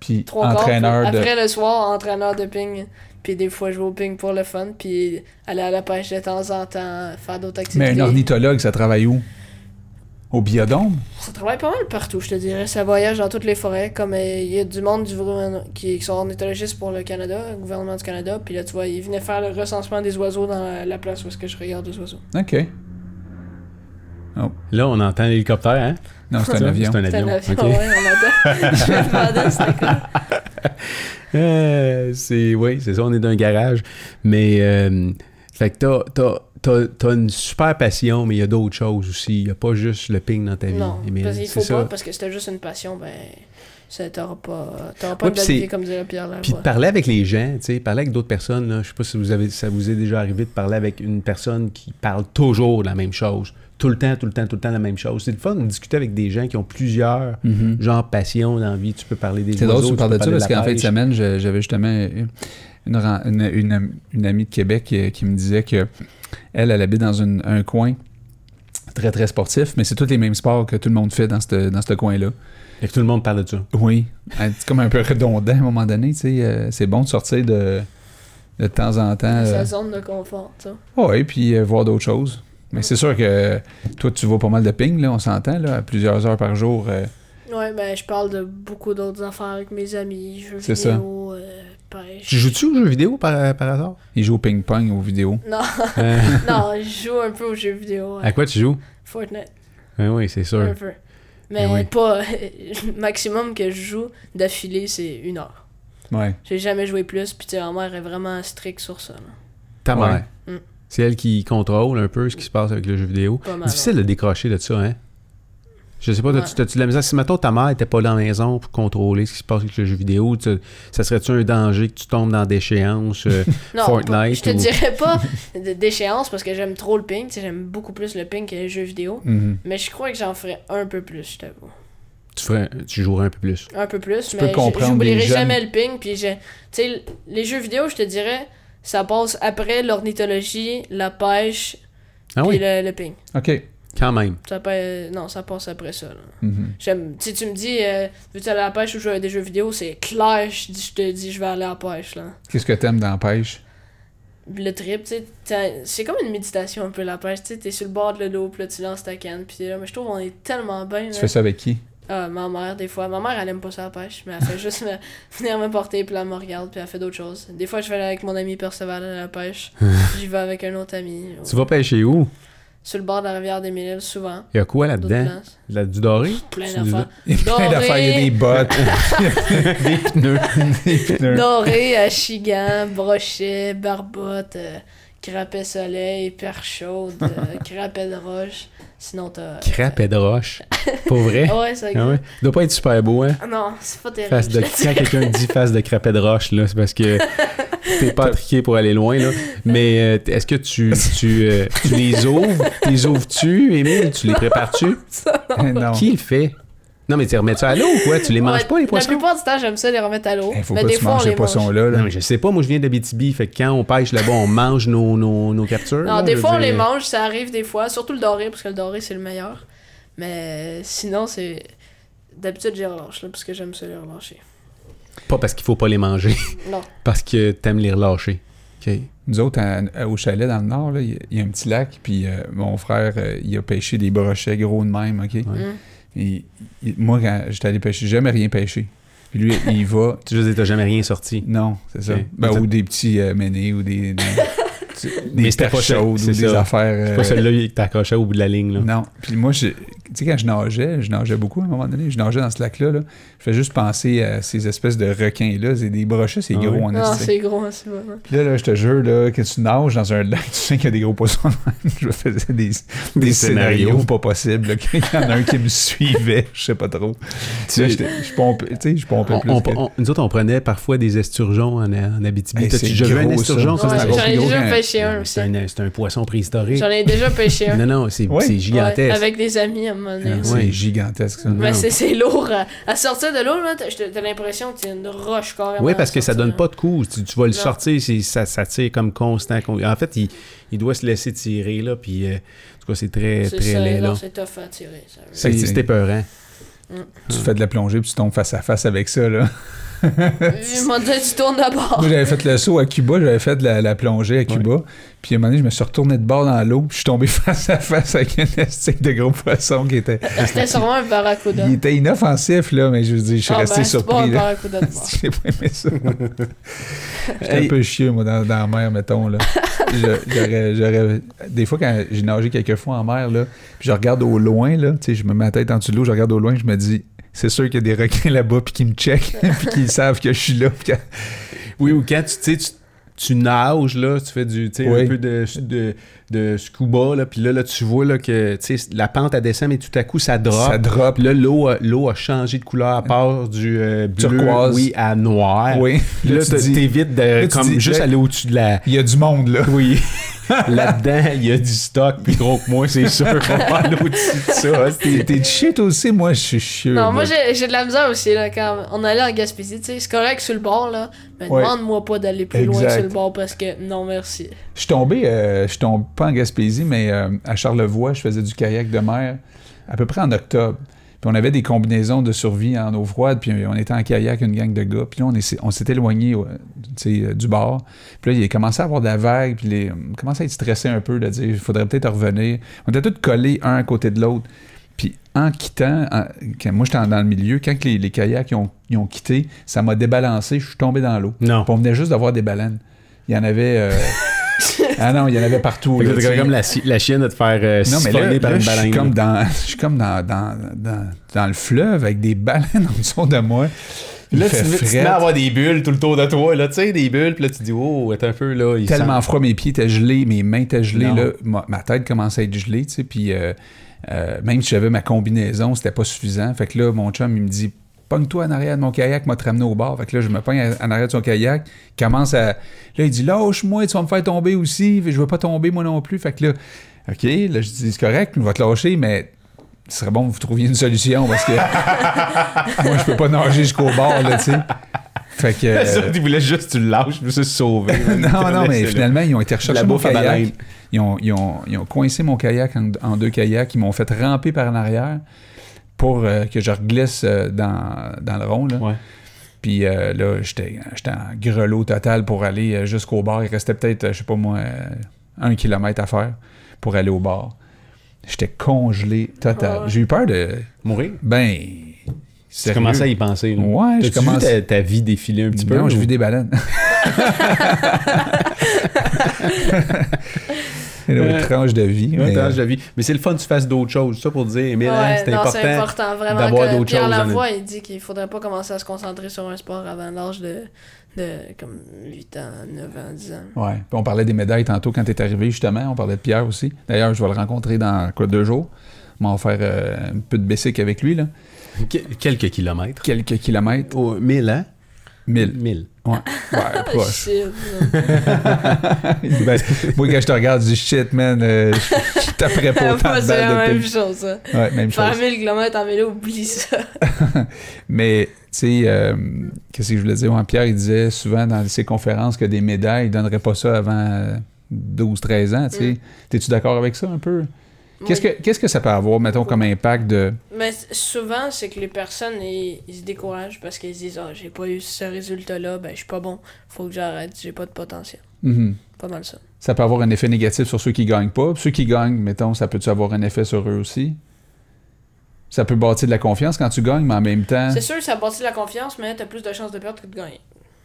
S2: Puis
S3: trois quarts. puis
S2: entraîneur de...
S3: Après le soir, entraîneur de ping. Puis des fois, jouer au ping pour le fun. Puis aller à la pêche de temps en temps, faire d'autres
S2: Mais
S3: activités.
S2: un ornithologue, ça travaille où? Au biodôme?
S3: Ça travaille pas mal partout, je te dirais. Ça voyage dans toutes les forêts. Comme euh, il y a du monde du gouvernement- qui, qui sont ornithologistes pour le Canada, le gouvernement du Canada. Puis là, tu vois, ils venaient faire le recensement des oiseaux dans la, la place où est-ce que je regarde les oiseaux.
S2: OK.
S1: Là, on entend l'hélicoptère, hein?
S2: Non, c'est un avion.
S1: C'est un
S3: C'était
S1: avion. OK. Ben
S3: un avion, ouais, on entend. je me demandais c'était quoi.
S1: Euh, c'est oui, c'est ça, on est d'un garage. Mais euh, fait que t'as, t'as, t'as- t'as une super passion, mais il y a d'autres choses aussi. Il n'y a pas juste le ping dans ta vie.
S3: Non,
S1: Émile.
S3: parce qu'il
S1: c'est
S3: faut
S1: ça.
S3: pas, parce que c'était juste une passion, ben, ça, t'auras pas, t'auras pas
S1: Ouais, puis
S3: une belle
S1: c'est-
S3: vie, comme dirait Pierre
S1: Puis de
S3: Lavoie.
S1: parler avec les gens, tu sais, parler avec d'autres personnes. là. Je sais pas si vous avez, ça vous est déjà arrivé de parler avec une personne qui parle toujours la même chose. Tout le temps, tout le temps, tout le temps la même chose. C'est le fun de discuter avec des gens qui ont plusieurs
S2: Mhm.
S1: genres de passion dans la vie. Tu peux parler des
S2: C'est drôle,
S1: oiseaux,
S2: tu me parles
S1: peux
S2: de ça
S1: parler
S2: parce
S1: la
S2: qu'en fin de
S1: pêche.
S2: semaine, je- j'avais justement une, ran- une, une- une amie de Québec qui, qui me disait que elle, elle habite dans une- un coin très très sportif, mais c'est tous les mêmes sports que tout le monde fait dans ce dans ce coin-là.
S1: Fait que tout le monde parle de ça.
S2: Oui, Elle- c'est comme un peu redondant à un moment donné, tu sais, euh, c'est bon de sortir de de temps en temps.
S3: Sa
S2: euh,
S3: zone de confort, tu sais.
S2: oui, puis euh, voir d'autres choses. Mais c'est sûr que euh, toi, tu vois pas mal de ping, là, on s'entend, là, à plusieurs heures par jour. euh,
S3: Ouais, ben, je parle de beaucoup d'autres affaires avec mes amis, jeux
S2: C'est ça.
S3: vidéo, euh, pêche.
S1: Tu joues-tu aux jeux vidéo par, par hasard?
S2: ils jouent au ping-pong, aux vidéos.
S3: Non,
S1: Euh,
S3: non, je joue un peu aux jeux vidéo, ouais.
S1: à quoi tu joues?
S3: Fortnite,
S1: Oui, oui, c'est sûr.
S3: un peu. Mais
S1: Eh oui.
S3: pas, maximum que je joue d'affilée, c'est une heure.
S2: Ouais.
S3: J'ai jamais joué plus, puis tu sais, ma mère est vraiment stricte sur ça, là.
S1: Ta
S2: Ouais.
S1: mère.
S3: Mm.
S1: C'est elle qui contrôle un peu ce qui se passe avec le jeu vidéo.
S3: Pas mal.
S1: Difficile de décrocher de ça, hein? Je sais pas, t'as-tu
S3: Ouais.
S1: t'as-tu de la misère? Si, mettons, ta mère était pas dans la maison pour contrôler ce qui se passe avec le jeu vidéo, tu- ça serait-tu un danger que tu tombes dans déchéance? euh,
S3: Non,
S1: Fortnite
S3: je te
S1: ou-
S3: dirais pas de- d'échéance parce que j'aime trop le ping. tu sais, J'aime beaucoup plus le ping que les jeux vidéo.
S2: Mhm.
S3: Mais je crois que j'en ferais un peu plus, je t'avoue.
S1: tu, ferais- tu jouerais un peu plus.
S3: Un peu plus,
S2: peux
S3: mais j-
S2: comprendre
S3: j'oublierai
S2: les jeunes.
S3: jamais le ping. Puis j'ai- tu sais, l- les jeux vidéo, je te dirais, ça passe après l'ornithologie, la pêche,
S1: Ah
S3: puis
S1: oui,
S3: le, le ping.
S2: OK.
S1: quand même.
S3: Ça pa- Non, ça passe après ça. là.
S2: Mhm.
S3: J'aime. Si tu me dis, euh, veux-tu aller à la pêche ou jouer à des jeux vidéo, c'est clair, je dis- je te dis, je vais aller à la pêche. là.
S2: Qu'est-ce que t'aimes dans la pêche?
S3: le trip, tu sais, t'as- c'est comme une méditation un peu la pêche, tu sais, t'es sur le bord de l'eau, puis là, tu lances ta canne, puis t'es là, mais je trouve qu'on est tellement bien,
S2: Tu
S3: là.
S2: fais ça avec qui?
S3: Ah, ma mère, des fois, ma mère, elle aime pas ça la pêche, mais elle fait juste me- venir me porter, puis là, elle me regarde, puis elle fait d'autres choses. Des fois, je vais aller avec mon ami Perceval à la pêche, j'y vais avec un autre ami, ou-
S1: Tu vas pêcher où?
S3: sur le bord de la rivière des Mille, souvent,
S1: Il y a quoi
S3: d'autres
S1: là-dedans?
S3: places,
S1: La, du doré?
S3: plein
S1: Tu-
S3: d'affaires.
S2: Il y a plein
S3: Doré.
S2: d'affaires, il y a des bottes,
S1: Des pneus.
S2: des pneus.
S3: Doré, achigan, brochet, barbotte, euh, crapet soleil, perche chaude, euh, crapet de roche, sinon t'as... euh,
S1: Crap et de roche. Pour vrai?
S3: Ah ouais, ça
S1: Ah ouais? doit pas être super beau, hein?
S3: Ah Non, c'est pas terrible.
S1: Face de,
S3: je te
S1: quand quelqu'un dit face de crapet de roche, là, c'est parce que t'es pas triqué pour aller loin. Là. Mais euh, t- est-ce que tu, tu, euh, tu les ouvres? les ouvres-tu, Émile? Tu les prépares-tu?
S2: Eh non.
S1: Qui le fait? Non, mais tu remets ça à l'eau ou quoi? Tu les
S3: dis.
S1: manges
S3: Ouais,
S1: pas, les
S3: La
S1: poissons? Eh,
S3: plupart du temps, j'aime ça les remettre à l'eau.
S2: Il Eh, faut
S3: mais
S2: pas que
S3: des
S2: tu
S3: fois, on
S2: manges
S3: les
S2: ces
S3: mange.
S2: poissons-là. là.
S1: Non, mais je sais pas. Moi, je viens d'Abitibi. Fait que quand on pêche là-bas, on mange nos, nos, nos captures.
S3: Non,
S1: là,
S3: des
S1: je
S3: fois, on
S1: veux
S3: les
S1: dire.
S3: mange, ça arrive des fois. Surtout le doré, parce que le doré, c'est le meilleur. Mais sinon, c'est. D'habitude, j'ai relâche, là, parce que j'aime ça les relâcher.
S1: Pas parce qu'il faut pas les manger,
S3: Non.
S1: parce que t'aimes les relâcher. OK.
S2: Nous autres, à- à- au chalet dans le nord, là, il y a- il y, a un petit lac, puis euh, mon frère, euh, il a pêché des brochets gros de même, OK?
S3: Mm.
S2: Et, il- moi, quand j'étais allé pêcher, j'ai jamais rien pêché. Puis lui, il va...
S1: Tu veux dire, t'as jamais rien sorti.
S2: Non, c'est ça.
S1: Ok.
S2: Ben, ou des petits euh, menés, ou des... des, tu- des
S1: Mais c'était
S2: perches
S1: pas ça,
S2: chaudes, ou
S1: c'est
S2: des
S1: ça.
S2: affaires...
S1: C'est pas
S2: euh,
S1: celui-là que t'accrochais au bout de la ligne, là.
S2: Non. Puis moi, je- tu sais, quand je nageais, je nageais beaucoup à un moment donné. Je nageais dans ce lac-là. là. Je fais juste penser à ces espèces de requins-là. C'est des brochets, c'est
S1: Ah
S2: gros
S1: oui.
S2: en
S3: Non,
S2: esti.
S3: c'est gros, c'est bon. hein.
S2: Puis là, là, je te jure, là, que tu nages dans un lac, tu sais qu'il y a des gros poissons. de même. je faisais des, des,
S1: Des
S2: scénarios.
S1: scénarios.
S2: pas possibles. là, qu'il y en a un qui me suivait, je sais pas trop.
S1: Tu-
S2: Là, j'étais- je pompais, tu sais, je pompais
S1: On-
S2: plus.
S1: on-
S2: que-
S1: on- nous autres, on prenait parfois des esturgeons en, en Abitibi.
S2: Hey,
S1: T'as-tu
S2: c'est
S1: déjà vu un
S2: gros, ça.
S1: esturgeon?
S2: Ça,
S1: ça,
S3: Ouais,
S1: c'est
S2: un
S1: gros-
S2: gros
S3: J'en ai déjà
S2: gigant.
S3: pêché un aussi.
S1: c'est un, c'est un poisson préhistorique.
S3: J'en ai déjà pêché un.
S1: Non, non, c'est
S2: Ouais.
S1: c'est
S3: Ouais,
S1: gigantesque.
S3: avec des amis à un moment donné.
S1: Ah,
S3: aussi.
S2: C'est
S1: ouais.
S2: gigantesque, ça.
S3: Mais
S1: Non.
S3: c'est c'est lourd. À, à sortir de l'eau, là, t'as t'as l'impression que t'as une roche carrément.
S1: Oui, parce que
S3: à
S1: ça
S3: sortir,
S1: donne
S3: là.
S1: pas de coups. Tu, tu vas le
S3: Non.
S1: sortir, c'est- ça, ça tire comme constant. con- En fait, il, il doit se laisser tirer, là, puis euh, en tout cas, c'est très,
S3: C'est
S1: très
S3: ça,
S1: laid, là.
S3: non, c'est tough à tirer. ça.
S1: C'est
S2: C'est-
S1: c'est épeurant.
S2: Tu fais de la plongée, puis tu tombes face à face avec ça, là.
S3: Il m'a dit, tu tournes d'abord.
S2: Moi, j'avais fait le saut à Cuba, j'avais fait de la, la plongée à Cuba. Puis à un moment donné, je me suis retourné de bord dans l'eau, puis je suis tombé face à face avec un estique de gros poisson qui était.
S3: C'était sûrement un barracuda.
S2: Il était inoffensif, là, mais je veux dire, je suis
S3: Ah,
S2: resté
S3: ben, c'est pas
S2: surpris.
S3: un
S2: là.
S3: barracuda de mort.
S2: J'ai pas aimé ça. J'étais
S1: Hey.
S2: un peu chieux, moi, dans, dans la mer, mettons. Là. Je- j'aurais, j'aurais- des fois, quand j'ai nagé quelques fois en mer, là, puis je regarde au loin, là, tu sais, je me mets la tête en dessous de l'eau, je regarde au loin, je me dis, c'est sûr qu'il y a des requins là-bas, puis qu'ils me checkent, puis qu'ils savent que je suis là. puis que-
S1: Oui, ou quand tu, tu sais, tu, tu nages, là, tu fais du, tu sais,
S2: Oui.
S1: un peu de, de, de scuba, là, puis là, là, tu vois là, que tu sais, la pente, elle descend, mais tout à coup, ça drop.
S2: Ça drop.
S1: Ah, Puis là, l'eau a, l'eau a changé de couleur à part du euh, bleu,
S2: Turquoise.
S1: oui, à noir.
S2: Oui.
S1: Puis Là,
S2: Ah, tu
S1: tu
S2: dis,
S1: t'évites de
S2: tu
S1: comme
S2: dis,
S1: juste
S2: là-
S1: aller au-dessus de la...
S2: il y a du monde, là.
S1: Oui. Là-dedans, il y a du stock plus gros que moi, c'est sûr. On va aller au-dessus de ça.
S2: T'es t'es shit aussi, moi, je suis chieux.
S3: Non, moi
S2: là.
S3: j'ai j'ai de la misère aussi là, quand on allait en Gaspésie, tu sais, c'est correct sur le bord là, mais
S2: Ouais.
S3: demande-moi pas d'aller plus loin
S2: Exact.
S3: sur le bord parce que non merci.
S2: Je suis tombé, euh, je suis tombé pas en Gaspésie, mais euh, à Charlevoix, je faisais du kayak de mer à peu près en octobre. Puis on avait des combinaisons de survie en eau froide, puis on était en kayak, une gang de gars. Puis là, on est- on s'est éloigné ouais, tu sais, euh, du bord. Puis là, il commençait à avoir de la vague, puis les, on commençait à être stressé un peu, de dire, il faudrait peut-être revenir. On était tous collés un à côté de l'autre. Puis en quittant, en- quand- moi, j'étais en- dans le milieu, quand les, les kayaks ils ont, ils ont quitté, ça m'a débalancé, je suis tombé dans l'eau.
S1: Non.
S2: Puis on venait juste d'avoir des baleines. Il y en avait. euh, ah non, il y en avait partout. là, tu
S1: C'est
S2: sais.
S1: comme la, chi- la chienne à te faire euh,
S2: Non, mais là,
S1: siphonner par
S2: là,
S1: une
S2: je suis
S1: baleine.
S2: comme, dans, je suis comme dans, dans, dans, dans le fleuve avec des baleines en dessous de moi. Il
S1: Là, tu,
S2: fait
S1: te- tu te mets
S2: fret.
S1: à avoir des bulles tout le tour de toi, là, tu sais, des bulles, puis là, tu te dis, oh, t'es un peu, là, il
S2: tellement froid, mes pieds étaient gelés, mes mains étaient gelées,
S1: Non.
S2: là, ma, ma tête commençait à être gelée, tu sais, puis euh, euh, même si j'avais ma combinaison, c'était pas suffisant. Fait que là, mon chum, il me dit Pogne-toi en arrière de mon kayak, m'a te ramener au bord. Fait que là, je me pogne en arrière de son kayak, il commence à. Là, il dit Lâche-moi, tu vas me faire tomber aussi, je veux pas tomber moi non plus. Fait que là, OK, là, je dis C'est correct, on va te lâcher, mais. Ce serait bon que vous trouviez une solution parce que moi je peux pas nager jusqu'au bord là, tu sais. Fait que
S1: sent- Ça, tu voulais juste que tu le lâches, je me suis sauvé.
S2: non, non, mais finalement, ils ont été recherchés
S1: La
S2: mon
S1: bouffe à baleine.
S2: kayak. Ils ont, ils, ont, ils ont coincé mon kayak en, en deux kayaks. Ils m'ont fait ramper par en arrière pour euh, que je reglisse euh, dans, dans le rond. Là.
S1: Ouais.
S2: Puis euh, là, j'étais j'étais en grelot total pour aller euh, jusqu'au bar. Il restait peut-être, euh, je sais pas moi, euh, un kilomètre à faire pour aller au bar. J'étais congelé total.
S3: Ah ouais.
S2: J'ai eu peur de...
S1: Mourir.
S2: Ben...
S1: Tu
S2: sérieux.
S1: commençais à y penser. Là.
S2: Ouais, je
S1: T'as-tu vu
S2: commence-
S1: ta, ta vie défiler un petit peu.
S2: Non, j'ai
S1: ou-
S2: vu des baleines. Une
S1: Euh,
S2: autre tranche de vie.
S1: Ouais,
S2: mais,
S1: t'as- j'ai vu. Mais c'est le fun que tu fasses d'autres choses. Ça pour dire, mais là,
S3: Ouais,
S1: c'est
S3: non, c'est
S1: important.
S3: important vraiment
S1: d'avoir
S3: que
S1: d'autres
S3: Pierre
S1: choses dans
S3: Lavoie, il dit qu'il faudrait pas commencer à se concentrer sur un sport avant l'âge de, de comme 8 ans, 9 ans, 10 ans.
S2: euh, Ouais. Puis on parlait des médailles tantôt quand t'es arrivé, justement. On parlait de Pierre aussi. D'ailleurs, je vais le rencontrer dans quoi, deux jours. On va en faire euh, un peu de basic avec lui, là.
S1: Que- Quelques kilomètres.
S2: Quelques kilomètres.
S1: Oh, mille, hein?
S2: Mille.
S1: Mille.
S2: Ouais. Ouais, proche.
S3: Ah. Shit, man.
S2: Ben, moi, quand je te regarde, je dis shit, man, euh, je, je taperais pas autant
S3: Moi,
S2: de
S3: c'est la
S2: balles
S3: même
S2: depuis.
S3: chose ça.
S2: Ouais, même chose.
S3: Faire 1000 km en vélo, oublie ça.
S2: Mais, tu sais, euh, qu'est-ce que je voulais dire? Ouais, Pierre, il disait souvent dans ses conférences que des médailles, il donnerait pas ça avant 12-13 ans, tu sais. T'es-tu d'accord avec ça un peu? Qu'est-ce que, qu'est-ce que ça peut avoir, mettons, comme impact de...
S3: Mais c- souvent, c'est que les personnes, ils, ils se découragent parce qu'ils se disent Ah, j'ai pas eu ce résultat-là, ben je suis pas bon, faut que j'arrête, j'ai pas de potentiel.
S2: Mhm.
S3: Pas mal ça.
S2: Ça peut avoir un effet négatif sur ceux qui gagnent pas. Puis Ceux qui gagnent, mettons, ça peut-tu avoir un effet sur eux aussi? Ça peut bâtir de la confiance quand tu gagnes, mais en même temps...
S3: C'est sûr, ça bâtit la confiance, mais t'as plus de chances de perdre que de gagner.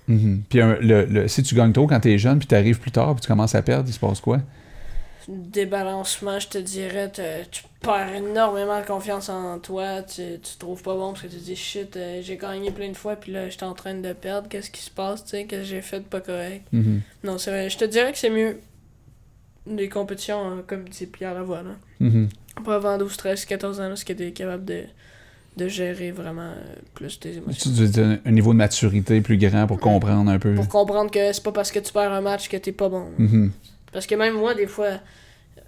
S2: Mhm. Puis un- le- le- si tu gagnes trop quand t'es jeune, puis t'arrives plus tard, puis tu commences à perdre, il se passe quoi?
S3: Débalancement, je te dirais, te- tu perds énormément de confiance en toi, tu, tu te trouves pas bon parce que tu te dis shit, euh, j'ai gagné plein de fois, puis là, j'étais en train de perdre, qu'est-ce qui se passe, tu sais, qu'est-ce que j'ai fait de pas correct.
S2: Mhm.
S3: Non, c'est vrai, je te dirais que c'est mieux des compétitions, hein, comme dit Pierre Lavoie, là.
S2: Mhm.
S3: Pas avant 12, 13, 14 ans, là, ce que t'es capable de, de gérer vraiment euh, plus tes
S2: Tu
S3: émotions.
S2: tu- tu as un- un niveau de maturité plus grand pour comprendre un peu.
S3: Pour comprendre que c'est pas parce que tu perds un match que t'es pas bon.
S2: Mhm.
S3: Parce que même moi, des fois,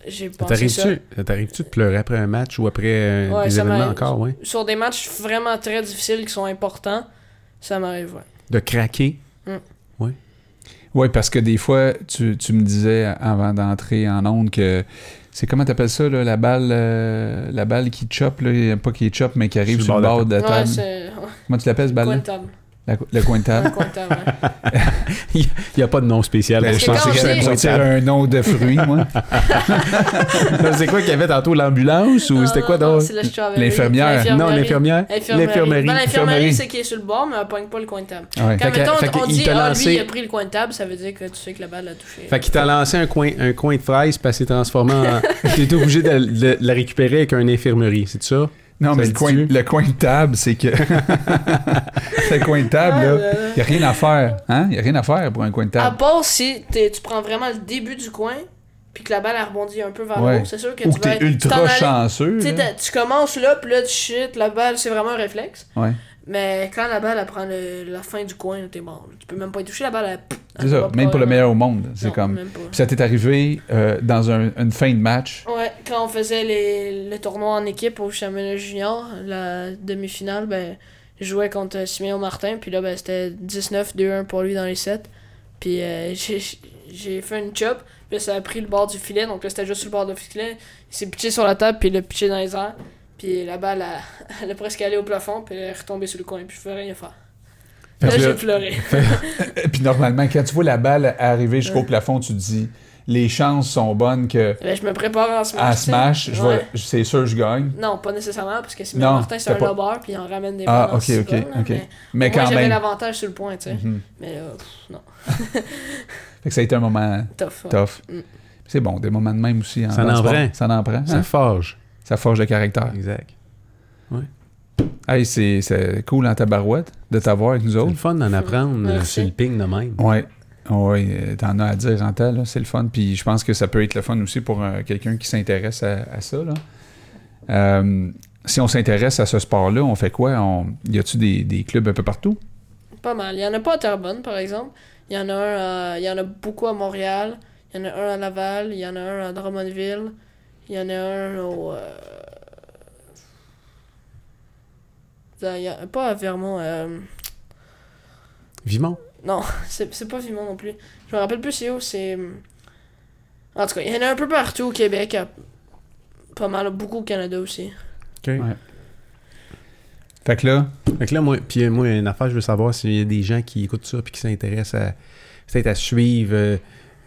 S3: j'ai
S1: Ça
S3: pensé ça.
S1: t'arrive-tu ça t'arrive-tu de pleurer après un match ou après euh,
S3: Ouais,
S1: des
S3: ça
S1: événements
S3: m'arrive.
S1: encore, ouais?
S3: Sur des matchs vraiment très difficiles qui sont importants, ça m'arrive, ouais.
S1: De craquer.
S2: Oui, parce que des fois, tu, tu me disais avant d'entrer en onde que c'est comment t'appelles ça, là, la balle euh, la balle qui chope, là, pas qui chope, mais qui arrive sur le bord de la
S3: Ouais,
S2: table.
S3: c'est.
S2: comment tu l'appelles, ce
S3: Coin de
S2: balle
S3: table.
S2: Le coin de
S3: Un
S2: table.
S3: coin de table, ouais.
S1: Il n'y a pas de nom spécial
S2: Ben,
S1: pour
S2: je
S3: Parce que
S1: ça.
S2: pensais
S3: quand
S2: que ça
S3: j'ai-
S2: me sortir un nom de fruit, moi.
S1: Non, C'est quoi qu'il y avait tantôt l'ambulance ou
S3: Non,
S1: c'était quoi
S3: non, non,
S1: donc?
S3: c'est là que je suis avec-
S2: L'infirmière.
S1: Non, l'infirmière.
S3: L'infirmerie. Ben,
S2: L'infirmerie.
S3: L'infirmerie, c'est qui est sur le bord, mais elle pogne pas le coin de table.
S2: Ouais.
S3: Quand,
S1: Fait que-
S3: mettons,
S1: fait
S3: on
S1: qu'il
S3: dit,
S1: t'a
S3: ah,
S1: lancé-
S3: lui, il a pris le coin de table, ça veveut dire que tu sais que la balle a touché.
S1: Fait qu'il t'a lancé un coin, un coin de fraise, puis elle s'est transformée en. T'es obligé de, de la récupérer avec une infirmerie, c'est ça?
S2: Non,
S1: Ça
S2: mais
S1: se
S2: le coin,
S1: dit-tu?
S2: le coin de table, c'est que. le coin de table,
S3: Ah,
S2: là.
S3: là, là.
S2: Il n'y a rien à faire. Hein? Il n'y a rien à faire pour un coin de
S3: À
S2: table.
S3: part si t'es- tu prends vraiment le début du coin, puis que la balle a rebondi un peu vers
S2: Ouais.
S3: le haut, c'est sûr que
S2: Ou
S3: tu
S2: que
S3: vas
S2: t'es
S3: être- tu t'en
S2: ultra
S3: allais-
S2: chanceux.
S3: Tu sais,
S2: là.
S3: t'as- tu commences là, puis là, tu shit, la balle, c'est vraiment un réflexe.
S2: Ouais.
S3: Mais quand la balle, elle prend le- la fin du coin, t'es mort. Tu peux même pas y toucher, la balle, elle- elle.
S2: C'est ça.
S3: va
S2: Même pour le
S3: probablement-
S2: meilleur au monde. C'est
S3: Non,
S2: comme.
S3: même pas.
S2: Puis ça t'est arrivé euh, dans un- une fin de match.
S3: Ouais, quand on faisait les, le tournoi en équipe au Championnat Junior, la demi-finale, ben, je jouais contre Siméon Martin, puis là, ben, c'était 19-2-1 pour lui dans les 7. Puis euh, j'ai- j'ai fait une chop, puis là, ça a pris le bord du filet, donc là, c'était juste sur le bord du filet. Il s'est pitché sur la table, puis il l'a pitché dans les airs. Puis la balle, elle, elle a presque allé au plafond, puis elle est retombée sur le coin, puis je pouvais rien faire.
S2: Fait
S3: Là,
S2: que
S3: j'ai
S2: là-
S3: pleuré.
S2: Puis normalement, quand tu vois la balle arriver jusqu'au plafond, tu te dis les chances sont bonnes que
S3: Ben, je me prépare en smash.
S2: à
S3: tu sais.
S2: smash, je
S3: Ouais.
S2: vais- c'est sûr je gagne.
S3: Non, pas nécessairement, parce que
S2: Non,
S3: Siméon Martin, c'est
S2: t'as
S3: un
S2: pas-
S3: lobeur, puis il en ramène des
S2: Ah,
S3: balles en
S2: ok,
S3: six
S2: ok,
S3: balles, là,
S2: ok.
S3: mais-
S2: Mais
S3: Moi,
S2: quand
S3: j'avais
S2: même.
S3: l'avantage sur le point, tu sais.
S2: Mhm.
S3: Mais là, pff, non,
S2: Fait que ça a été un moment
S3: tough. ouais.
S2: tough.
S3: Mm.
S2: C'est bon, des moments de même aussi. hein.
S1: Ça
S2: dans
S1: en
S2: le sport.
S1: prend.
S2: Ça en prend.
S1: Ça
S2: hein?
S1: forge.
S2: Ça forge le caractère.
S1: Ah. Exact.
S2: Hey, c'est- c'est cool en tabarouette de t'avoir avec nous
S1: C'est le
S2: autres.
S1: fun d'en apprendre euh,
S3: Merci.
S1: sur le ping de même.
S2: Ouais. Ouais, euh, t'en as à dire en tas, là, c'est le fun. Puis je pense que ça peut être le fun aussi pour euh, quelqu'un qui s'intéresse à, à ça. Là. Euh, si on s'intéresse à ce sport-là, on fait quoi? On... Y a-tu des, des clubs un peu partout?
S3: Pas mal. Il y en a pas à Terrebonne, par exemple. Il y en a un, à- il y en a beaucoup à Montréal. Il y en a un à Laval. Il y en a un à Drummondville. Il y en a un au. euh, dans- il y a- Pas à Vermont. euh,
S1: Vimon.
S3: Non, c'est c'est pas Vimont non plus. Je me rappelle plus c'est où, c'est... En tout cas, il y en a un peu partout au Québec. à- Pas mal, beaucoup au Canada aussi.
S1: OK.
S2: Fait que là,
S1: Fait que là, moi, puis euh, moi, une affaire, je veux savoir s'il y a des gens qui écoutent ça puis qui s'intéressent à peut-être à suivre euh,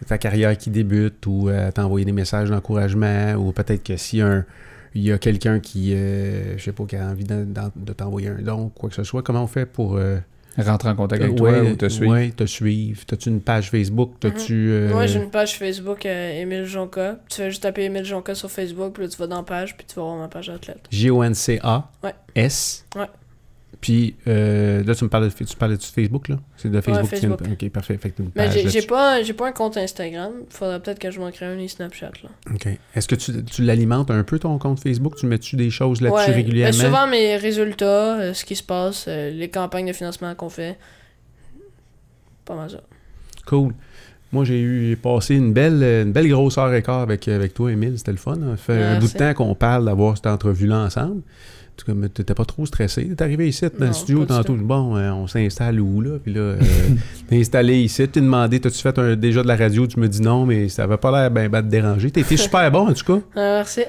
S1: ta carrière qui débute ou euh, à t'envoyer des messages d'encouragement ou peut-être que si un il y a quelqu'un qui, euh, je sais pas, qui a envie de, d'en- de t'envoyer un don, quoi que ce soit, comment on fait pour euh,
S2: rentre en contact avec
S1: ouais,
S2: toi ou te suivre.
S1: ouais, te suivre? T'as-tu une page Facebook? T'as-tu... euh,
S3: Moi, Mhm. j'ai une page Facebook euh, Émile Jonca. Tu vas juste taper Émile Jonca sur Facebook, puis là, tu vas dans la page, puis tu vas voir ma page athlète.
S1: J-O-N-C-A.
S3: Ouais.
S1: S.
S3: Ouais.
S1: Puis euh, là, tu me parlais de, tu parlais de Facebook, là? C'est de Facebook, que tu viens de-
S3: Facebook.
S1: Ok, parfait. Fait que t'as une
S3: Mais
S1: page
S3: j'ai-
S1: là-dessus.
S3: j'ai pas, j'ai pas un compte Instagram. Faudrait peut-être que je m'en crée un et Snapchat, là.
S1: OK. Est-ce que tu, tu l'alimentes un peu ton compte Facebook? Tu mets-tu des choses là-dessus
S3: Ouais,
S1: régulièrement?
S3: euh, souvent, mes résultats, euh, ce qui se passe, euh, les campagnes de financement qu'on fait. Pas mal ça. Euh,
S1: Cool. Moi, j'ai eu j'ai passé une belle, une belle grosse heure et quart avec, avec toi, Émile. C'était le fun. hein. Ça fait un
S3: Merci.
S1: bout de temps qu'on parle d'avoir cette entrevue-là ensemble. En tout cas, mais t'étais pas trop stressé. T'es arrivé ici, dans
S3: Non,
S1: le studio,
S3: pas du
S1: tantôt. Bon, euh, on s'installe où, là? Puis là, euh, t'es installé ici. T'es demandé, t'as-tu fait un- déjà de la radio? Tu me dis non, mais ça avait pas l'air bien de déranger. T'étais super bon, en tout cas.
S3: Euh, Merci.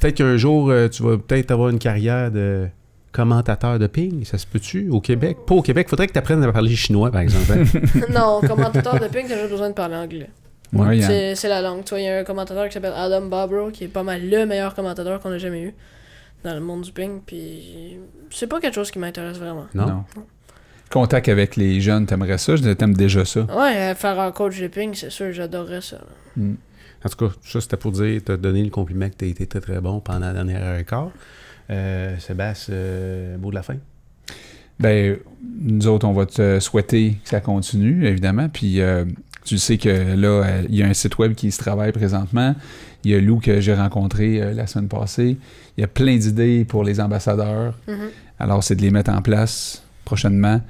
S1: Peut-être qu'un jour, euh, tu vas peut-être avoir une carrière de commentateur de ping. Ça se peut-tu au Québec? Pas au Québec. Faudrait que tu apprennes à parler chinois, par exemple. hein.
S3: non, commentateur de ping, t'as juste besoin de parler anglais.
S2: Ouais, Ah, il y a-
S3: C'est c'est la langue. Tu vois, il y a un commentateur qui s'appelle Adam Barbro, qui est pas mal le meilleur commentateur qu'on a jamais eu dans le monde du ping. Puis c'est pas quelque chose qui m'intéresse vraiment.
S1: non?
S2: Contact avec les jeunes, t'aimerais ça? Je t'aime déjà ça.
S3: Ouais, euh, faire un coach de ping, c'est sûr, j'adorerais ça. là.
S2: Mm.
S1: En tout cas, ça, c'était pour dire, te donner le compliment que tu as été très, très bon pendant la dernière heure et quart. Euh, Sébastien, euh, mot de la fin.
S2: Ben, nous autres, on va te souhaiter que ça continue, évidemment. Puis, euh, tu sais que là, euh, il y a un site web qui se travaille présentement. Il y a Lou que j'ai rencontré euh, la semaine passée. Il y a plein d'idées pour les ambassadeurs.
S3: Mhm.
S2: Alors, c'est de les mettre en place prochainement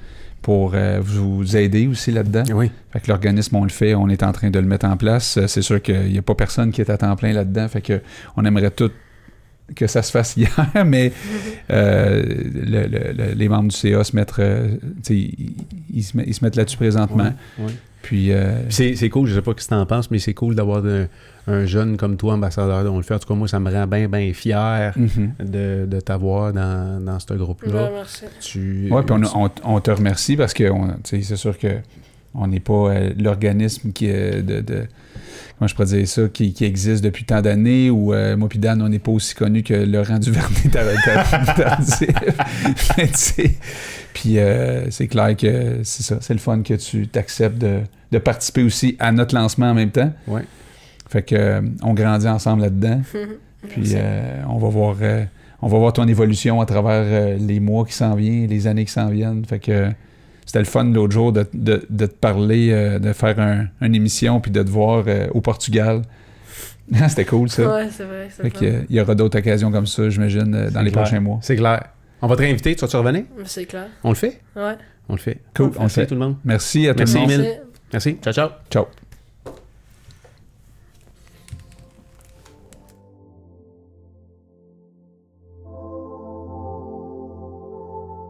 S2: pour euh, vous aider aussi là-dedans.
S1: Oui.
S2: Fait que l'organisme, on le fait, on est en train de le mettre en place. Euh, C'est sûr qu'il n'y a pas personne qui est à temps plein là-dedans. Fait que on aimerait tout que ça se fasse hier, mais euh, le- le- le- les membres du CA se mettent, euh, tu sais, ils, ils se met- ils se mettent là-dessus présentement. Puis, euh,
S1: C'est c'est cool, je sais pas ce que t'en penses, mais c'est cool d'avoir de- un jeune comme toi, ambassadeur. On le fait. En tout cas, moi, ça me rend bien, bien fier
S2: mhm.
S1: de, de t'avoir dans, dans ce
S3: Ouais,
S1: groupe-là.
S3: Bah, merci.
S1: Tu,
S2: Ouais, puis on, a- on- on te remercie parce que on- tu sais, c'est sûr que on n'est pas euh, l'organisme qui est de, de- comment je pourrais dire ça qui, qui existe depuis tant d'années ou euh, moi puis Dan on n'est pas aussi connu que Laurent Duvernay t'as- t'as- tardif. Mais tu sais, puis euh, c'est clair que c'est ça c'est le fun que tu t'acceptes de, de participer aussi à notre lancement en même temps
S1: Ouais.
S2: fait que euh, on grandit ensemble là dedans puis
S3: Merci.
S2: euh, on va voir euh, on va voir ton évolution à travers euh, les mois qui s'en viennent, les années qui s'en viennent. Fait que euh, c'était le fun l'autre jour de, de- de te parler, euh, de faire un- une émission puis de te voir euh, au Portugal. c'était cool ça.
S3: Ouais, c'est vrai. c'est
S2: Fait
S3: le
S2: que, euh, il y aura d'autres occasions comme ça, j'imagine, euh, dans
S1: C'est
S2: les
S1: clair.
S2: prochains mois.
S1: C'est clair. On va te réinviter, tu vas te revenir?
S3: fun. Mais C'est clair.
S1: On le fait?
S3: Ouais.
S1: On le fait.
S2: Cool, on le
S1: Merci
S2: fait.
S1: tout le monde.
S2: Merci à tout
S1: Merci,
S2: le monde.
S1: Émile.
S3: C'est-
S1: Merci. Ciao, ciao.
S2: Ciao.